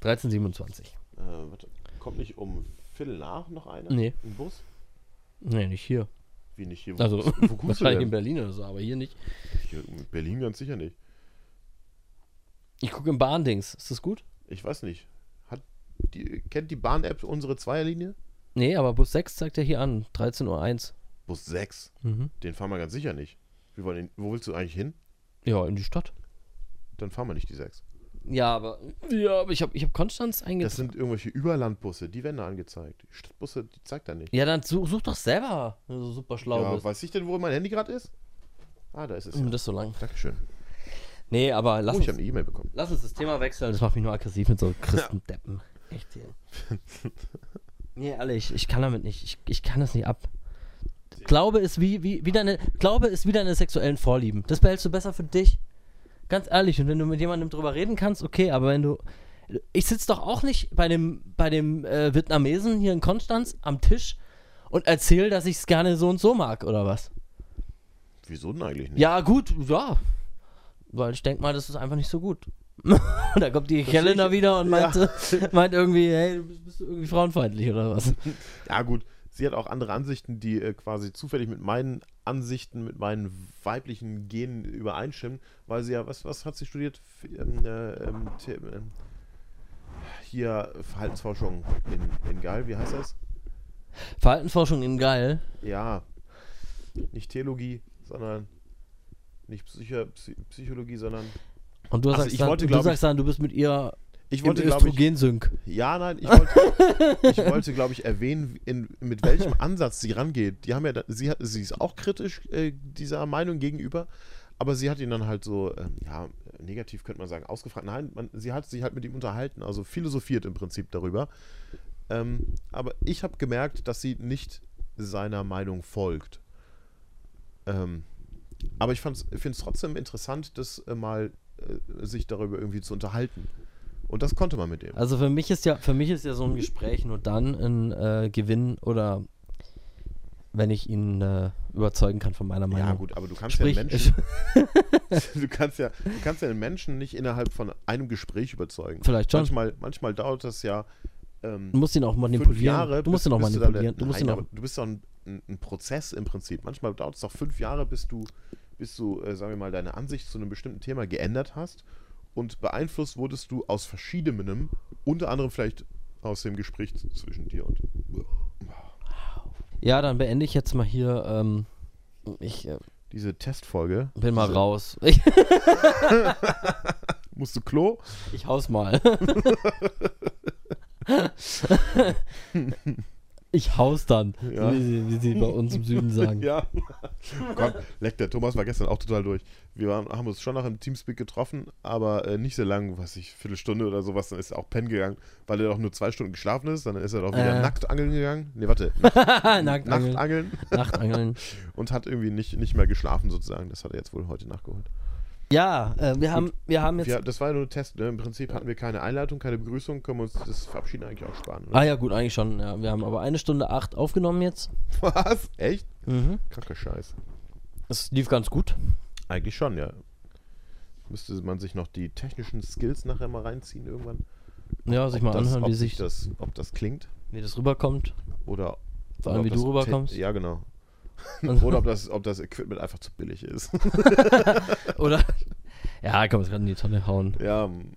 Speaker 2: 13,27.
Speaker 3: Äh, warte, kommt nicht um Viertel nach noch einer?
Speaker 2: Nee.
Speaker 3: Ein Bus?
Speaker 2: Nee, nicht hier.
Speaker 3: Wie nicht hier? Wo,
Speaker 2: Also,
Speaker 3: wo guckst du
Speaker 2: wahrscheinlich in
Speaker 3: denn?
Speaker 2: Berlin oder so, aber hier nicht.
Speaker 3: Hier, in Berlin ganz sicher nicht.
Speaker 2: Ich gucke im Bahndings. Ist das gut?
Speaker 3: Ich weiß nicht. Hat die, kennt die Bahn-App unsere Zweierlinie?
Speaker 2: Nee, aber Bus 6 zeigt er hier an. 13.01
Speaker 3: Bus 6.
Speaker 2: Uhr. Mhm.
Speaker 3: Den fahren wir ganz sicher nicht. Wir wollen den, wo willst du eigentlich hin?
Speaker 2: Ja, in die Stadt.
Speaker 3: Dann fahren wir nicht die 6.
Speaker 2: Ja, aber. Ja, aber ich habe ich hab Konstanz
Speaker 3: Das
Speaker 2: eingetragen.
Speaker 3: sind irgendwelche Überlandbusse, die werden da angezeigt. Die Stadtbusse, die zeigt er nicht.
Speaker 2: Ja, dann such, such doch selber, wenn du so super schlau
Speaker 3: Ja,
Speaker 2: bist.
Speaker 3: weiß ich denn, wo mein Handy gerade ist? Ah, da ist es.
Speaker 2: Hm,
Speaker 3: Ja.
Speaker 2: Das ist so lang.
Speaker 3: Dankeschön.
Speaker 2: Nee, aber lass
Speaker 3: Oh, ich habe
Speaker 2: uns,
Speaker 3: eine E-Mail bekommen.
Speaker 2: lass uns das Thema wechseln. Das macht mich nur aggressiv mit so Christendeppen. Echt hier. Nee, ehrlich, ich kann damit nicht. Ich, ich kann das nicht ab. Glaube ist wie, wie, wie deine, Glaube ist wie deine sexuellen Vorlieben. Das behältst du besser für dich. Ganz ehrlich, und wenn du mit jemandem drüber reden kannst, okay, aber wenn du. Ich sitze doch auch nicht bei dem, bei dem äh, Vietnamesen hier in Konstanz am Tisch und erzähle, dass ich es gerne so und so mag, oder was?
Speaker 3: Wieso denn eigentlich nicht?
Speaker 2: Ja, gut, ja. Weil ich denke mal, das ist einfach nicht so gut. da kommt die äh, Helena wieder und meinte, meint irgendwie, hey, du bist, bist du irgendwie frauenfeindlich oder was?
Speaker 3: Ja, gut. sie hat auch andere Ansichten, die äh, quasi zufällig mit meinen Ansichten, mit meinen weiblichen Genen übereinstimmen, weil sie ja, was, was hat sie studiert? F- Ähm, äh, ähm, The- ähm, hier Verhaltensforschung in, in Geil, wie heißt das?
Speaker 2: Verhaltensforschung in geil.
Speaker 3: Ja, nicht Theologie, sondern nicht Psycho Psy Psychologie, sondern
Speaker 2: Und du
Speaker 3: Also
Speaker 2: sagst,
Speaker 3: ich
Speaker 2: dann,
Speaker 3: wollte,
Speaker 2: du
Speaker 3: glaub
Speaker 2: sagst dann, du bist mit ihr
Speaker 3: ich
Speaker 2: im
Speaker 3: wollte, glaube ich,
Speaker 2: Östrogensync.
Speaker 3: ja, nein, ich wollte, ich wollte glaube ich, erwähnen, in, mit welchem Ansatz sie rangeht. Die haben ja, da- sie, hat, sie ist auch kritisch äh, dieser Meinung gegenüber, aber sie hat ihn dann halt so, ähm, ja, negativ könnte man sagen, ausgefragt. Nein, man, sie hat sich halt mit ihm unterhalten, also philosophiert im Prinzip darüber. Ähm, aber ich habe gemerkt, dass sie nicht seiner Meinung folgt. Ähm, aber ich finde es trotzdem interessant, das äh, mal äh, sich darüber irgendwie zu unterhalten. Und das konnte man mit dem.
Speaker 2: Also für mich ist ja, für mich ist ja so ein Gespräch nur dann ein äh, Gewinn oder wenn ich ihn äh, überzeugen kann von meiner Meinung.
Speaker 3: Ja, gut, aber du kannst
Speaker 2: Sprich,
Speaker 3: ja einen Menschen, du kannst ja, du kannst ja einen Menschen nicht innerhalb von einem Gespräch überzeugen.
Speaker 2: Vielleicht schon.
Speaker 3: Manchmal, manchmal dauert das ja ähm,
Speaker 2: Du musst ihn auch manipulieren.
Speaker 3: fünf Jahre.
Speaker 2: du musst
Speaker 3: bis-
Speaker 2: ihn auch
Speaker 3: bis
Speaker 2: manipulieren.
Speaker 3: Du, dann,
Speaker 2: du musst
Speaker 3: nein,
Speaker 2: ihn auch,
Speaker 3: aber du bist doch ein, ein, ein Prozess im Prinzip. Manchmal dauert es doch fünf Jahre, bis du, bis du, äh, sagen wir mal, deine Ansicht zu einem bestimmten Thema geändert hast und beeinflusst wurdest du aus verschiedenem, unter anderem vielleicht aus dem Gespräch z- zwischen dir und.
Speaker 2: ja, dann beende ich jetzt mal hier. Ähm, ich äh,
Speaker 3: Diese Testfolge.
Speaker 2: bin mal
Speaker 3: diese,
Speaker 2: raus. Ich,
Speaker 3: Musst du Klo?
Speaker 2: ich hau's mal. ich haus dann,
Speaker 3: Ja.
Speaker 2: wie, sie, wie sie bei uns im Süden sagen.
Speaker 3: Ja. Gott, leck, der Thomas war gestern auch total durch. Wir waren, haben uns schon nach dem Teamspeak getroffen, aber äh, nicht so lang, was ich, Viertelstunde oder sowas, dann ist er auch pennen gegangen, weil er doch nur zwei Stunden geschlafen ist, dann ist er doch wieder
Speaker 2: Äh.
Speaker 3: nackt angeln gegangen. Nee, warte, Nacht,
Speaker 2: Nachtangeln.
Speaker 3: Nachtangeln
Speaker 2: Ah, Nachtangeln.
Speaker 3: und hat irgendwie nicht, nicht mehr geschlafen sozusagen. Das hat er jetzt wohl heute nachgeholt.
Speaker 2: Ja, äh, wir, haben, wir haben jetzt.
Speaker 3: Wir, das war ja nur ein Test, ne? Im Prinzip hatten wir keine Einleitung, keine Begrüßung, können wir uns das Verabschieden eigentlich auch sparen.
Speaker 2: Ah
Speaker 3: Oder?
Speaker 2: ja, gut, eigentlich schon. Ja. Wir haben aber eine Stunde acht aufgenommen jetzt.
Speaker 3: Was? Echt?
Speaker 2: Mhm.
Speaker 3: Kranker Scheiß.
Speaker 2: Es lief ganz gut.
Speaker 3: Eigentlich schon, ja. Müsste man sich noch die technischen Skills nachher mal reinziehen irgendwann.
Speaker 2: Ja, sich mal
Speaker 3: das,
Speaker 2: anhören,
Speaker 3: ob
Speaker 2: wie,
Speaker 3: sich
Speaker 2: sich,
Speaker 3: das, ob das klingt
Speaker 2: wie das rüberkommt.
Speaker 3: oder
Speaker 2: Vor allem,
Speaker 3: oder ob
Speaker 2: wie
Speaker 3: das
Speaker 2: du rüberkommst.
Speaker 3: Te- Ja, genau.
Speaker 2: Und-
Speaker 3: Oder ob das, ob das Equipment einfach zu billig ist.
Speaker 2: Oder? Ja, komm, es kann in die Tonne hauen.
Speaker 3: ja. m-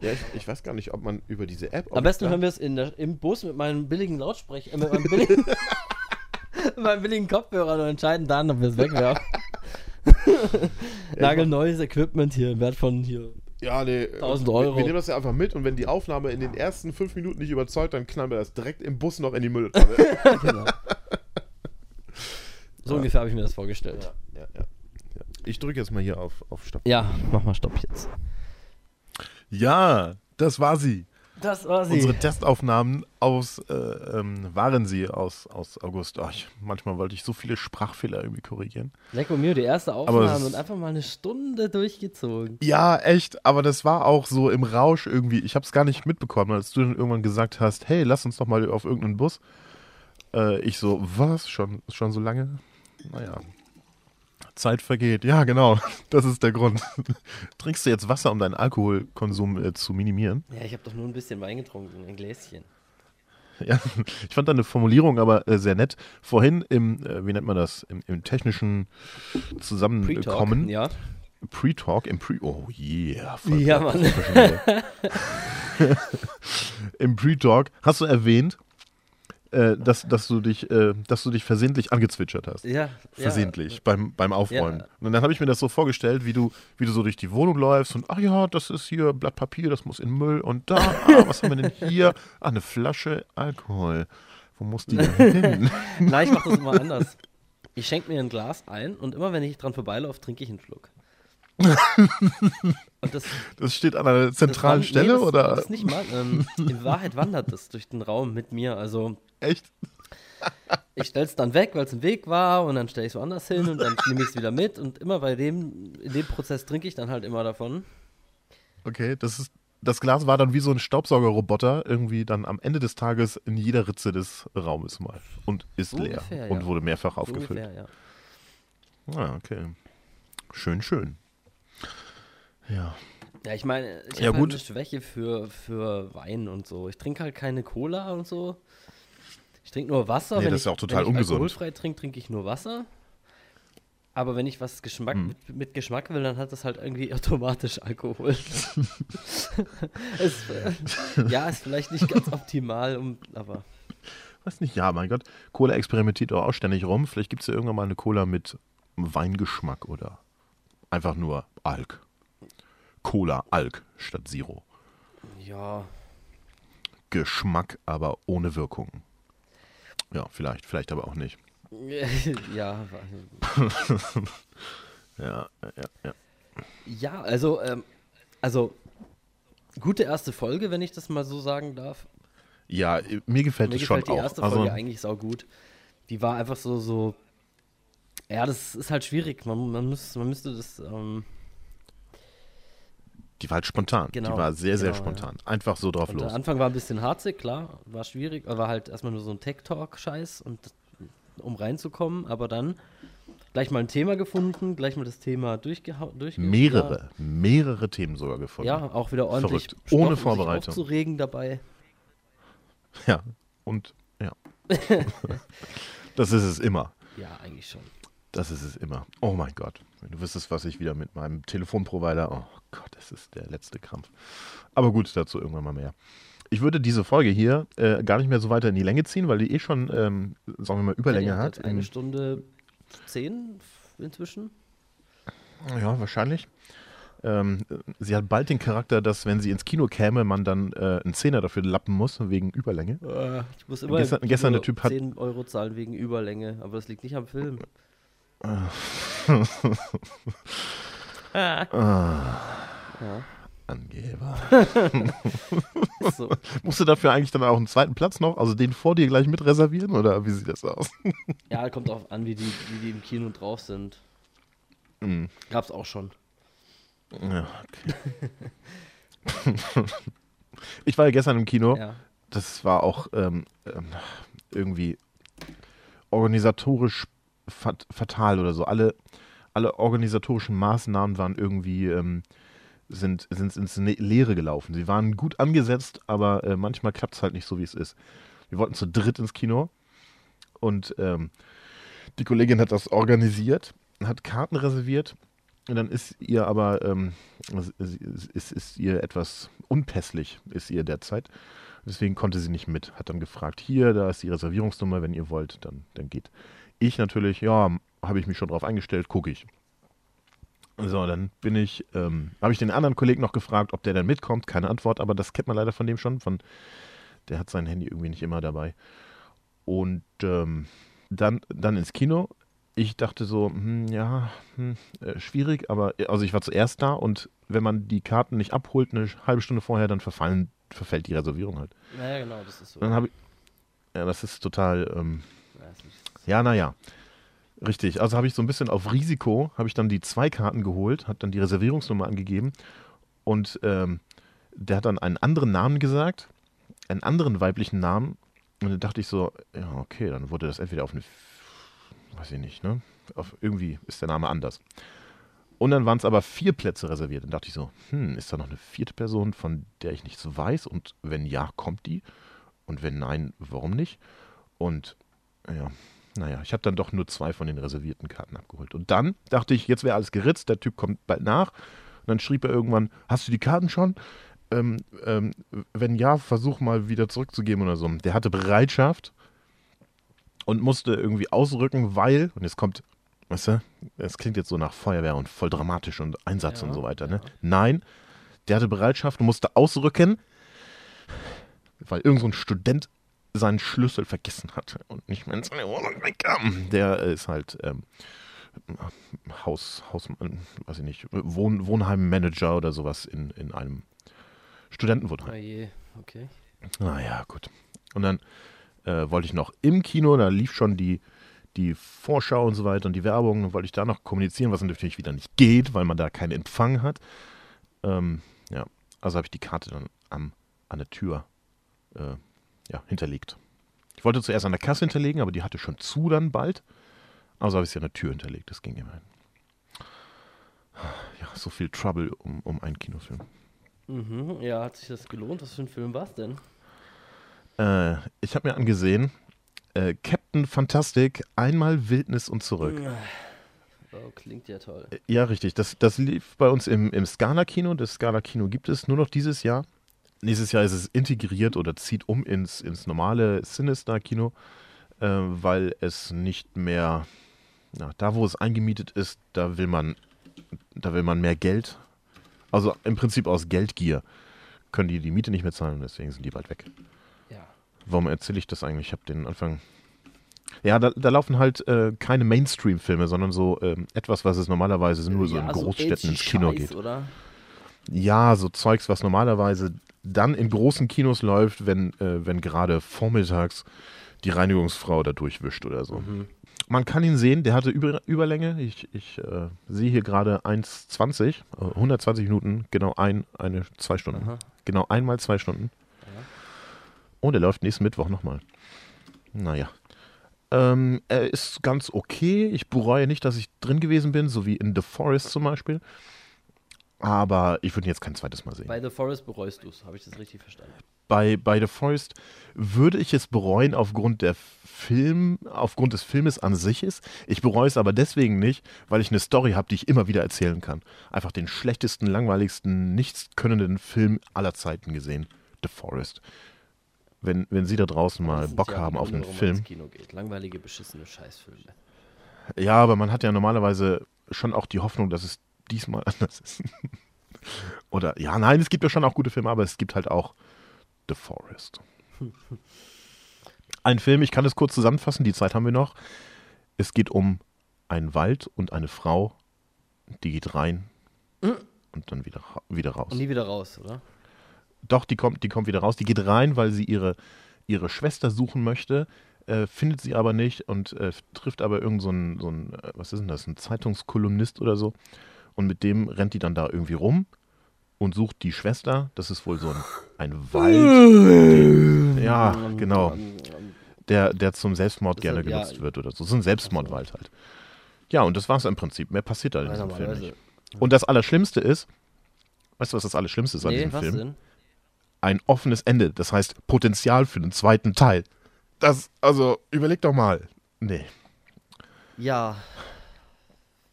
Speaker 3: ja ich, ich weiß gar nicht, ob man über diese App.
Speaker 2: Am besten hören wir es in der, im Bus mit meinem billigen Lautsprecher, äh, mit meinem billigen, mit meinem billigen Kopfhörer und entscheiden dann, ob wir es wegwerfen. Nagelneues Equipment hier im Wert von hier.
Speaker 3: Ja, nee. äh,
Speaker 2: 1000
Speaker 3: wir-
Speaker 2: Euro.
Speaker 3: Wir nehmen das ja einfach mit und wenn die Aufnahme in den ersten fünf Minuten nicht überzeugt, dann knallen wir das direkt im Bus noch in die Mülltonne.
Speaker 2: Genau. So ungefähr habe ich mir das vorgestellt.
Speaker 3: ja, ja. Ich drücke jetzt mal hier auf, auf Stopp.
Speaker 2: Ja. mach mal Stopp jetzt.
Speaker 1: Ja, das war sie.
Speaker 2: Das war sie.
Speaker 1: Unsere Testaufnahmen aus, äh, ähm, waren sie aus, aus August. Oh, ich, manchmal wollte ich so viele Sprachfehler irgendwie korrigieren.
Speaker 2: Lecco Mio, die erste
Speaker 1: es
Speaker 2: Aufnahme
Speaker 1: ist-
Speaker 2: und einfach mal eine Stunde durchgezogen.
Speaker 1: Ja, echt, aber das war auch so im Rausch irgendwie. Ich habe es gar nicht mitbekommen, als du dann irgendwann gesagt hast, hey, lass uns doch mal auf irgendeinen Bus. Äh, ich so, was? Schon, schon so lange? Naja. Zeit vergeht. Ja, genau. Das ist der Grund. Trinkst du jetzt Wasser, um deinen Alkoholkonsum äh, zu minimieren?
Speaker 2: Ja, ich habe doch nur ein bisschen Wein getrunken, ein Gläschen.
Speaker 1: Ja, ich fand deine Formulierung aber äh, sehr nett. Vorhin im, äh, wie nennt man das, im, im technischen Zusammenkommen,
Speaker 2: ja.
Speaker 1: Pre-Talk, im Pre, oh yeah, voll
Speaker 2: Ja,
Speaker 1: klar.
Speaker 2: Mann.
Speaker 1: Im Pre-Talk hast du erwähnt, äh, dass, dass, du dich, äh, dass du dich versehentlich angezwitschert hast.
Speaker 2: Ja.
Speaker 1: Versehentlich, beim, beim Aufräumen.
Speaker 2: Ja.
Speaker 1: Und dann habe ich mir das so vorgestellt, wie du, wie du so durch die Wohnung läufst und, ach ja, das ist hier Blatt Papier, das muss in Müll und da, ah, was haben wir denn hier? Ah, eine Flasche Alkohol. Wo muss die denn hin?
Speaker 2: Ja. Nein, ich mache das immer anders. Ich schenke mir ein Glas ein und immer wenn ich dran vorbeilaufe, trinke ich einen Schluck. und das,
Speaker 1: Das steht an einer
Speaker 2: das
Speaker 1: zentralen
Speaker 2: wand-
Speaker 1: Stelle
Speaker 2: nee, das,
Speaker 1: oder?
Speaker 2: Das nicht mal. Ähm, in Wahrheit wandert das durch den Raum mit mir. Also
Speaker 1: Echt?
Speaker 2: ich stelle es dann weg, weil es im Weg war und dann stelle ich es woanders hin und dann nehme ich es wieder mit und immer bei dem, in dem Prozess trinke ich dann halt immer davon.
Speaker 1: Okay, das ist. Das Glas war dann wie so ein Staubsaugerroboter, irgendwie dann am Ende des Tages in jeder Ritze des Raumes mal. Und ist
Speaker 2: So
Speaker 1: leer.
Speaker 2: ungefähr,
Speaker 1: und
Speaker 2: ja.
Speaker 1: wurde mehrfach
Speaker 2: So
Speaker 1: aufgefüllt.
Speaker 2: ungefähr, ja.
Speaker 1: Ah, okay. Schön, schön. Ja.
Speaker 2: Ja, ich meine, ich
Speaker 1: Ja,
Speaker 2: habe
Speaker 1: gut.
Speaker 2: halt eine Schwäche für, für Wein und so. Ich trinke halt keine Cola und so. Ich trinke nur Wasser.
Speaker 1: Nee,
Speaker 2: wenn
Speaker 1: das
Speaker 2: ich,
Speaker 1: ist ja auch total
Speaker 2: wenn
Speaker 1: ungesund.
Speaker 2: Wenn ich alkoholfrei trinke, trinke ich nur Wasser. Aber wenn ich was Geschmack,
Speaker 1: Mhm.
Speaker 2: mit, mit Geschmack will, dann hat das halt irgendwie automatisch Alkohol. es, äh, ja, ist vielleicht nicht ganz optimal, um, aber
Speaker 1: Weiß nicht, ja, mein Gott. Cola experimentiert doch auch ständig rum. Vielleicht gibt es ja irgendwann mal eine Cola mit Weingeschmack oder einfach nur Alk. Cola, Alk statt Zero.
Speaker 2: ja.
Speaker 1: Geschmack, aber ohne Wirkung. Ja, vielleicht, vielleicht aber auch nicht.
Speaker 2: ja, wa-
Speaker 1: Ja, ja, ja.
Speaker 2: ja, also, ähm, also, gute erste Folge, wenn ich das mal so sagen darf.
Speaker 1: Ja, mir gefällt
Speaker 2: Mir
Speaker 1: es
Speaker 2: gefällt
Speaker 1: schon
Speaker 2: die
Speaker 1: auch.
Speaker 2: erste
Speaker 1: also,
Speaker 2: Folge eigentlich sau gut. Die war einfach so, so. Ja, das ist halt schwierig. Man, man, muss, man müsste das. Ähm,
Speaker 1: die war halt spontan.
Speaker 2: Genau,
Speaker 1: die war sehr, sehr
Speaker 2: genau,
Speaker 1: spontan. Einfach so drauf
Speaker 2: und
Speaker 1: los.
Speaker 2: also der Anfang war ein bisschen harzig, klar. War schwierig. aber War halt erstmal nur so ein Tech-Talk-Scheiß, und um reinzukommen. Aber dann gleich mal ein Thema gefunden, gleich mal das Thema durchgehauen.
Speaker 1: Mehrere, mehrere Themen sogar gefunden.
Speaker 2: Ja, auch wieder ordentlich.
Speaker 1: Verrückt. Ohne
Speaker 2: Stoff, um sich
Speaker 1: Vorbereitung.
Speaker 2: Aufzuregen dabei.
Speaker 1: Ja, und ja. das ist es immer.
Speaker 2: Ja, eigentlich schon.
Speaker 1: Das ist es immer. Oh mein Gott. Wenn du wüsstest, was ich wieder mit meinem Telefonprovider. Oh Gott, das ist der letzte Krampf. Aber gut, dazu irgendwann mal mehr. Ich würde diese Folge hier äh, gar nicht mehr so weiter in die Länge ziehen, weil die eh schon, ähm, sagen wir mal, Überlänge
Speaker 2: Die
Speaker 1: hat. Ähm,
Speaker 2: Eine
Speaker 1: In,
Speaker 2: Stunde zehn inzwischen.
Speaker 1: ja, wahrscheinlich. Ähm, sie hat bald den Charakter, dass, wenn sie ins Kino käme, man dann äh, einen Zehner dafür lappen muss, wegen Überlänge.
Speaker 2: Ich muss immer
Speaker 1: Gestern- gestern
Speaker 2: nur
Speaker 1: der Typ hat-
Speaker 2: 10 Euro zahlen wegen Überlänge, aber das liegt nicht am Film.
Speaker 1: Angeber.
Speaker 2: Ist So.
Speaker 1: Musst du dafür eigentlich dann auch einen zweiten Platz noch, also den vor dir gleich mit reservieren oder wie sieht das aus?
Speaker 2: Ja, kommt drauf an, wie die, wie die im Kino drauf sind.
Speaker 1: Mm.
Speaker 2: Gab's auch schon.
Speaker 1: Ja, okay. ich war ja gestern im Kino.
Speaker 2: Ja.
Speaker 1: Das war auch ähm, ähm, irgendwie organisatorisch fat fatal oder so. Alle, alle organisatorischen Maßnahmen waren irgendwie ähm, sind, sind ins Ne- Leere gelaufen. Sie waren gut angesetzt, aber äh, manchmal klappt es halt nicht so, wie es ist. Wir wollten zu dritt ins Kino und ähm, die Kollegin hat das organisiert, hat Karten reserviert und dann ist ihr aber ähm, es- es- es- es ist ihr etwas unpässlich, ist ihr derzeit. Deswegen konnte sie nicht mit. Hat dann gefragt, hier, da ist die Reservierungsnummer, wenn ihr wollt, dann, dann geht. Ich natürlich, ja, habe ich mich schon drauf eingestellt, gucke ich. So, dann bin ich, ähm, habe ich den anderen Kollegen noch gefragt, ob der dann mitkommt. Keine Antwort, aber das kennt man leider von dem schon. Von, der hat sein Handy irgendwie nicht immer dabei. Und ähm, dann, dann ins Kino. Ich dachte so, hm, ja, hm, äh, schwierig, aber also ich war zuerst da und wenn man die Karten nicht abholt, eine halbe Stunde vorher, dann verfallen, verfällt die Reservierung halt.
Speaker 2: Naja, genau, das ist so.
Speaker 1: Dann habe ich. Ja, das ist total. Ähm,
Speaker 2: Ja, ist nicht-
Speaker 1: ja, naja. Richtig. Also habe ich so ein bisschen auf Risiko, habe ich dann die zwei Karten geholt, habe dann die Reservierungsnummer angegeben und ähm, der hat dann einen anderen Namen gesagt, einen anderen weiblichen Namen. Und dann dachte ich so, ja, okay, dann wurde das entweder auf eine. Weiß ich nicht, ne? Auf, irgendwie ist der Name anders. Und dann waren es aber vier Plätze reserviert. Dann dachte ich so, hm, ist da noch eine vierte Person, von der ich nichts weiß? Und wenn ja, kommt die? Und wenn nein, warum nicht? Und ja, naja, ich habe dann doch nur zwei von den reservierten Karten abgeholt. Und dann dachte ich, jetzt wäre alles geritzt, der Typ kommt bald nach. Und dann schrieb er irgendwann, hast du die Karten schon? Ähm, ähm, wenn ja, versuch mal wieder zurückzugeben oder so. Der hatte Bereitschaft und musste irgendwie ausrücken, weil, und jetzt kommt, weißt du, es klingt jetzt so nach Feuerwehr und voll dramatisch und Einsatz
Speaker 2: Ja,
Speaker 1: und so weiter, ne? Nein, der hatte Bereitschaft und musste ausrücken, weil irgend so ein Student seinen Schlüssel vergessen hatte und nicht mehr in seine Wohnung reinkam. Der ist halt ähm, Haus, Hausmann, weiß ich nicht, Wohn, Wohnheimmanager oder sowas in, in einem Studentenwohnheim.
Speaker 2: Ah je, okay.
Speaker 1: Naja, Ah gut. Und dann äh, wollte ich noch im Kino, da lief schon die, die Vorschau und so weiter und die Werbung, dann wollte ich da noch kommunizieren, was natürlich wieder nicht geht, weil man da keinen Empfang hat. Ähm, ja, also habe ich die Karte dann am, an der Tür äh, ja, hinterlegt. Ich wollte zuerst an der Kasse hinterlegen, aber die hatte schon zu dann bald. Also habe ich sie an der Tür hinterlegt, das ging immerhin. Ja, so viel Trouble um, um einen Kinofilm.
Speaker 2: Mhm, ja, hat sich das gelohnt? Was für ein Film war's denn?
Speaker 1: Äh, ich habe mir angesehen Äh, Captain Fantastic, einmal Wildnis und zurück.
Speaker 2: Oh, klingt ja toll.
Speaker 1: Ja, richtig. Das, das lief bei uns im, im Scala-Kino. Das Scala-Kino gibt es nur noch dieses Jahr. Nächstes Jahr ist es integriert oder zieht um ins, ins normale Sinister-Kino, äh, weil es nicht mehr, na, da wo es eingemietet ist, da will man, da will man mehr Geld. Also im Prinzip aus Geldgier können die die Miete nicht mehr zahlen und deswegen sind die bald weg.
Speaker 2: Ja.
Speaker 1: Warum erzähle ich das eigentlich? Ich habe den Anfang. Ja, da, da laufen halt äh, keine Mainstream-Filme, sondern so ähm, etwas, was es normalerweise nur so in
Speaker 2: Ja,
Speaker 1: Großstädten
Speaker 2: edgy
Speaker 1: ins Kino
Speaker 2: Scheiß,
Speaker 1: geht.
Speaker 2: Oder?
Speaker 1: Ja, so Zeugs, was normalerweise dann in großen Kinos läuft, wenn, äh, wenn gerade vormittags die Reinigungsfrau da durchwischt oder so. Man kann ihn sehen, der hatte Über Überlänge. Ich, ich äh, sehe hier gerade 1,20, äh, 120 Minuten, genau ein, eine, zwei Stunden.
Speaker 2: Aha.
Speaker 1: Genau einmal zwei Stunden. Und er läuft nächsten Mittwoch nochmal. Naja. Ähm, er ist ganz okay. Ich bereue nicht, dass ich drin gewesen bin, so wie in The Forest zum Beispiel. Aber ich würde ihn jetzt kein zweites Mal sehen.
Speaker 2: Bei The Forest bereust du es, habe ich das richtig verstanden.
Speaker 1: Bei, bei The Forest würde ich es bereuen aufgrund der Film, aufgrund des Filmes an sich ist. Ich bereue es aber deswegen nicht, weil ich eine Story habe, die ich immer wieder erzählen kann. Einfach den schlechtesten, langweiligsten, nichtskönnenden Film aller Zeiten gesehen. The Forest. Wenn, wenn Sie da draußen mal
Speaker 2: Das sind
Speaker 1: Bock
Speaker 2: ja die
Speaker 1: haben auf
Speaker 2: Gründe,
Speaker 1: einen
Speaker 2: warum man
Speaker 1: Film.
Speaker 2: Ins Kino geht. Langweilige, beschissene Scheißfilme.
Speaker 1: Ja, aber man hat ja normalerweise schon auch die Hoffnung, dass es diesmal anders ist. Oder ja, nein, es gibt ja schon auch gute Filme, aber es gibt halt auch The Forest. Ein Film, ich kann es kurz zusammenfassen, die Zeit haben wir noch. Es geht um einen Wald und eine Frau, die geht rein und dann wieder, ra- wieder raus.
Speaker 2: Und nie wieder raus, oder?
Speaker 1: Doch, die kommt, die kommt wieder raus. Die geht rein, weil sie ihre, ihre Schwester suchen möchte, äh, findet sie aber nicht und äh, trifft aber irgend so einen, so einen, äh, was ist denn das, einen Zeitungskolumnist oder so. Und mit dem rennt die dann da irgendwie rum und sucht die Schwester. Das ist wohl so ein, ein Wald. den- ja, genau. Der, der zum Selbstmord
Speaker 2: Äh. Das
Speaker 1: gerne
Speaker 2: ist ja-
Speaker 1: genutzt wird oder so. So ein Selbstmordwald halt. Ja, und das war's im Prinzip. Mehr passiert da in
Speaker 2: Ja,
Speaker 1: diesem Film
Speaker 2: normalerweise.
Speaker 1: nicht. Und das Allerschlimmste ist, weißt du, was das Allerschlimmste ist an
Speaker 2: Nee,
Speaker 1: diesem
Speaker 2: was
Speaker 1: Film?
Speaker 2: denn?
Speaker 1: ein offenes Ende. Das heißt Potenzial für den zweiten Teil. Das, also, überleg doch mal. Nee,
Speaker 2: Ja.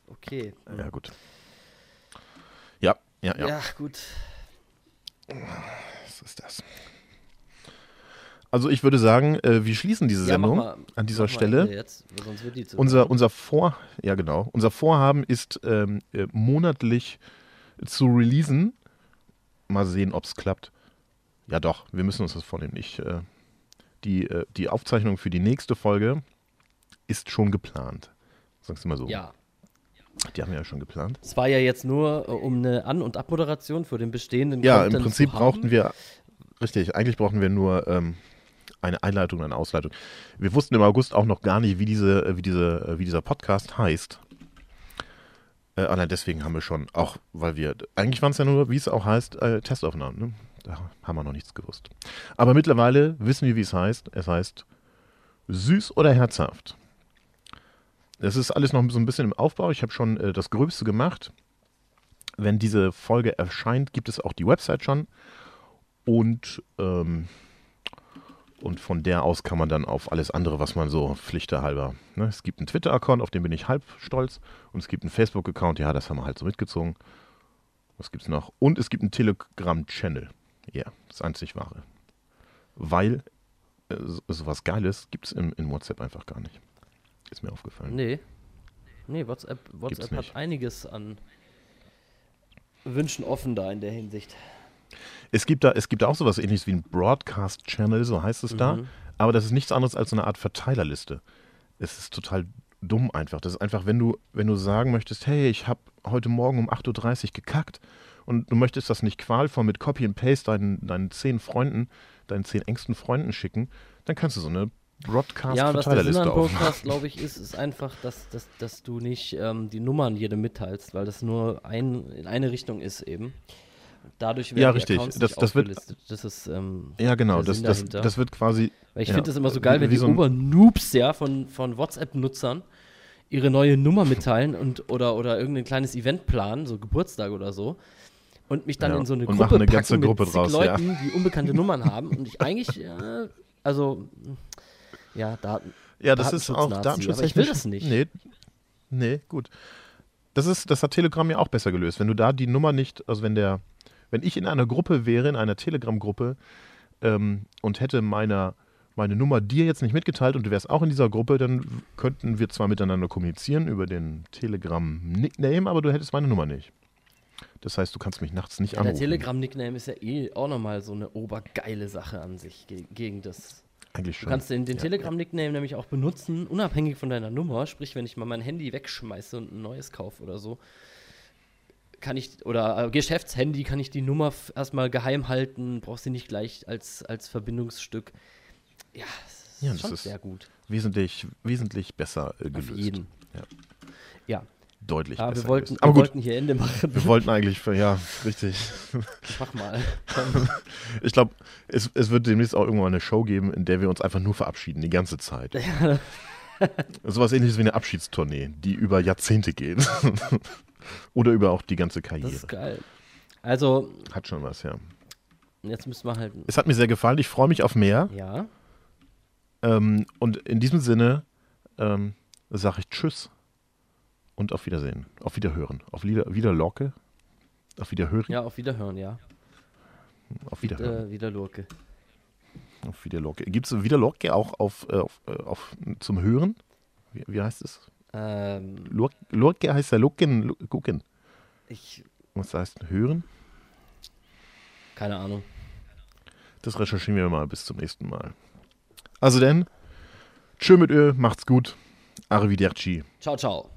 Speaker 2: Okay.
Speaker 1: ja, gut. Ja, ja, ja,
Speaker 2: Ja, gut.
Speaker 1: das ist das. Also, ich würde sagen, äh, wir schließen diese
Speaker 2: ja,
Speaker 1: Sendung
Speaker 2: mach mal,
Speaker 1: an dieser
Speaker 2: mach mal
Speaker 1: Stelle.
Speaker 2: Ende Jetzt, weil sonst wird die zu
Speaker 1: Unser, unser, Vor ja, genau. unser Vorhaben ist, ähm, äh, monatlich zu releasen. Mal sehen, ob es klappt. Ja, doch, wir müssen uns das vornehmen. Ich, äh, die, äh, die Aufzeichnung für die nächste Folge ist schon geplant. Sagst du mal so.
Speaker 2: Ja.
Speaker 1: Die haben wir ja schon geplant.
Speaker 2: Es war ja jetzt nur äh, um eine An- und Abmoderation für den bestehenden
Speaker 1: Ja,
Speaker 2: Content
Speaker 1: im Prinzip
Speaker 2: zu haben.
Speaker 1: brauchten wir, richtig, eigentlich brauchten wir nur ähm, eine Einleitung und eine Ausleitung. Wir wussten im August auch noch gar nicht, wie, diese, äh, wie, diese, äh, wie dieser Podcast heißt. Äh, allein deswegen haben wir schon, auch weil wir, eigentlich waren es ja nur, wie es auch heißt, äh, Testaufnahmen. Ne? Da haben wir noch nichts gewusst. Aber mittlerweile wissen wir, wie es heißt. Es heißt süß oder herzhaft. Das ist alles noch so ein bisschen im Aufbau. Ich habe schon äh, das Gröbste gemacht wenn diese Folge erscheint, gibt es auch die Website schon. Und, ähm, und von der aus kann man dann auf alles andere, was man so pflichterhalber. Ne? Es gibt einen Twitter-Account, auf den bin ich halb stolz. Und es gibt einen Facebook-Account, ja, das haben wir halt so mitgezogen. Was gibt es noch? Und es gibt einen Telegram-Channel. Ja, das einzig wahre. Weil äh, so- sowas Geiles gibt es in WhatsApp einfach gar nicht. Ist mir aufgefallen.
Speaker 2: Nee. Nee, WhatsApp, WhatsApp hat
Speaker 1: nicht.
Speaker 2: einiges an Wünschen offen da in der Hinsicht.
Speaker 1: Es gibt da, es gibt da auch sowas ähnliches wie ein Broadcast-Channel, so heißt es
Speaker 2: Mhm.
Speaker 1: da. Aber das ist nichts anderes als so eine Art Verteilerliste. Es ist total dumm einfach. Das ist einfach, wenn du, wenn du sagen möchtest, hey, ich habe heute Morgen um 8.30 Uhr gekackt und du möchtest das nicht qualvoll mit Copy and Paste deinen, deinen zehn Freunden, deinen zehn engsten Freunden schicken, dann kannst du so eine
Speaker 2: Ja, und was der Sinn
Speaker 1: Broadcast-Verteilerliste
Speaker 2: an
Speaker 1: aufmachen.
Speaker 2: Podcast, glaube ich, ist, ist einfach, dass, dass, dass du nicht ähm, die Nummern jedem mitteilst, weil das nur ein, in eine Richtung ist eben. Dadurch werden
Speaker 1: Ja,
Speaker 2: die
Speaker 1: richtig.
Speaker 2: Accounts
Speaker 1: Das-
Speaker 2: nicht
Speaker 1: das wird-
Speaker 2: aufgelistet. das ist, ähm,
Speaker 1: Ja, genau.
Speaker 2: Der
Speaker 1: Das,
Speaker 2: Sinn
Speaker 1: das,
Speaker 2: dahinter.
Speaker 1: das wird quasi.
Speaker 2: weil ich
Speaker 1: ja,
Speaker 2: finde das immer so
Speaker 1: äh,
Speaker 2: geil,
Speaker 1: wie-
Speaker 2: wenn
Speaker 1: wie
Speaker 2: die
Speaker 1: so ein-
Speaker 2: Obernoobs ja von, von WhatsApp-Nutzern ihre neue Nummer mitteilen und oder, oder irgendein kleines Event planen, so Geburtstag oder so. Und mich dann
Speaker 1: Ja,
Speaker 2: in so eine
Speaker 1: und
Speaker 2: Gruppe
Speaker 1: machen eine
Speaker 2: packen
Speaker 1: ganze
Speaker 2: mit
Speaker 1: Gruppe
Speaker 2: zig
Speaker 1: draus, ja.
Speaker 2: Leuten, die unbekannte Nummern haben. Und ich eigentlich, äh, also Ja, Daten.
Speaker 1: Ja, das ist auch
Speaker 2: Datenschutznazi,
Speaker 1: Datenschutz.
Speaker 2: aber ich will das nicht.
Speaker 1: Nee, nee gut. Das, ist, das hat Telegram ja auch besser gelöst. Wenn du da die Nummer nicht, also wenn der, wenn ich in einer Gruppe wäre, in einer Telegram-Gruppe ähm, und hätte meiner, meine Nummer dir jetzt nicht mitgeteilt und du wärst auch in dieser Gruppe, dann w- könnten wir zwar miteinander kommunizieren über den Telegram-Nickname, aber du hättest meine Nummer nicht. Das heißt, du kannst mich nachts nicht
Speaker 2: Ja, der
Speaker 1: anrufen.
Speaker 2: Telegram-Nickname ist ja eh auch nochmal so eine obergeile Sache an sich ge gegen das.
Speaker 1: Eigentlich
Speaker 2: Du
Speaker 1: schon.
Speaker 2: kannst den, den Telegram-Nickname nämlich auch benutzen, unabhängig von deiner Nummer. Sprich, wenn ich mal mein Handy wegschmeiße und ein neues kaufe oder so, kann ich, oder äh, Geschäftshandy, kann ich die Nummer f- erstmal geheim halten, brauchst sie nicht gleich als, als Verbindungsstück. Ja, das ist
Speaker 1: Ja, das
Speaker 2: schon
Speaker 1: ist
Speaker 2: sehr gut.
Speaker 1: wesentlich, wesentlich besser äh, gelöst.
Speaker 2: jeden.
Speaker 1: Ja.
Speaker 2: Ja,
Speaker 1: Deutlich
Speaker 2: ah,
Speaker 1: besser.
Speaker 2: wir, wollten,
Speaker 1: gelöst. Aber
Speaker 2: wir
Speaker 1: gut,
Speaker 2: wollten hier Ende machen.
Speaker 1: wir wollten eigentlich, für, ja, richtig.
Speaker 2: Mach mal.
Speaker 1: Ich glaube, es, es wird demnächst auch irgendwann eine Show geben, in der wir uns einfach nur verabschieden, die ganze Zeit. Sowas ähnliches wie eine Abschiedstournee, die über Jahrzehnte geht. Oder über auch die ganze
Speaker 2: Das
Speaker 1: Karriere.
Speaker 2: ist geil. Also,
Speaker 1: Hat schon was, ja.
Speaker 2: jetzt müssen wir halt.
Speaker 1: Es hat mir sehr gefallen, ich freue mich auf mehr.
Speaker 2: Ja.
Speaker 1: Ähm, und in diesem Sinne ähm, sage ich Tschüss und auf Wiedersehen, auf Wiederhören, auf Lieder, Wiederlocke, auf Wiederhören,
Speaker 2: Ja, auf Wiederhören, ja.
Speaker 1: auf
Speaker 2: Wieder,
Speaker 1: Wiederhören,
Speaker 2: äh, wieder Lurke.
Speaker 1: auf Wiederlocke. Gibt es Wiederlocke auch auf, äh, auf, äh, auf, zum Hören? Wie, wie heißt es?
Speaker 2: Ähm,
Speaker 1: Lurk- Lurke heißt ja Lucken, Lu- gucken.
Speaker 2: ich,
Speaker 1: Was heißt hören?
Speaker 2: keine Ahnung.
Speaker 1: Das recherchieren wir mal bis zum nächsten Mal. Also denn, tschö mit Ö, macht's gut. Arrivederci.
Speaker 2: Ciao, ciao.